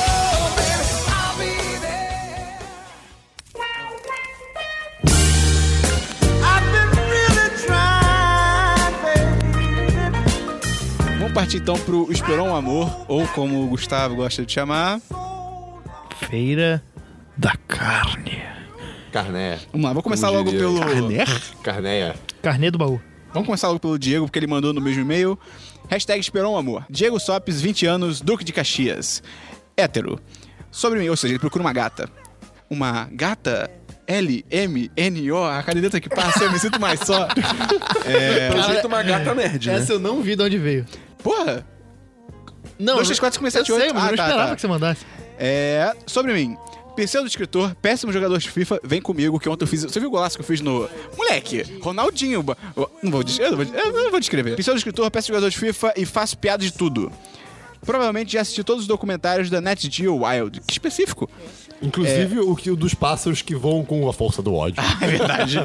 S1: Vamos partir então pro Esperou um Amor, ou como o Gustavo gosta de chamar.
S2: Feira da carne.
S3: Carné.
S1: Vamos lá, vou começar
S3: Como
S1: logo
S3: diria.
S1: pelo...
S3: Carnéia.
S2: Carnê do baú.
S1: Vamos começar logo pelo Diego, porque ele mandou no mesmo e-mail. Hashtag esperou um amor. Diego Sopes, 20 anos, Duque de Caxias. Hétero. Sobre mim, ou seja, ele procura uma gata. Uma gata L, M, N, O, a caderneta que passa, eu me sinto mais só.
S2: É
S4: Pelo jeito, uma
S1: É.
S4: gata nerd, né?
S1: assim.
S2: Essa eu não vi de onde veio.
S1: Porra!
S2: Não,
S1: 2, 3, 4, 5, 6, 7,
S2: eu
S1: 8.
S2: sei, mas eu
S1: Ah,
S2: não
S1: tá,
S2: esperava
S1: tá.
S2: que você mandasse.
S1: É. Sobre mim. Pseudo escritor, péssimo jogador de FIFA, vem comigo que ontem eu fiz. Você viu o golaço que eu fiz no. Moleque! Ronaldinho! ba- eu- Não vou, des- eu não vou, eu não vou descrever. Pseudo escritor, péssimo jogador de FIFA e faço piada de tudo. provavelmente já assistiu todos os documentários da Nat Geo Wild. Que específico.
S10: Inclusive o que o dos pássaros que voam com a força do ódio.
S1: É verdade.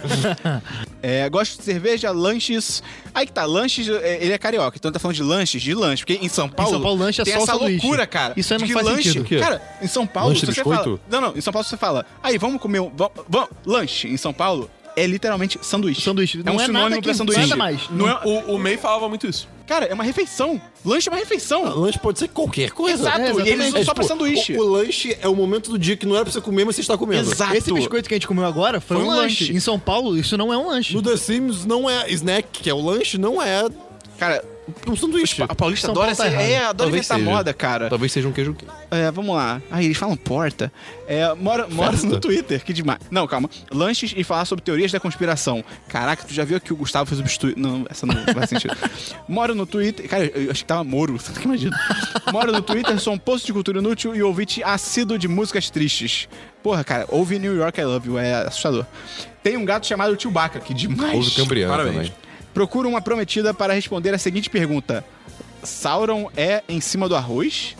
S1: É, gosto de cerveja, lanches. Aí que tá, lanches, é, ele é carioca, então ele tá falando de lanches, de lanche. Porque em São Paulo.
S2: São Paulo, lanche é
S1: tem
S2: só o
S1: essa
S2: sanduíche.
S1: loucura, cara.
S2: Isso aí
S1: de
S2: não
S1: que
S2: faz
S1: lanche,
S2: sentido. O quê?
S1: Cara, em São Paulo,
S10: Lanche,
S1: se você
S10: biscoito?
S1: fala. Não, não, em São Paulo você fala. Aí, vamos comer um. va- Vamos, lanche, em São Paulo. É literalmente sanduíche.
S2: Sanduíche.
S1: É
S2: Não
S1: um
S2: é nada
S1: sinônimo
S2: que-
S1: pra sanduíche.
S2: nada mais.
S1: Não é-
S4: O, o May falava muito isso.
S1: cara, é uma refeição. Lanche é uma refeição.
S10: Lanche pode ser qualquer coisa. É,
S1: Exato,
S10: exatamente. Tipo,
S1: e eles usam só pra sanduíche.
S10: O, o lanche é o momento do dia que não era pra você comer, mas você está comendo.
S1: Exato.
S2: Esse biscoito que a gente comeu agora um foi, um, lanche. Em São Paulo, isso não é um lanche.
S10: No The Sims não é snack, que é o lanche, não é
S1: Cara,
S10: um sanduíche.
S1: a Paulista
S2: Ah, São
S1: adora,
S2: Paulo tá
S1: essa- é,
S2: errado.
S1: adora inventar
S10: seja.
S1: moda, cara.
S10: Talvez seja um queijo quente.
S1: É, vamos lá. Aí eles falam porta. É, mora, mora
S10: Festa?
S1: no Twitter, que demais. Não, calma. Lanches e falar sobre teorias da conspiração. Caraca, tu já viu que o Gustavo foi substituído. Não, essa não faz sentido. Moro no Twitter. Cara, eu eu achei que tava Moro, (laughs) você não imagina. Moro no Twitter, sou um posto de cultura inútil e ouvinte assíduo de músicas tristes. Porra, cara, ouve New York I Love You, é assustador. Tem um gato chamado Chewbacca, que demais.
S10: Houve né? cambriano
S4: Parabéns.
S10: também.
S1: Procura uma prometida para responder a seguinte pergunta: Sauron é em cima do arroz?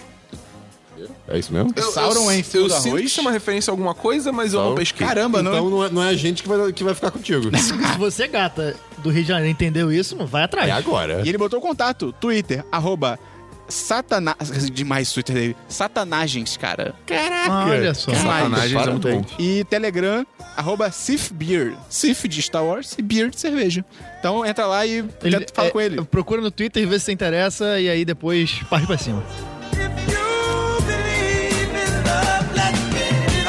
S10: É isso mesmo?
S4: Eu- eu
S1: Sauron é em
S4: s-
S1: cima
S4: Eu
S1: do
S4: sinto que
S1: arroz?
S4: isso é uma referência a alguma coisa, mas eu
S10: Sauron.
S4: não pesquei.
S1: Caramba, não.
S10: Então não é, não é a gente que vai, que vai ficar
S1: (laughs)
S10: contigo.
S2: Se você, gata do Rio de Janeiro, entendeu isso, mano, vai atrás.
S10: É agora.
S1: E ele botou o contato, Twitter, arroba satana... Demais o Twitter dele. Satanagens, cara.
S2: Olha só.
S4: Satanagens é muito
S10: Parabéns.
S4: bom.
S1: E Telegram, arroba Sifbeer. Sif de Star Wars e Beer de cerveja. Então entra lá e tenta- fala
S2: é,
S1: com ele.
S2: Procura no Twitter, vê se você interessa e aí depois parte pra cima.
S5: If you believe in love, let's get it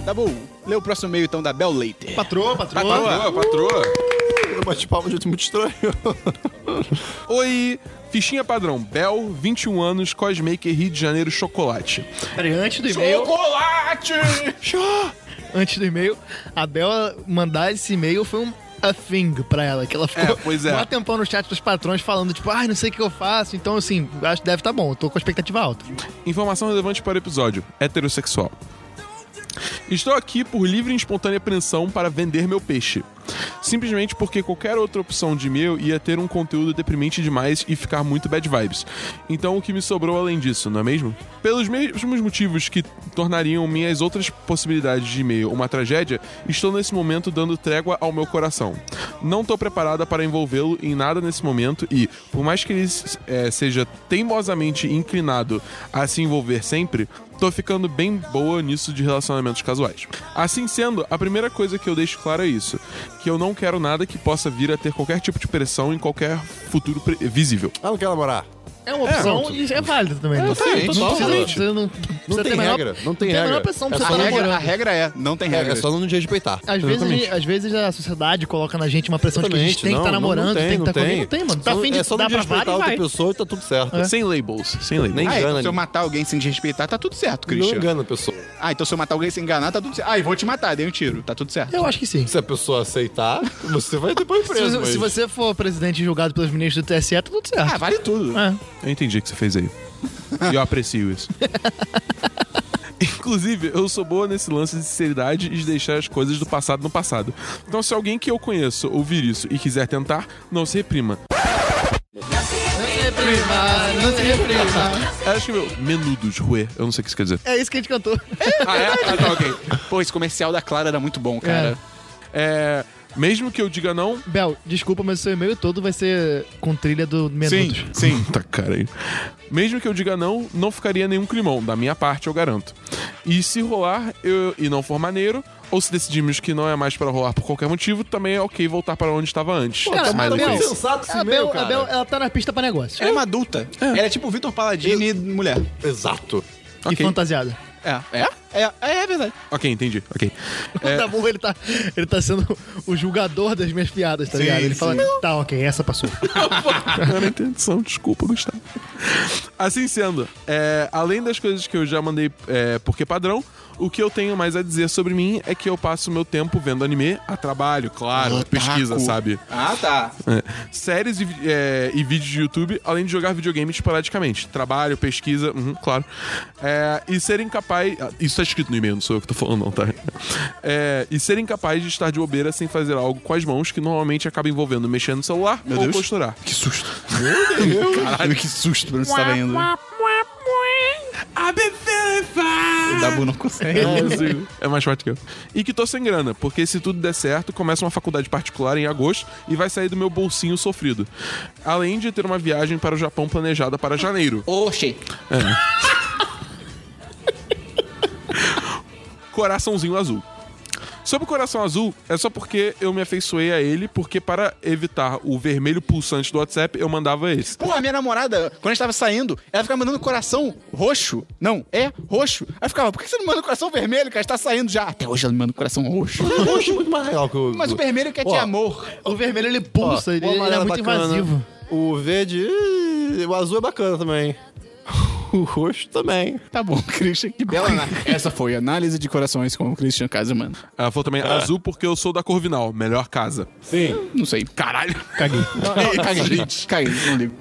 S5: on.
S1: Tá bom. Lê o próximo e-mail então da Bel Leiter.
S2: Patroa, patroa.
S4: Patroa, patroa.
S10: Eu bati palma de um jeito muito estranho.
S4: Oi, fichinha padrão. Bel, 21 anos, Cosmaker, Rio de Janeiro, chocolate.
S2: Peraí, antes do e-mail,
S4: Chocolate!
S2: antes do e-mail, a Bela mandar esse e-mail foi um a thing pra ela, que ela ficou
S4: É, pois é.
S2: um tempão no chat dos patrões falando, tipo, ai, não sei o que eu faço, então assim, acho que deve tá bom, eu tô com a expectativa alta.
S4: Informação relevante para o episódio: heterossexual. Estou aqui por livre e espontânea apreensão para vender meu peixe. Simplesmente porque qualquer outra opção de meu ia ter um conteúdo deprimente demais e ficar muito bad vibes. Então o que me sobrou além disso, não é mesmo? Pelos mesmos motivos que tornariam minhas outras possibilidades de e-mail uma tragédia, estou nesse momento dando trégua ao meu coração. Não estou preparada para envolvê-lo em nada nesse momento e, por mais que ele eh, seja teimosamente inclinado a se envolver sempre, tô ficando bem boa nisso de relacionamentos casuais. Assim sendo, a primeira coisa que eu deixo clara é isso: que eu não quero nada que possa vir a ter qualquer tipo de pressão em qualquer futuro pre- visível.
S10: Ah, não quero namorar.
S2: É uma opção e é válida também.
S10: sim,
S2: né? não,
S10: total,
S2: precisa,
S10: totalmente.
S2: precisa- não precisa
S10: Não tem
S2: ter a menor-
S10: regra, não tem
S2: a menor
S10: regra.
S2: pressão
S10: É
S2: pra você
S10: só
S1: A
S2: tá
S1: regra, a
S2: namorando.
S1: regra é, não tem
S10: É,
S1: regra.
S10: é só não desrespeitar.
S2: Às vezes, a gente- às vezes a sociedade coloca na gente uma pressão de que a gente
S3: tá
S2: tem que estar namorando, tem, que estar tá comendo. Não tem, mano. Tá
S10: Só-
S2: afim de
S10: é só não
S2: dar pra
S10: desrespeitar
S2: vários,
S10: outra
S2: vai.
S10: pessoa e tá tudo certo.
S2: É.
S4: Sem labels, sem labels.
S10: Nem
S1: Ah,
S10: engana
S1: então se eu
S10: ninguém.
S1: matar alguém sem desrespeitar, tá tudo certo,
S10: Não
S1: Christian.
S10: engana a pessoa.
S1: ah, então se eu matar alguém sem enganar, tá tudo certo. Ah, eu vou te matar, dei um tiro, tá tudo certo.
S2: Eu acho que sim.
S10: Se a pessoa aceitar, você vai depois
S2: Se
S10: preso.
S2: você,
S10: mas-
S2: se você for presidente e julgado pelos ministros do TSE, tá tudo certo.
S1: Ah, vale tudo.
S2: É.
S4: Eu entendi o que você fez aí. E eu aprecio (laughs) isso. Inclusive, eu sou boa nesse lance de sinceridade e de deixar as coisas do passado no passado. Então, se alguém que eu conheço ouvir isso e quiser tentar, não se reprima. Ela escreveu menudos, ruê. Eu não sei o que isso quer dizer.
S2: É isso que a gente cantou.
S1: Ah, (laughs) é? Ah, tá, ok. Pô, esse comercial da Clara era muito bom, cara.
S4: É. Mesmo que eu diga não.
S2: Bel, desculpa, mas o seu e-mail todo vai ser com trilha do Menudos.
S4: Sim. (laughs) Tá cara aí. Mesmo que eu diga não, não ficaria nenhum climão, da minha parte, eu garanto. E se rolar eu- e não for maneiro, ou se decidirmos que não é mais para rolar por qualquer motivo, também é ok voltar para onde estava antes. é
S2: Cara,
S4: Smiley
S3: é
S2: Bel,
S4: face.
S10: sensato
S3: assim
S10: esse
S2: É, a
S10: e-mail,
S2: Bel,
S10: cara.
S2: a Bel, ela tá na pista pra negócio.
S1: Ela é uma adulta. Ela é tipo o Vitor Palladini mulher.
S10: Exato.
S2: E
S4: Ok.
S2: fantasiada.
S1: É. É? É, é, é verdade.
S4: Ok, entendi. Ok.
S2: (laughs) O Dabu, ele tá, ele tá sendo o julgador das minhas piadas, tá
S1: Sim,
S2: ligado? Ele
S1: sim.
S2: fala, tá, ok, essa passou.
S4: Não era a intenção, desculpa, Gustavo. Assim sendo, é, além das coisas que eu já mandei é, porque padrão, o que eu tenho mais a dizer sobre mim é que eu passo meu tempo vendo anime a trabalho, claro,
S1: Otaku.
S4: pesquisa, sabe?
S1: Ah, tá.
S4: É. Séries e, vi- é, e vídeos de YouTube, além de jogar videogame esporadicamente. Trabalho, pesquisa, uhum, claro. É, e ser incapaz. ah, Isso tá escrito no e-mail, não sou eu que tô falando, não, tá? É, e ser incapaz de estar de bobeira sem fazer algo com as mãos, que normalmente acaba envolvendo mexer no celular ou
S1: Deus.
S4: costurar.
S1: Que susto. Caralho, que susto pra onde você tá tava indo.
S4: I've been feeling
S1: O
S4: fine.
S1: Dabu não consegue.
S4: Eu não consigo. É mais forte que eu. E que tô sem grana, porque se tudo der certo, começa uma faculdade particular em agosto e vai sair do meu bolsinho sofrido. Além de ter uma viagem para o Japão planejada para janeiro. É.
S11: Oxi.
S4: Coraçãozinho Azul. Sobre o Coração Azul, é só porque eu me afeiçoei a ele, porque para evitar o vermelho pulsante do WhatsApp, eu mandava esse.
S1: Porra, minha namorada, quando a gente tava saindo, ela ficava mandando coração roxo. Não, é roxo. Aí eu ficava, por que você não manda coração vermelho, cara? A gente tá saindo já. Até hoje ela me manda um coração roxo.
S3: Roxo é muito mais legal que o.
S1: Mas o vermelho quer te
S3: Ó,
S1: amor.
S2: O vermelho ele pulsa, ele, ele é muito invasivo.
S3: O verde. ih, O azul é bacana também. O roxo também.
S1: Tá bom, Christian, que (laughs) bela análise. Essa foi a análise de corações com o Christian Casaman.
S4: Ela falou Ah, também azul porque eu sou da Corvinal, melhor casa.
S10: Sim.
S1: Não sei.
S4: Caralho.
S2: Caguei.
S1: (laughs) Caguei, caguei, não ligo.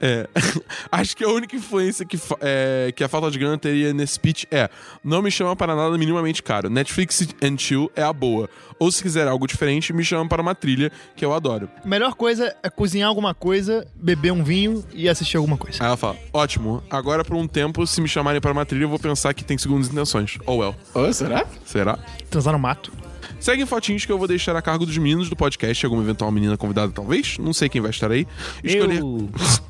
S4: É. (laughs) Acho que a única influência que, fa- é, que a falta de grana teria nesse pitch é: não me chama para nada minimamente caro. Netflix and chill é a boa. Ou se quiser algo diferente, me chama para uma trilha que eu adoro.
S2: Melhor coisa é cozinhar alguma coisa, beber um vinho e assistir alguma coisa.
S4: Aí ela fala: ótimo, agora por um tempo, se me chamarem para uma trilha, eu vou pensar que tem segundas intenções. Oh well.
S1: Ô, será?
S4: Será?
S2: Transar no mato.
S4: Seguem fotinhos que eu vou deixar a cargo dos meninos do podcast, alguma eventual menina convidada, talvez. Não sei quem vai estar aí. Escolher, (laughs)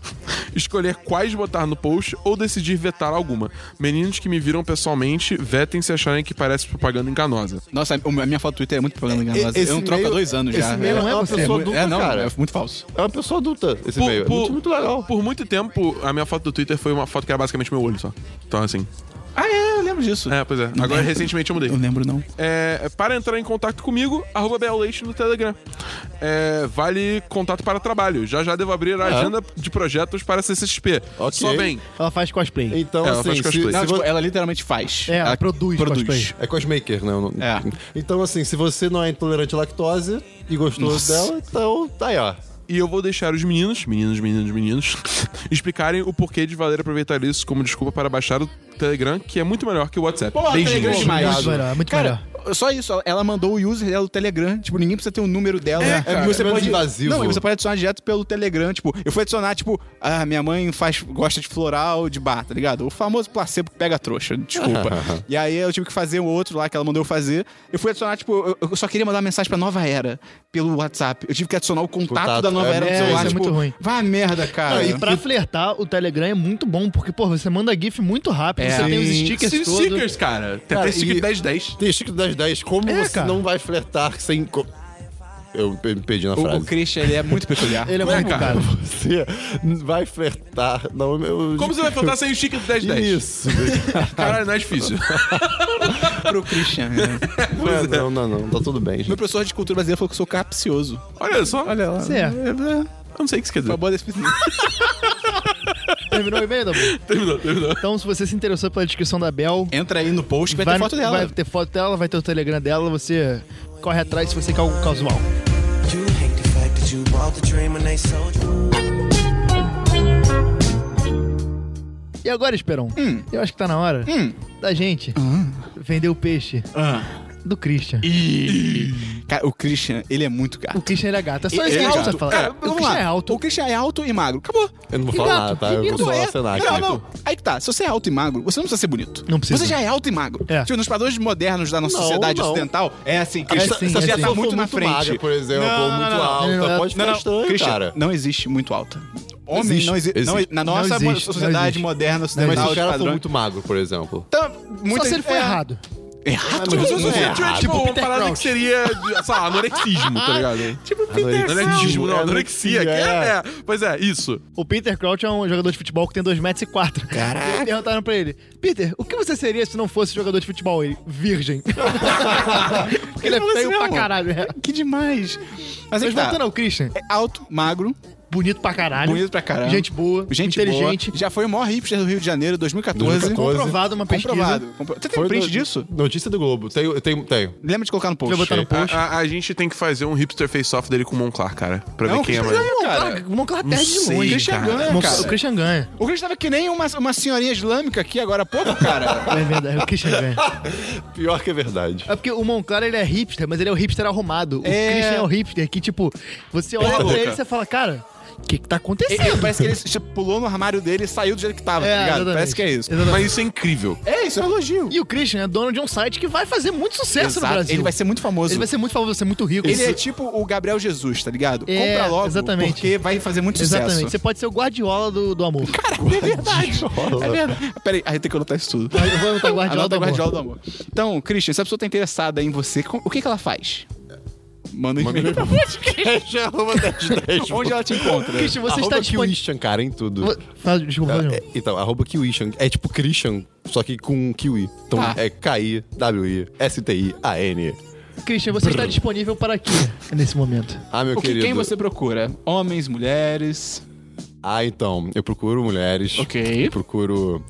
S4: escolher quais botar no post ou decidir vetar alguma. Meninos que me viram pessoalmente, vetem se acharem que parece propaganda enganosa.
S1: Nossa, a minha foto do Twitter é muito propaganda enganosa.
S3: esse
S1: Eu não troco há
S3: e-mail-
S1: dois anos
S3: esse
S1: já.
S3: e-mail
S2: não é
S3: é uma
S2: você,
S3: pessoa
S2: é
S1: É,
S3: adulta,
S1: não,
S3: cara.
S1: é muito falso.
S3: É uma pessoa adulta esse
S4: Por-
S3: meio. É
S4: por-
S3: muito, muito legal.
S4: Por muito tempo, a minha foto do Twitter foi uma foto que era basicamente meu olho só. Então, assim.
S1: Ah, é, eu lembro disso.
S4: É, pois é. (laughs) Agora, recentemente, eu mudei.
S1: Eu lembro, não.
S4: É, para entrar em contato comigo, arroba Bel Leite no Telegram. É, vale contato para trabalho. Já já devo abrir a agenda de projetos para CCXP.
S3: Ok.
S4: Só bem.
S2: Ela faz cosplay.
S3: Então,
S4: É, ela
S3: assim,
S4: faz
S3: se,
S4: cosplay.
S3: se
S1: Não, tipo,
S3: vo-
S1: ela literalmente faz.
S2: É, ela produz cosplay.
S3: É cosmaker, né? o nome.
S1: É.
S3: Então, assim, se você não é intolerante à lactose e gostou dela, então tá aí, ó.
S4: E eu vou deixar os meninos, meninos, meninos, meninos, (laughs) explicarem o porquê de valer aproveitar isso como desculpa para baixar o Telegram, que é muito melhor que o WhatsApp.
S1: Porra, Telegram é demais.
S2: Muito melhor, muito
S1: cara, só isso. Ela mandou o user dela do Telegram. Tipo, ninguém precisa ter o número dela. É,
S3: cara.
S1: você
S3: É menos
S1: pode...
S3: invasivo.
S1: Não, e você pode adicionar direto pelo Telegram. Tipo, eu fui adicionar, tipo... Ah, minha mãe faz, gosta de floral, de bar, tá ligado? O famoso placebo que pega trouxa, desculpa. e aí eu tive que fazer um outro lá que ela mandou eu fazer. Eu fui adicionar, tipo... Eu, eu só queria mandar uma mensagem pra Nova Era pelo WhatsApp. Eu tive que adicionar o contato,
S3: Contato.
S1: da Nova
S3: É,
S1: Era no
S2: é,
S1: celular.
S2: isso é
S1: tipo,
S2: muito ruim.
S1: Vai a merda, cara.
S2: E pra flertar, o Telegram é muito bom, porque, pô, você manda GIF muito rápido,
S1: É.
S2: você tem os
S1: Sim.
S2: stickers
S4: Sim,
S2: todos.
S4: stickers, cara. Tem até
S3: Cara,
S4: sticker
S3: e-
S4: 1010.
S3: Tem Chico das 10. Como
S2: É,
S3: você
S2: cara.
S3: não vai flertar sem. co- Eu me perdi na
S1: O, o
S3: frase.
S1: Christian, ele é muito peculiar.
S2: Ele é
S4: Ué,
S2: muito
S4: cara.
S2: caro.
S3: (laughs) Você vai flertar. Não, eu...
S4: Como você vai faltar sem o sticker 1010?
S3: Isso.
S4: Caralho, não é (laughs) difícil.
S2: é
S1: pro Christian. né?
S3: Não, não, não, não. Tá tudo bem.
S1: Meu professor de cultura brasileira falou que eu sou capcioso.
S4: Olha só.
S1: Olha lá.
S2: Você é.
S4: Eu não sei o que isso quer
S1: Foi
S4: dizer.
S1: uma boa definição.
S2: Terminou
S1: (laughs)
S2: o e-mail, Dabu?
S4: Terminou, terminou.
S2: Então, se você se interessou pela descrição da Bel,
S1: Entra aí no post que vai,
S2: vai
S1: ter
S2: no-
S1: foto dela.
S2: vai ter foto dela, vai ter o Telegram dela, você corre atrás se você quer algo casual.
S6: You hate the fact that you bought the dream and they sold you.
S2: E agora, Esperão,
S1: Hum.
S2: eu acho que tá na hora da gente
S1: Ah.
S2: vender o peixe do Christian.
S1: Cara, o Christian, ele é muito gato.
S2: O Christian ele é gato. É só isso
S1: Ele
S2: que
S1: é
S2: você
S1: gato.
S2: fala.
S1: Cara,
S2: o
S1: vamos
S2: Christian
S1: lá.
S2: é alto.
S1: O Christian é alto e magro. Acabou.
S3: Eu não vou
S2: E
S3: falar
S2: gato?
S3: nada, tá? Eu
S2: E
S3: vou
S2: gato?
S3: falar
S1: é.
S3: o cenário.
S1: Não, não. Aí que tá. Se você é alto e magro, você não precisa ser bonito.
S2: Não precisa.
S1: Você já é alto e magro.
S2: É.
S1: Tipo, nos padrões modernos da nossa
S3: Não,
S1: sociedade
S3: não.
S1: ocidental, é assim, Christian.
S2: sim,
S1: você já
S2: é sim.
S1: tá
S3: Se eu
S1: muito
S3: for
S1: na frente.
S3: Magra, por exemplo, ou muito alta.
S2: Não, não,
S3: Pode
S1: Não,
S3: ficar
S1: não,
S3: estranho,
S1: Christian,
S3: cara.
S1: não existe muito alta. Homem
S3: Existe,
S1: não existe.
S3: existe.
S1: Na
S2: Não
S1: nossa
S2: existe, não
S1: sociedade
S2: existe.
S1: moderna
S3: Mas
S1: ocidental
S3: se o
S1: de
S3: cara for
S1: padrão.
S3: muito magro, por exemplo.
S1: Tá,
S2: Só
S1: muita-
S2: se ele for
S1: é.
S2: errado.
S1: Errado?
S3: mas
S4: Tipo,
S3: não é errado.
S4: tipo uma
S2: Peter
S4: parada que
S2: Crouch.
S4: seria, sei lá, anorexismo, tá ligado?
S1: Tipo,
S4: Anarquismo, não, anorexia. que
S3: É.
S4: é, é. Pois é, isso.
S2: O Peter Crouch é um jogador de futebol que tem 2 metros e 4. Caraca. Perguntaram pra ele, Peter, o que você seria se não fosse jogador de futebol? Ele,
S1: (laughs)
S2: virgem. Porque ele
S1: Ele
S2: é
S1: falou
S2: feio
S1: assim
S2: pra
S1: mesmo.
S2: caralho. é.
S1: Que demais. Mas, aí
S2: Mas
S1: que tá.
S2: voltando ao Christian,
S1: É alto, magro,
S2: bonito pra caralho.
S1: bonito pra caramba.
S2: Gente boa,
S1: Gente
S2: inteligente.
S1: boa. Já foi o maior hipster do Rio de Janeiro, 2014.
S3: 2014.
S2: Comprovado uma pesquisa.
S1: Comprovado. Compro- Você tem um
S3: Foi
S1: print
S3: no-
S1: disso?
S3: Notícia do Globo. Tenho, tenho, tenho.
S1: Lembra de colocar no post.
S2: Deixa eu botar no post.
S4: A, a- a gente tem que fazer um hipster face-off dele com o Monclar, cara. Pra
S1: Não,
S4: ver quem é
S1: que
S4: mais.
S1: problema, cara.
S2: Cara, o Monclar perde de
S4: sei,
S2: longe.
S1: Christian
S4: cara.
S1: ganha,
S2: Mon-
S1: cara.
S2: O Christian ganha.
S1: O Christian tava que nem uma, uma senhorinha islâmica aqui agora há pouco,
S2: (laughs)
S1: cara.
S2: É verdade, o
S1: (laughs)
S2: Christian ganha.
S3: Pior que é verdade.
S2: É porque o Monclar, ele é hipster, mas ele é o hipster arrumado. O
S1: É.
S2: Christian é o hipster que, tipo, você olha
S4: Porra,
S2: pra ele
S4: cara.
S2: e você fala, cara, O que que tá acontecendo?
S1: Ele- parece que ele tipo, pulou no armário dele e saiu do jeito que tava,
S2: É,
S1: tá ligado?
S2: exatamente.
S1: Parece que é isso.
S2: Exatamente.
S4: Mas isso é incrível.
S1: É, isso é um elogio.
S2: E o Christian é dono de um site que vai fazer muito sucesso no
S1: Exato.
S2: Brasil.
S1: Ele vai ser muito famoso.
S2: Ele vai ser muito famoso, vai ser muito rico.
S1: Ele é tipo o Gabriel Jesus, tá ligado?
S2: É,
S1: Compra logo,
S2: exatamente.
S1: porque vai fazer muito
S2: Exatamente. Você
S1: sucesso.
S2: pode ser o guardiola do, do amor.
S1: É verdade. É verdade. Peraí, aí tem que anotar isso tudo.
S2: Vai- Vamos botar guardiola
S1: Anota
S2: tá do amor.
S1: Guardiola do Amor. Então, Christian, se a pessoa tá interessada em você, com- o que que ela faz? Manda um e-mail. é
S3: arroba 1010.
S1: (laughs) Onde ela te encontra?
S2: Christian, você
S3: arroba
S2: está disponível.
S3: Kiwishan, cara, em tudo.
S2: Fala, Tá, desculpa, fala de novo.
S3: É, então, arroba Kiwishan. É tipo Christian, só que com Kiwi. Então
S1: Tá.
S3: é K-I-W-I-S-T-I-A-N.
S2: Christian, você está disponível para aqui nesse momento.
S3: Ah, meu
S1: O que,
S3: querido.
S1: quem você procura? Homens, mulheres.
S3: Ah, então, eu procuro mulheres.
S1: Ok.
S3: Eu procuro.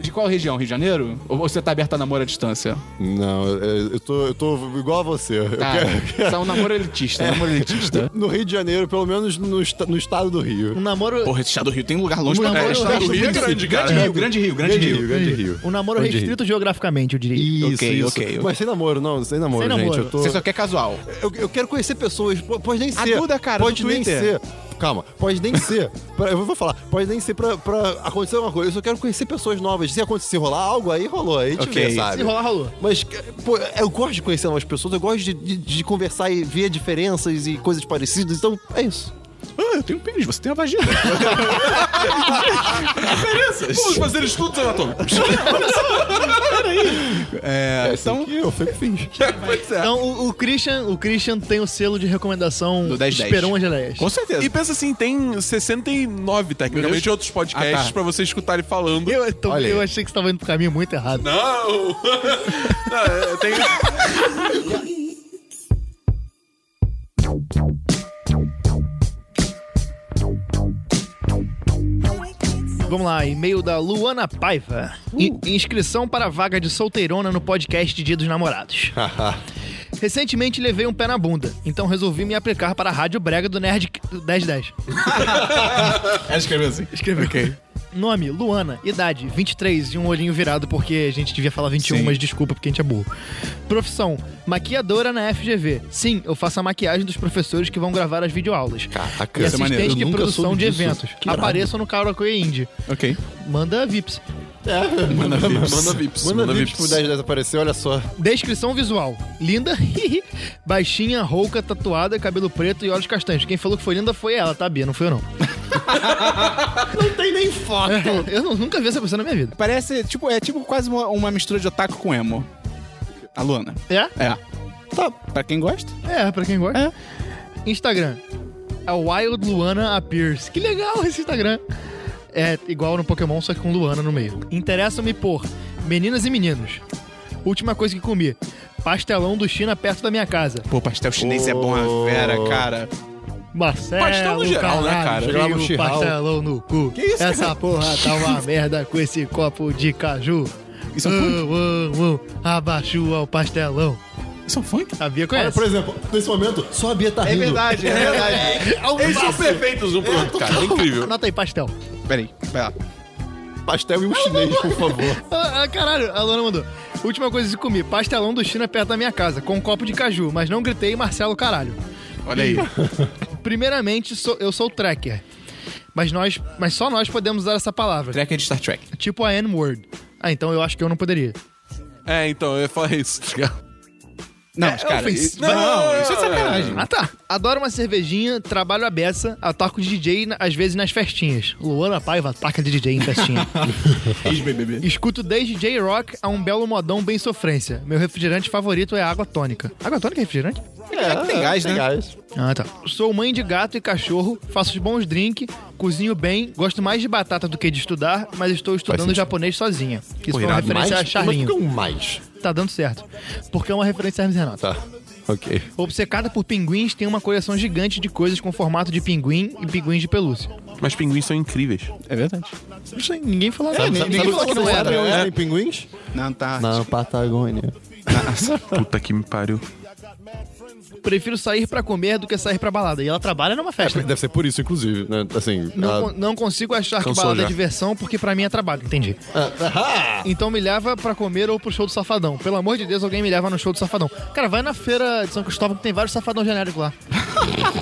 S1: De qual região? Rio de Janeiro? Ou você tá aberta a namoro à distância?
S3: Não, eu eu tô, eu tô igual a você. Eu
S1: Tá.
S3: quero-
S1: Você é um namoro elitista, namoro elitista.
S3: No Rio de Janeiro, pelo menos no, esta- no estado do Rio.
S2: Um namoro,
S1: Porra, esse estado do Rio tem um lugar longe
S2: Um
S1: pra
S2: namoro
S1: é, estado do
S2: elitista
S1: Rio é
S2: muito
S1: grande, cara. Grande Rio, grande Rio, grande Rio.
S3: Grande Rio.
S2: um namoro
S3: Grande
S2: restrito geografamente, eu diria.
S3: Rio. Isso,
S1: Ok,
S3: isso.
S1: ok, ok.
S3: Mas sem namoro, não, sem namoro,
S2: Sem
S3: gente.
S2: namoro.
S3: Eu tô.
S1: Você só quer casual.
S3: Eu, eu quero conhecer pessoas. P- Pode nem
S1: A
S3: ser.
S1: Duda, cara,
S3: pode
S1: do
S3: nem
S1: Twitter.
S3: ser. Calma, pode nem ser. (laughs) Pra- eu vou falar, pode nem ser pra, pra acontecer alguma coisa. Eu só quero conhecer pessoas novas. Se acontecer se rolar algo, aí rolou. Aí te
S1: Ok.
S3: vê, sabe?
S2: Se rolar, rolou.
S3: Mas, pô, eu gosto de conhecer novas pessoas, eu gosto de, de- de conversar e ver Tá diferenças e coisas parecidas, então é isso.
S1: Ah, eu tenho pênis, você tem a vagina.
S4: Vamos fazer estudos anatômicos.
S1: É, então,
S3: assim eu sempre fiz.
S4: pois é.
S2: Então, o, o Christian, o Christian tem o selo de recomendação
S1: Do 10-10.
S2: Esperon Angeléias.
S1: com certeza.
S4: E pensa assim, tem 69
S1: Meu Deus.
S4: tecnicamente outros podcasts
S1: Ah, tá.
S4: pra você escutarem falando.
S2: Eu, então,
S3: Olha aí.
S2: eu achei que você estava indo pro caminho muito errado.
S4: Não! Não, é, tem...
S2: Vamos lá, e-mail da Luana Paiva.
S1: Uh.
S2: In- inscrição para vaga de solteirona no podcast Dia dos
S1: (laughs)
S2: Namorados. Recentemente levei um pé na bunda, então resolvi me aplicar para a Rádio Brega do Nerd do 1010.
S1: (laughs) Ela escreveu assim.
S2: Escreveu. Nome, Luana. Idade, 23 e um olhinho virado, porque a gente devia falar 21,
S1: Sim.
S2: mas desculpa, porque a gente é burro. Profissão, maquiadora na FGV. Sim, eu faço a maquiagem dos professores que vão gravar as videoaulas.
S3: Caraca,
S2: e
S1: isso é maneiro.
S2: assistente
S3: Eu
S2: de
S3: nunca
S2: produção
S3: soube
S2: de
S3: disso.
S2: eventos.
S3: Que irado.
S2: Apareçam no Karaoke Indie.
S1: Ok.
S2: Manda VIPs.
S1: Manda ver.
S4: Manda vips.
S3: Manda, Manda vídeo pro 10 10 aparecer, olha só.
S2: Descrição visual. Linda, (laughs) baixinha, rouca, tatuada, cabelo preto e olhos castanhos. Quem falou que foi linda foi ela, tá, Bia? Não foi eu, não.
S3: (laughs)
S2: (laughs)
S3: Não tem nem foto.
S2: É, Eu nu- nunca vi essa pessoa na minha vida.
S1: Parece, tipo, é tipo quase uma, uma mistura de otaku com emo. A Luana.
S2: É?
S1: É. Tá. Pra quem gosta.
S2: É, pra quem gosta. Instagram. É Wild Luana Appears. Que legal esse Instagram. É igual no Pokémon, só que com Luana no meio. Interessa-me por meninas e meninos. Última coisa que comi. Pastelão do China perto da minha casa.
S1: Pô, pastel chinês é bom a vera, cara.
S2: Marcelo,
S4: Pastel no geral, né,
S2: caralho,
S4: cara?
S2: enfia
S3: Chegava
S2: o
S3: no churral.
S2: pastelão no cu.
S1: Que isso,
S2: Essa
S1: cara?
S2: porra tá uma merda com esse copo de caju.
S1: Isso é um funk?
S2: um, um, um, abaixo ao pastelão.
S1: Isso é um funk?
S2: A Bia
S3: Olha,
S2: conhece.
S3: por exemplo, nesse momento, só a Bia tá rindo.
S1: é verdade.
S2: (laughs)
S4: Eles são perfeitos um pro outro, cara. É incrível.
S2: Anota aí, pastel.
S1: Peraí, vai lá.
S3: Pastel e um chinês, por
S2: (laughs)
S3: favor.
S2: Ah, ah, caralho, a Luana mandou. Última coisa que comi, pastelão do China perto da minha casa, com um copo de caju, mas não gritei Marcelo caralho.
S1: Olha aí.
S2: Primeiramente, sou- eu sou tracker. Mas nós, mas só nós podemos usar essa palavra.
S1: Tracker de Star Trek.
S2: Tipo a N-word. Ah, então eu acho que eu não poderia.
S4: É, então, eu ia falar isso. tá ligado?
S1: Não, mas, cara.
S2: ofensivo.
S1: isso- Não, isso é sacanagem.
S2: Ah, tá. Adoro uma cervejinha, trabalho a beça, ataco de DJ na- às vezes nas festinhas. Luana Paiva ataca de DJ em festinha.
S1: Ex-BBB.
S2: Escuto desde J-Rock a um belo modão bem sofrência. Meu refrigerante favorito é água tônica. Água tônica é refrigerante?
S1: É que tem gás, né?
S3: Gás.
S2: Ah, tá. Sou mãe de gato e cachorro, faço os bons drinks, cozinho bem, gosto mais de batata do que de estudar, mas estou estudando japonês sozinha. Isso foi uma
S3: Irado.
S2: referência
S3: mais? Mas
S2: a
S3: por que
S2: Charlinho.
S3: um mais?
S2: Tá dando certo. Porque é uma referência a Hermes e Renato.
S3: Tá. Ok.
S2: Obcecada por pinguins, tem uma coleção gigante de coisas com formato de pinguim e pinguins de pelúcia.
S4: Mas pinguins são incríveis.
S1: É verdade.
S2: Não sei, ninguém falou nada.
S3: Sabe, sabe,
S2: ninguém
S3: sabe,
S2: falou que não
S3: sabe
S2: era.
S3: onde tem pinguins?
S1: Não, É. tá.
S3: Na Patagônia.
S4: Puta que me pariu.
S2: prefiro sair pra comer do que sair pra balada. E ela trabalha numa festa.
S10: Deve ser por isso, inclusive, né? Assim,
S2: Não,
S10: ela-
S2: con- não consigo achar que
S10: Cansou
S2: balada
S10: já. Ah.
S2: é diversão porque pra mim é trabalho, entendi. Então me leva pra comer ou pro show do Safadão. Pelo amor de Deus, alguém me leva no show do Safadão. Cara, vai na feira de São Cristóvão que tem vários Safadão
S10: (laughs)
S2: genérico lá.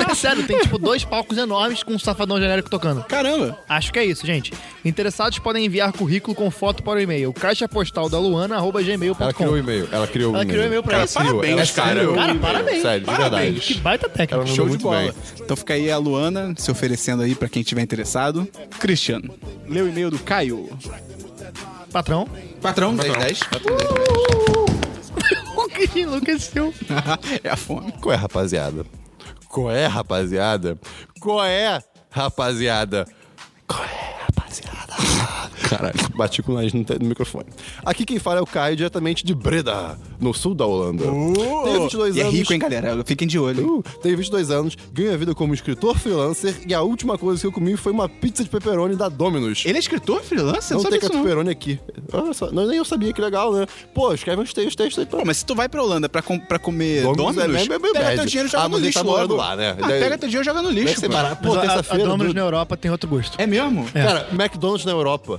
S2: É Sério, tem tipo dois palcos enormes com um Safadão genérico tocando.
S1: Caramba!
S2: Acho que é isso, gente. Interessados podem enviar currículo com foto para o e-mail caixa postal da Luana arroba gmail.com.
S10: Ela criou o e-mail. Ela criou
S2: Ela
S10: o
S2: criou o e-mail pra
S10: Ela
S2: ela.
S10: criou,
S2: Parabéns,
S10: ela
S2: cara.
S10: criou o
S2: Cara,
S10: e-mail.
S2: parabéns.
S10: Sério, de
S2: Parabéns.
S10: é verdade.
S2: Que baita técnica.
S10: Ela mandou
S1: Show de
S10: muito
S1: bola.
S10: bem.
S1: Então fica aí a Luana se oferecendo aí pra quem tiver interessado. Cristiano, leu o e-mail do Caio.
S2: Patrão.
S1: Patrão, 1010.
S2: (laughs) O que enlouqueceu?
S1: (laughs) é a fome.
S3: Qual é, rapaziada? Qual é, rapaziada? Qual é, rapaziada? Qual é, rapaziada? Caralho, bati com o nariz no, te- no microfone. Aqui quem fala é o Caio, diretamente de Breda, no sul da Holanda.
S2: Uh!
S3: Tenho 22
S1: e é
S3: anos.
S1: rico, hein, galera? Fiquem de olho.
S3: Uh, tenho 22 anos, ganho a vida como escritor freelancer e a última coisa que eu comi foi uma pizza de pepperoni da Domino's.
S1: Ele é escritor freelancer?
S3: Não
S1: Não sabia
S3: tem
S1: isso, não.
S3: pepperoni aqui. Olha só, não, nem eu sabia, que legal, né? Pô, escreve uns textos, textos aí pra
S1: Pô, mas se tu vai pra Holanda pra, com- pra comer
S3: Domino's
S1: Domino's,
S3: é bem- bem- bem
S1: pega
S3: bad.
S1: teu dinheiro e joga
S3: Ah,
S1: no
S3: mas ele
S1: lixo
S3: tá morando
S1: logo.
S3: lá, né?
S1: Ah,
S3: Daí- é
S1: pega teu dinheiro e joga no
S3: Deve
S1: lixo,
S3: ser
S1: pô.
S3: barato.
S2: Mas
S3: Pô,
S2: a-
S3: terça-feira.
S2: A, Domino's
S3: du-
S2: na Europa tem outro gosto.
S1: É mesmo?
S3: Cara, McDonald's na Europa.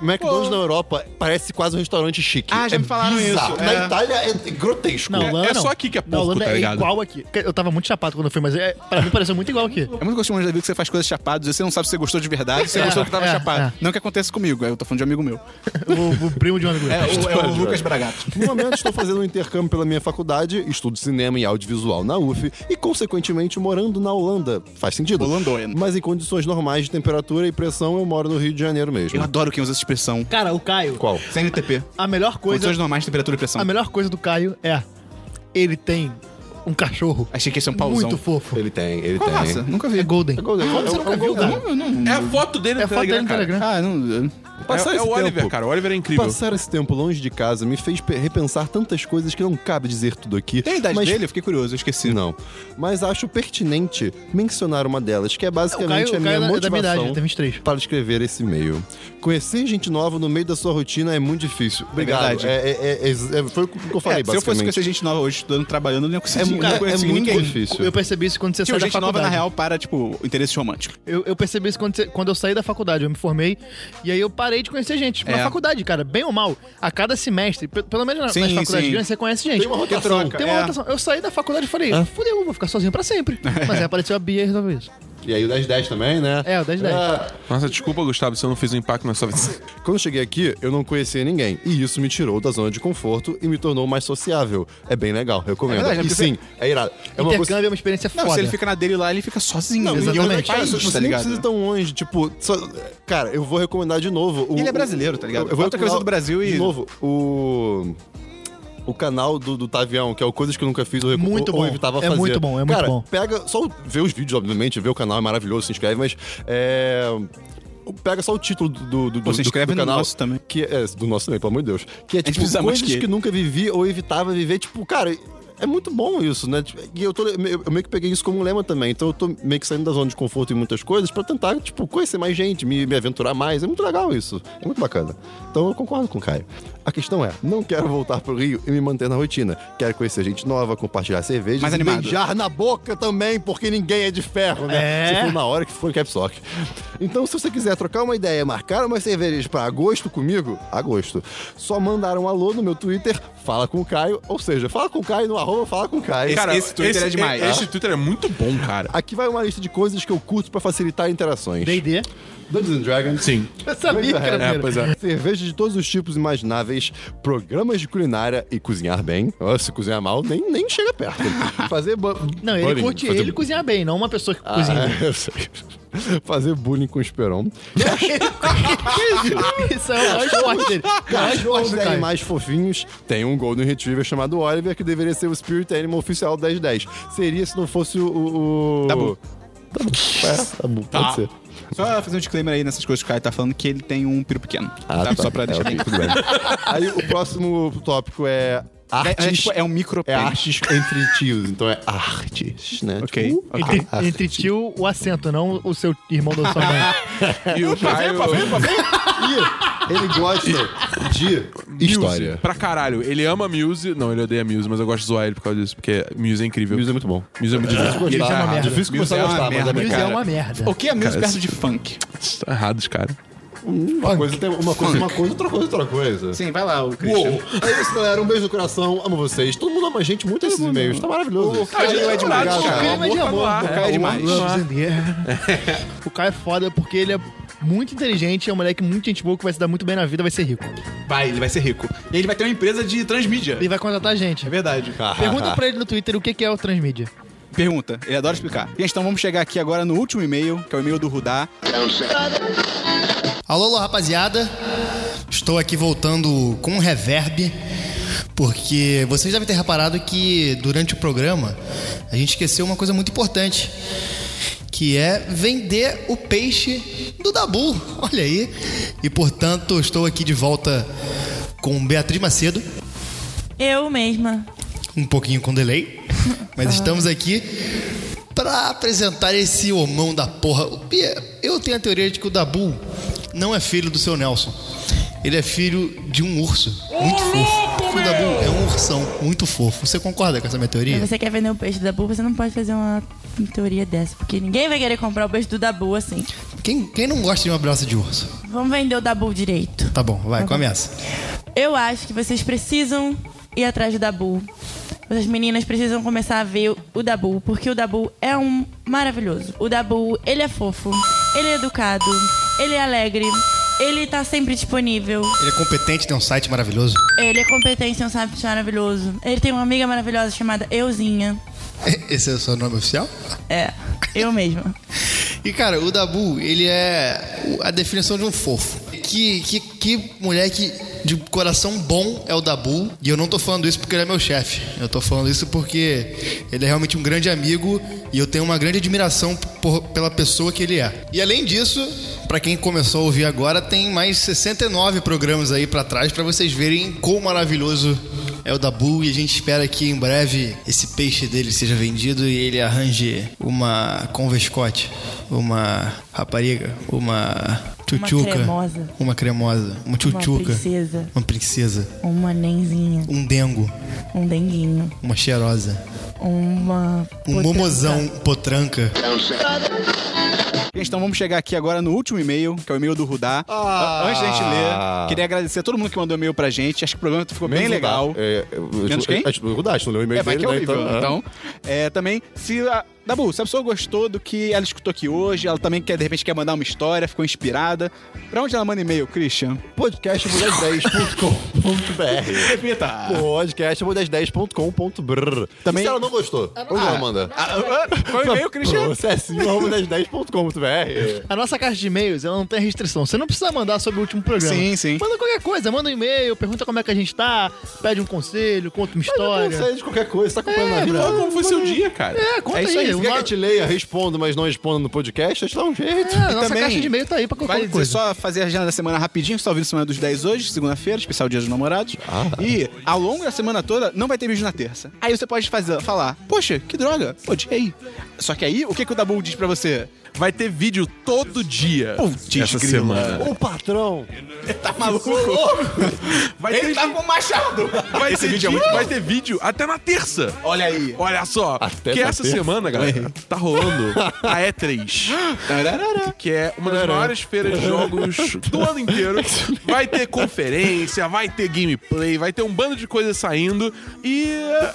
S3: McDonald's na Europa parece quase um restaurante chique.
S1: Ah, já
S3: É
S1: me falaram
S3: bizarro.
S1: isso,
S3: Na
S1: é.
S3: Itália é grotesco.
S2: Na Holanda,
S4: é
S2: não.
S4: só aqui que é
S2: Na
S4: porco,
S2: Holanda
S4: tá
S2: é
S4: ligado?
S2: igual aqui. Eu tava muito chapado quando eu fui, mas é, pra mim pareceu muito igual aqui.
S1: É muito gostoso da vida que você faz coisas chapadas, e você não sabe se você gostou de verdade, se você
S2: É,
S1: gostou que tava
S2: é,
S1: chapado.
S2: é.
S1: Não que aconteça comigo, aí eu tô falando de um amigo meu.
S2: O, o primo de um amigo meu.
S1: É, o, é o Lucas Bragato.
S3: No momento, estou fazendo um intercâmbio pela minha faculdade, estudo cinema e audiovisual na UF e, consequentemente, morando na Holanda. Faz sentido.
S1: Holandoia.
S3: Mas em condições normais de temperatura e pressão, eu moro no Rio de Janeiro mesmo.
S1: Eu adoro quem usa essa expressão.
S2: Cara, o Caio.
S3: Qual?
S1: CNTP.
S2: A melhor coisa.
S1: Condições normais, temperatura e pressão.
S2: A melhor coisa do Caio é. Ele tem um cachorro.
S1: Achei que esse é um pauzão.
S2: Muito fofo.
S3: Ele tem, ele
S1: Qual
S3: tem.
S1: raça? Nunca vi.
S2: É Golden.
S3: É Golden.
S2: Como
S3: É
S2: você
S3: um-
S2: nunca
S3: é um
S2: viu,
S3: Golden.
S2: cara?
S1: Eu não-
S4: É a foto dele
S2: É
S4: no
S2: foto dele
S4: Telegram,
S2: no
S4: cara.
S2: Telegram.
S1: Ah, não.
S3: Passar
S4: É, é
S3: esse
S4: o Oliver,
S3: tempo-
S4: cara. O Oliver é incrível.
S3: Passar esse tempo longe de casa me fez pe- repensar tantas coisas que não cabe dizer tudo aqui.
S1: Tem a idade
S3: mas
S1: dele? Eu fiquei curioso, eu esqueci.
S3: Não. Mas acho pertinente mencionar uma delas, que é basicamente
S2: o
S3: a minha
S2: Caio é da minha idade,
S3: motivação
S2: ele tem 23.
S3: para escrever esse e-mail. Conhecer gente nova no meio da sua rotina é muito difícil. Obrigado.
S1: verdade.
S3: É- é- é- é- foi o que eu falei,
S1: É, se eu fosse
S3: basicamente.
S1: conhecer gente nova hoje estudando, trabalhando, eu não ia conseguir.
S3: mu- cara,
S1: não conheci
S3: é muito
S1: ninguém.
S3: difícil.
S2: Eu percebi isso quando você
S1: Tipo,
S2: saiu da
S1: gente nova,
S2: faculdade.
S1: na real, para, tipo, interesse romântico.
S2: Eu, eu percebi isso quando, você- quando eu saí da faculdade, eu me formei. E aí eu parei de conhecer gente. Na
S1: É.
S2: faculdade, cara, bem ou mal, a cada semestre, pe- pelo menos na-
S1: Sim,
S2: nas faculdades
S1: sim.
S2: grandes, você conhece gente.
S3: Tem uma rotação.
S2: Tem uma
S1: É.
S2: rotação. Eu saí da faculdade e falei, fudeu, vou ficar sozinho pra
S1: (laughs)
S2: sempre. Mas aí apareceu a Bia e resolveu isso.
S1: É
S3: E aí o 1010 também, né?
S2: É, o 1010.
S3: Ah,
S4: Nossa, desculpa, Gustavo, se eu não fiz um impacto na sua vida.
S3: Quando eu cheguei aqui, eu não conhecia ninguém. E isso me tirou da zona de conforto e me tornou mais sociável. É bem legal, recomendo.
S1: É verdade, né?
S3: e
S1: Porque
S3: sim, é irado. É uma
S2: Intercâmbio
S3: coisa...
S2: é uma experiência
S1: Não,
S2: foda.
S1: se ele fica na dele lá, ele fica sozinho.
S3: Não,
S1: em outro
S2: exatamente.
S3: Cara,
S1: país,
S3: você
S1: tá
S3: você assim, tipo, nem
S1: ligado?
S3: precisa ir tão longe, tipo, só- cara, eu vou recomendar de novo. o-
S1: E ele é brasileiro, tá ligado?
S3: Eu vou
S1: Bota a camisa
S3: recomendar
S1: do Brasil e-
S3: De novo, o. O canal do, do Tavião, que é o Coisas que eu nunca fiz, eu recu-
S2: Muito
S3: eu-
S2: bom.
S3: eu evitava
S2: É
S3: fazer.
S2: muito bom, é muito
S3: Cara,
S2: bom.
S3: pega. Só o- vê os vídeos, obviamente, vê o canal, é maravilhoso, se inscreve, mas. É. Pega só o título do, do, do,
S1: Pô, se
S3: do-
S1: inscreve
S3: do
S1: no
S3: canal.
S1: nosso também.
S3: Que é, do nosso também, pelo amor de Deus. Que é tipo
S1: precisa mais
S3: coisas
S1: que-
S3: que nunca vivi ou evitava viver. Tipo, cara, é muito bom isso, né? Tipo, E eu, tô, eu eu meio que peguei isso como um lema também. Então eu tô meio que saindo da zona de conforto em muitas coisas pra tentar, tipo, conhecer mais gente, me, me aventurar mais. É muito legal isso. É muito bacana. Então eu concordo com o Caio. A questão é, não quero voltar pro Rio e me manter na rotina. Quero conhecer gente nova, compartilhar cerveja
S1: Mais
S3: e
S1: animado.
S3: beijar na boca também, porque ninguém é de ferro, né?
S2: É.
S3: Se for na hora que for em Caps Lock. Então, se você quiser trocar uma ideia, marcar umas cervejas pra agosto comigo, agosto, só mandar um alô no meu Twitter, fala com o Caio, ou seja, fala com o Caio no arroba fala com o Caio.
S1: Esse- esse Twitter é demais.
S4: Esse Twitter é muito bom, cara.
S3: Aqui vai uma lista de coisas que eu curto pra facilitar interações. (laughs)
S2: D&D.
S3: Dungeons and Dragons.
S4: Sim.
S2: Eu é. sabia que era
S4: É,
S2: maneiro.
S4: pois é.
S3: Cerveja de todos os tipos imagináveis, programas de culinária e cozinhar bem. Ó, se cozinhar mal, nem, nem chega perto. Fazer bu-
S2: Não, ele
S3: bullying,
S2: curte
S3: fazer-
S2: ele cozinhar bem, não uma pessoa que
S3: Ah,
S2: cozinha.
S1: é.
S3: (laughs)
S2: bem. (laughs)
S3: eu sei. Fazer bullying com o Esperon.
S2: Isso é o maior
S1: (laughs)
S2: esporte dele. O maior esporte
S3: Cachorros
S2: do
S3: e
S2: Caio.
S3: animais fofinhos. Tem um Golden Retriever chamado Oliver, que deveria ser o Spirit Animal oficial 1010. Seria se não fosse o. o, o...
S1: Dabu.
S3: Dabu. É, Dabu, pode
S1: Tá.
S3: ser.
S1: Só fazer um disclaimer aí nessas coisas que o Caio tá falando que ele tem um piro pequeno.
S3: Ah, tá.
S1: Só pra deixar
S3: é, ok,
S1: bem.
S3: tudo bem. Aí o próximo tópico é artes.
S1: É, é tipo, é um micro
S3: É artes entre tios, então é artes, né?
S1: Ok.
S3: Tipo,
S2: Entre,
S3: a-
S2: entre
S3: artes.
S2: tio,
S1: (laughs)
S2: o acento, não o seu irmão da sua mãe.
S4: E o Caio...
S3: Ih, Ele gosta de história.
S4: Pra caralho. Ele ama Muse. Não, ele odeia Muse, mas eu gosto de zoar ele por causa disso, porque Muse é incrível. Muse
S3: é muito bom.
S4: Muse é muito difícil.
S3: gostar.
S4: E ele tá
S3: É uma
S4: errado.
S3: merda. Difícil começar a gostar, mas é
S4: merda,
S3: bem-
S4: cara.
S3: é uma merda.
S1: O que é Muse
S4: Cara,
S1: perto de funk?
S4: Vocês estão errados, Tá cara.
S3: Uma coisa, tem- uma coisa,
S4: Funk.
S3: uma coisa, outra coisa, outra coisa.
S1: Sim, vai lá, o Christian.
S3: Uou. É isso, galera. Um beijo no coração. Amo vocês. Todo mundo ama a gente muito esses e-mails. Tá maravilhoso. isso.
S1: Caio é demais,
S3: Obrigado,
S1: cara.
S3: cara.
S1: O amor tá no ar,
S2: cara.
S1: o Caio é demais.
S2: Loves in the air. (laughs) O Caio é foda porque ele é muito inteligente, é um moleque muito gente boa que vai se dar muito bem na vida, vai ser rico.
S1: Vai, ele vai ser rico. E ele vai ter uma empresa de transmídia.
S2: Ele vai contratar gente.
S1: É verdade.
S2: Pergunta pra ele no Twitter o que que é o transmídia.
S1: ah. Pergunta, ele adora explicar. Gente, então vamos chegar aqui agora no último e-mail, que é o e-mail do Rudá.
S11: Alô, alô, rapaziada. Estou aqui voltando com um reverb, porque vocês devem ter reparado que durante o programa a gente esqueceu uma coisa muito importante, que é vender o peixe do Dabu. Olha aí. E portanto, estou aqui de volta com Beatriz Macedo,
S12: Eu mesma.
S11: um pouquinho com delay, (laughs) mas estamos aqui para apresentar esse homão da porra. O Pi- Eu tenho a teoria de que o Dabu não é filho do seu Nelson. Ele é filho de um urso. Muito fofo. O Dabu é um ursão muito fofo. Você concorda com essa minha
S12: Se
S11: teoria?
S12: você quer vender o peixe do Dabu, você não pode fazer uma teoria dessa, porque ninguém vai querer comprar o peixe do Dabu assim.
S11: Quem, quem não gosta de uma braça de urso?
S12: Vamos vender o Dabu direito.
S11: Tá bom, vai, começa.
S12: Eu acho que vocês precisam ir atrás do Dabu. As meninas precisam começar a ver o Dabu, porque o Dabu é um maravilhoso. O Dabu, ele é fofo, ele é educado, ele é alegre, ele tá sempre disponível.
S11: Ele é competente, tem um site maravilhoso.
S12: Ele é competente, é um sábio maravilhoso. Ele tem uma amiga maravilhosa chamada Euzinha.
S11: (laughs) Esse é o seu nome oficial?
S12: É, eu mesma.
S11: E cara, o Dabu, ele é o- a definição de um fofo. Que, que, que moleque de coração bom é o Dabu. E eu não tô falando isso porque ele é meu chefe. Eu tô falando isso porque ele é realmente um grande amigo e eu tenho uma grande admiração por- pela pessoa que ele é. E além disso, pra quem começou a ouvir agora, tem mais 69 programas aí pra trás pra vocês verem quão maravilhoso é o Dabu e a gente espera que em breve esse peixe dele seja vendido e ele arranje uma convescote, uma rapariga, uma tchutchuca,
S12: cremosa.
S11: uma cremosa, uma
S12: Uma
S11: tchutchuca,
S12: princesa,
S11: uma princesa,
S12: uma nenzinha,
S11: um dengo,
S12: um denguinho,
S11: uma cheirosa,
S12: uma.
S11: um
S12: potranca.
S11: momozão potranca.
S1: Gente, então vamos chegar aqui agora no último e-mail, que é o e-mail do Rudá. A- Antes da gente ler, queria agradecer a todo mundo que mandou e-mail pra gente. Acho que o programa ficou bem
S3: Menos o
S1: legal.
S3: Dá. É, eu- eu-
S1: Menos quem?
S3: A gente não dá, a gente não leu o e-mail
S1: É, vai
S3: dele,
S1: que é
S3: né?
S1: horrível.
S3: é.
S1: Então, é, também, se a, Dabu, se a pessoa gostou do que ela escutou aqui hoje, ela também quer, de repente, quer mandar uma história, ficou inspirada. Pra onde ela manda e-mail, Christian?
S3: é. podcast10.com.br
S1: Repita.
S3: podcast10.com.br Também... se ela não gostou, onde ela manda?
S1: Qual e-mail, Christian?
S3: Processinho10.com.br
S2: A nossa caixa de e-mails, ela não tem restrição. Você não precisa mandar sobre o último programa.
S3: Sim, sim.
S2: Manda qualquer coisa, manda um e-mail, pergunta como é que a gente tá, pede um conselho, conta uma história.
S3: conselho de qualquer coisa, tá acompanhando
S2: É,
S3: a vida.
S2: bro, como
S4: foi seu dia, cara?
S2: É, conta
S3: é isso aí.
S2: aí,
S3: Se quer
S2: uma-
S3: que eu te leia, respondo, mas não respondo no podcast, a gente dá um jeito.
S2: É, a nossa caixa de e-mail tá aí pra qualquer
S1: Vale dizer,
S2: coisa.
S1: só fazer a agenda da semana rapidinho, só ouvindo Semana dos 10 hoje, segunda-feira, especial Dia dos Namorados. E ao longo da semana toda, não vai ter vídeo na terça. Aí você pode fazer, falar, poxa, que droga, odiei. Só que aí, o que, que o Dabu diz pra você?
S4: Vai ter vídeo todo dia essa
S1: grila.
S4: semana.
S3: O patrão.
S1: Tá maluco?
S4: Vai
S1: Ele tá com machado.
S4: Vai
S1: Esse
S4: ter
S1: vídeo é
S4: vídeo,
S1: muito
S4: vai
S1: bom.
S4: ter vídeo até na terça.
S1: Olha aí.
S4: Olha só,
S1: Até
S4: que
S1: na
S4: essa
S1: terça?
S4: semana, galera, tá rolando a E3, que é uma das maiores feiras de jogos do ano inteiro. Vai ter conferência, vai ter gameplay, vai ter um bando de coisas saindo e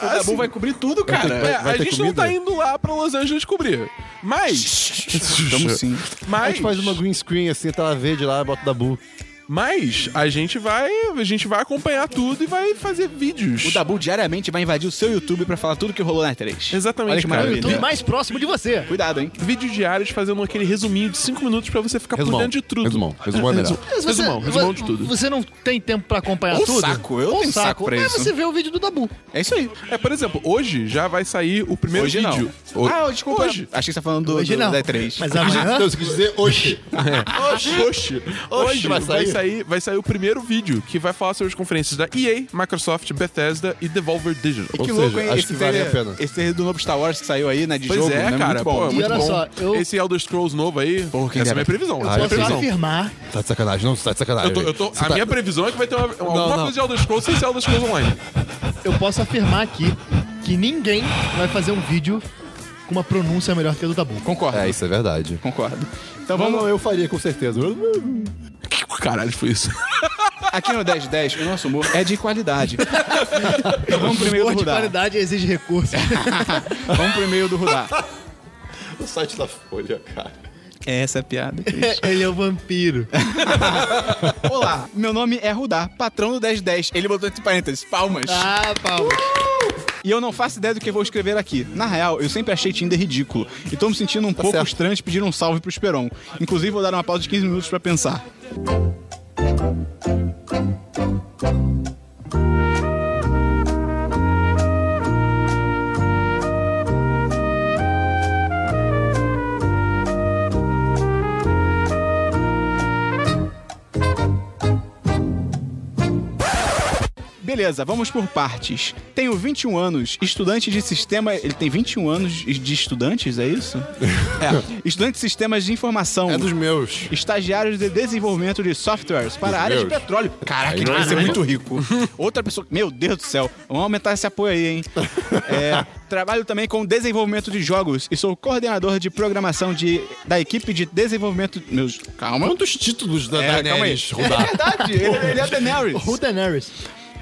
S4: assim,
S1: Dabu vai cobrir tudo,
S4: Vai ter-
S1: cara.
S4: vai-
S1: É,
S4: vai ter comida? tá indo lá pra Los Angeles cobrir. (laughs) Mas.
S3: Estamos sim.
S4: Mas-
S3: A gente faz uma green screen assim, tela verde lá, bota da Bu.
S4: Tá Mas a gente vai, a gente vai acompanhar tudo e vai fazer vídeos.
S1: O Dabu diariamente vai invadir o seu YouTube pra falar tudo que rolou na E3.
S4: Exatamente,
S1: Olha que
S4: cara.
S1: maravilha.
S4: YouTube
S2: mais próximo de você.
S1: Cuidado, hein?
S4: Vídeos diários fazendo aquele resuminho de 5 minutos pra você ficar
S3: Resumão.
S4: por dentro de tudo.
S3: Resumão. Resumão é melhor.
S4: Resu-
S2: Mas você-
S4: Resumão, resumão de tudo.
S2: Você não tem tempo pra acompanhar
S4: Ou
S2: tudo?
S4: saco, eu
S2: Ou
S4: tenho saco pra
S2: Mas
S4: isso.
S2: você vê o vídeo do Dabu.
S1: É isso aí.
S4: É, por exemplo, hoje já vai sair o primeiro
S1: Hoje
S4: vídeo.
S1: não.
S4: O-
S1: Ah, desculpa.
S4: Hoje.
S1: Achei que você tá falando do,
S4: é
S2: Hoje
S1: do
S2: não.
S1: da E3.
S3: Ah, então
S2: Mas amanhã...
S3: Não, você quis dizer hoje.
S4: Hoje. Hoje.
S3: Hoje vai sair.
S4: sair, vai sair o primeiro vídeo que vai falar sobre as conferências da EA, Microsoft, Bethesda e Devolver Digital.
S1: que louco, hein? esse trailer- Esse trailer do novo Star Wars que saiu aí, né? De
S4: Pois
S1: jogo,
S4: é,
S1: né?
S4: cara.
S1: muito bom.
S4: pô, é
S1: muito
S4: muito
S1: bom.
S4: bom. Esse Elder Scrolls novo aí, essa é a minha previsão.
S2: Eu
S4: essa é a minha
S2: posso
S4: previsão.
S2: afirmar
S3: Tá de sacanagem, não? Você tá de sacanagem.
S4: Eu tô- eu tô-
S3: velho. Você
S4: a
S3: tá-
S4: minha previsão é que vai ter uma, alguma
S3: não.
S4: coisa de Elder Scrolls sem ser Elder Scrolls Online.
S2: eu posso afirmar aqui que ninguém vai fazer um vídeo com uma pronúncia melhor que a do Dabu.
S1: Concordo.
S3: É, isso é verdade.
S1: Concordo.
S3: Então vamos... eu faria, com certeza.
S4: Caralho, foi isso.
S1: Aqui no 1010, o nosso humor é de qualidade. então vamos primeiro
S2: Humor
S1: do
S2: de
S1: Rudá.
S2: qualidade exige (laughs) recursos.
S1: vamos primeiro do Rudá.
S3: O site da Folha, cara.
S1: É essa a piada.
S2: Ele é o vampiro.
S1: Olá, meu nome é Rudá, patrão do 1010. Ele botou entre parênteses, palmas.
S2: Ah, palmas.
S1: E eu não faço ideia do que eu vou escrever aqui. Na real, eu sempre achei Tinder ridículo. E tô me sentindo
S3: Tá
S1: um pouco estranho de pedir um salve pro Esperon. Inclusive, vou dar uma pausa de 15 minutos pra pensar. Beleza, vamos por partes. Tenho 21 anos, estudante de sistema. Ele tem 21 anos de estudantes, é
S3: (laughs)
S1: isso? é. Estudante de sistemas de informação. É dos
S3: meus.
S1: Estagiário de desenvolvimento de softwares para
S3: Dos
S1: a área de
S3: meus.
S1: petróleo. Caraca, ele vai ser
S3: Caralho.
S1: muito rico. Outra pessoa. Meu Deus do céu, vamos aumentar esse apoio aí, hein? É, trabalho também com desenvolvimento de jogos e sou coordenador de programação de, da equipe de desenvolvimento. Meus, calma.
S3: Quantos títulos da
S1: é,
S3: Daenerys,
S1: calma aí.
S3: Rudá?
S1: É verdade, ele, ele é Daenerys.
S2: O Daenerys.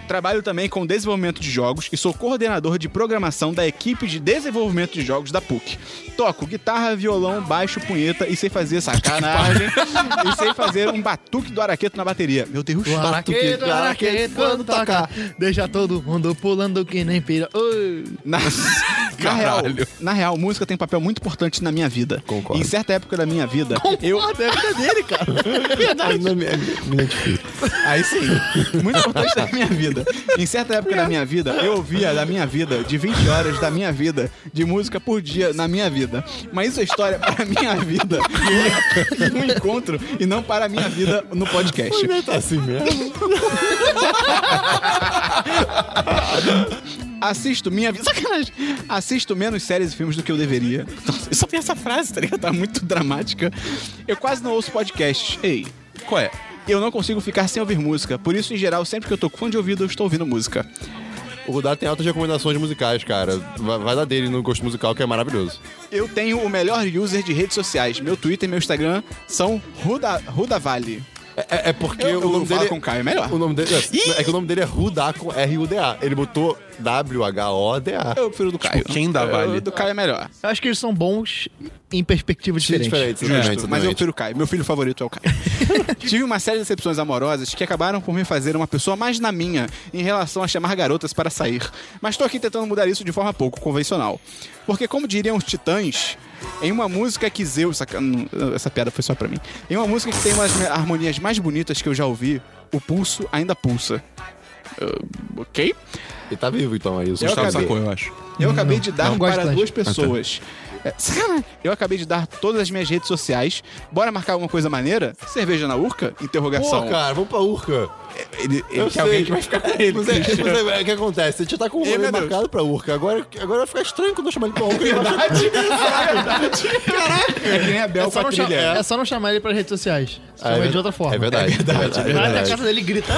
S1: Trabalho também com desenvolvimento de jogos e sou coordenador de programação da equipe de desenvolvimento de jogos da PUC. Toco guitarra, violão, baixo, punheta e sei
S3: (laughs)
S1: fazer sacanagem e sei fazer um batuque do araqueto na bateria. Meu Deus,
S2: O araqueto, o araqueto, quando tocar, deixa todo mundo pulando que nem pira. Oi.
S1: Na, na real, na real, música tem um papel muito importante na minha vida. Concordo. Em certa época da minha vida, eu
S2: Concordo, é a vida dele, cara. Verdade.
S1: Aí sim. Muito importante da minha vida. Em certa época da minha vida, eu ouvia da minha vida, de 20 horas da minha vida, de música por dia na minha vida. Mas isso é história para a minha vida e um encontro e não para a minha vida no podcast.
S3: Tá assim mesmo.
S1: Assisto minha vida. Sacanagem! Assisto menos séries e filmes do que eu deveria. Nossa, eu só tenho essa frase, tá ligado? Tá muito dramática. Eu quase não ouço podcast. Ei.
S4: Qual é?
S1: Eu não consigo ficar sem ouvir música. Por isso, em geral, sempre que eu tô com fone de ouvido, eu estou ouvindo música.
S3: O Rudá tem altas recomendações musicais, cara. Vai, vai dar dele no gosto musical, que é maravilhoso.
S1: Eu tenho o melhor user de redes sociais. Meu Twitter e meu Instagram são Ruda, Ruda Vale.
S3: É, é porque
S1: Eu- eu
S3: o nome
S1: vou falar
S3: dele
S1: com K, é melhor.
S3: O nome dele é, é que o nome dele é Rudá com R-U-D-A. Ele botou W-H-O-D-A.
S1: Eu prefiro do Caio.
S3: tipo,
S4: quem dá vale?
S1: O do Caio é melhor.
S2: Eu acho que eles são bons em perspectivas
S3: Diferente,
S2: diferentes.
S1: Justo,
S3: exatamente,
S1: mas eu
S3: exatamente.
S1: prefiro o Caio. Meu filho favorito é o Caio. Tive uma série de decepções amorosas que acabaram por me fazer uma pessoa mais na minha em relação a chamar garotas para sair. Mas tô aqui tentando mudar isso de forma pouco convencional. Porque, como diriam os titãs, em uma música que Zeus. saca- não, Essa piada foi só pra mim. Em uma música que tem uma das me- harmonias mais bonitas que eu já ouvi, o pulso ainda pulsa. Ah, ok?
S3: Ele tá vivo, então, é isso.
S1: Eu acabei.
S4: sacou, eu acho.
S1: Eu acabei de dar
S2: não gosto
S1: para
S2: de
S1: duas
S2: plástico.
S1: pessoas. É, (laughs) sacanagem. eu acabei de dar todas as minhas redes sociais. Bora marcar alguma coisa maneira? Cerveja na urca? Interrogação.
S3: Pô, cara, vamos pra Urca.
S1: Ele, ele
S3: Eu
S1: quer alguém que
S3: sei.
S1: vai ficar com ele.
S3: (laughs) Mas é,
S1: (laughs) Christian.
S3: mas é- é o que acontece? Você já tá com o
S1: Ei,
S3: rolê
S1: meu Deus.
S3: marcado pra Urca. Agora, agora vai ficar estranho quando eu chamar ele pra Urca. (laughs)
S1: É que nem a Bel
S2: É só,
S1: pra
S2: não chamar,
S1: trilha.
S2: é só não chamar ele para redes sociais.
S3: Ah,
S2: Chama ele de outra forma.
S3: É verdade. É verdade. é
S2: Vai na
S3: verdade. É
S2: casa dele e grita.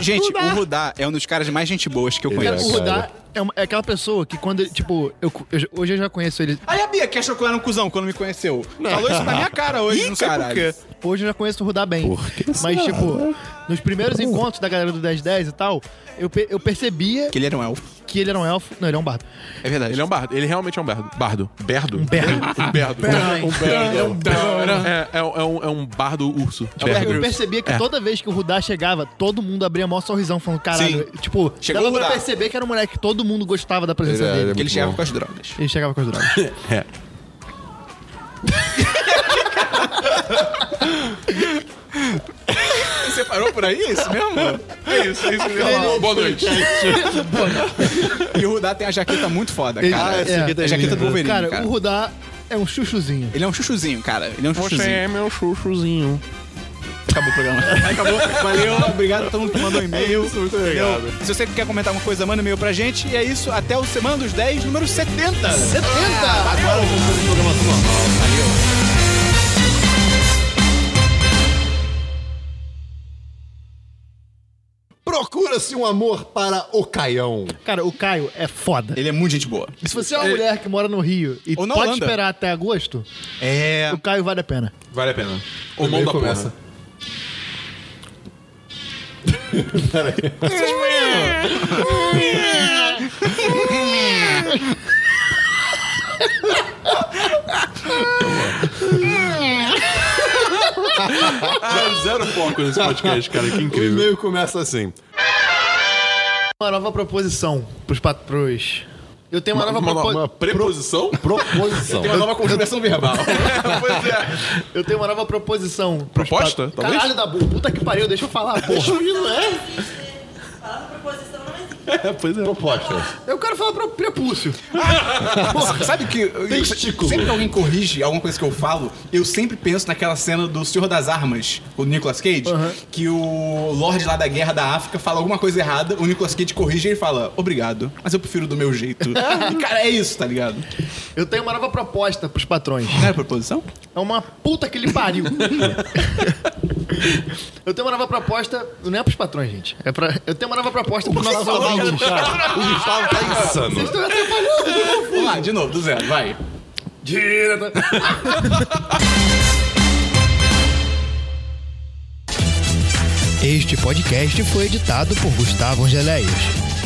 S1: Gente, o Rudá é um dos caras mais gente boas que eu
S3: Ele
S2: Cara,
S1: conheço.
S2: o Rudá é, uma- é aquela pessoa que quando, ele, tipo, eu, eu- hoje eu já conheço ele.
S1: Aí a Bia que achou que eu era um cuzão quando me conheceu. Falou isso na minha cara hoje, não sei
S4: caralho.
S1: porquê.
S2: Hoje eu já conheço o Rudá bem. Mas, tipo, nos
S1: Hum.
S2: primeiros encontros da galera do 1010 e tal, eu, pe- eu percebia
S1: Que ele era um elfo.
S2: que ele era um elfo. Não, ele é um bardo.
S1: É verdade.
S4: Ele é um bardo. Ele realmente é um bardo. Bardo. Berdo. Um
S2: berdo.
S4: Um berdo. Um berdo. É, é, um- é um, é um bardo urso.
S1: um
S4: Bear
S1: berdo.
S2: Eu
S4: Grylls.
S2: percebia que toda vez que o Rudá chegava, todo mundo abria maior sorrisão, falando, caralho,
S1: Sim.
S2: tipo,
S1: Chegou o
S2: dava pra
S1: Rudá.
S2: perceber que era um moleque que todo mundo gostava da presença
S3: Ele é-
S2: dele.
S3: ele é
S1: Que ele
S3: muito
S1: chegava
S3: bom.
S1: com as drogas.
S2: Ele chegava com as drogas.
S1: (laughs)
S4: (laughs) É.
S1: Você parou por aí? Isso mesmo?
S4: É isso, é isso mesmo. Boa noite.
S1: E o Rudá tem a jaqueta muito foda,
S2: Ele-
S1: cara. tá-
S2: é.
S1: a jaqueta do Wolverine,
S2: Cara,
S1: cara.
S2: o Rudá é um chuchuzinho.
S1: Ele é um chuchuzinho, cara. Ele é um
S4: Você
S1: chuchuzinho.
S4: é meu chuchuzinho.
S1: Acabou o programa. (laughs) Acabou. Valeu, obrigado a todo mundo que mandou e-mail. muito obrigado. Se você quer comentar alguma coisa, manda um e-mail pra gente. E é isso. Até o Semana dos 10, número 70. 70! Agora vamos fazer o programa normal. Valeu.
S10: Procura-se um amor para o Caião.
S2: Cara, o Caio é foda.
S1: Ele é muito gente boa.
S2: Se você é uma mulher que mora no Rio e
S10: Ou
S2: pode
S10: na Holanda.
S2: esperar até agosto,
S1: é...
S2: o Caio vale a pena.
S4: Vale a pena.
S10: O
S4: mão da
S10: começa.
S4: Zero, Ah, zero foco nesse podcast, cara. Que
S10: O
S4: incrível.
S10: e-mail começa assim.
S2: Uma nova proposição pros pat- pros. Eu tenho uma,
S4: Uma-
S2: nova
S4: uma-
S2: propo-
S4: uma preposição?
S10: Proposição.
S4: Tem uma nova conjugação verbal.
S1: Então, é.
S2: Eu tenho uma nova proposição. pros
S4: Proposta,
S2: pat-
S4: talvez?
S2: Caralho, Dabu, puta que pariu, deixa eu falar. Deixa eu ir, não é?
S10: pois é. Proposta.
S2: Eu quero falar pro prepúcio.
S1: Porra, sabe que eu-
S10: Testículo.
S1: sempre que alguém corrige alguma coisa que eu falo, eu sempre penso naquela cena do Senhor das Armas, o Nicolas Cage, que o Lorde lá da Guerra da África fala alguma coisa errada, o Nicolas Cage corrige e ele fala, obrigado, mas eu prefiro do meu jeito. e cara, é isso, tá ligado?
S2: Eu tenho uma nova proposta pros patrões.
S1: Não era proposição?
S2: É uma puta que
S4: (laughs)
S2: ele pariu. eu tenho uma nova proposta. Não é pros patrões, gente. É pra... Eu tenho uma nova proposta pros nossos
S10: Gustavo,
S2: alunos.
S10: o Gustavo, o Gustavo tá insano.
S2: Vocês estão me atrapalhando.
S1: Vamos lá, de novo, do zero, vai.
S2: Direto.
S11: Este podcast foi editado por Gustavo Angeléias.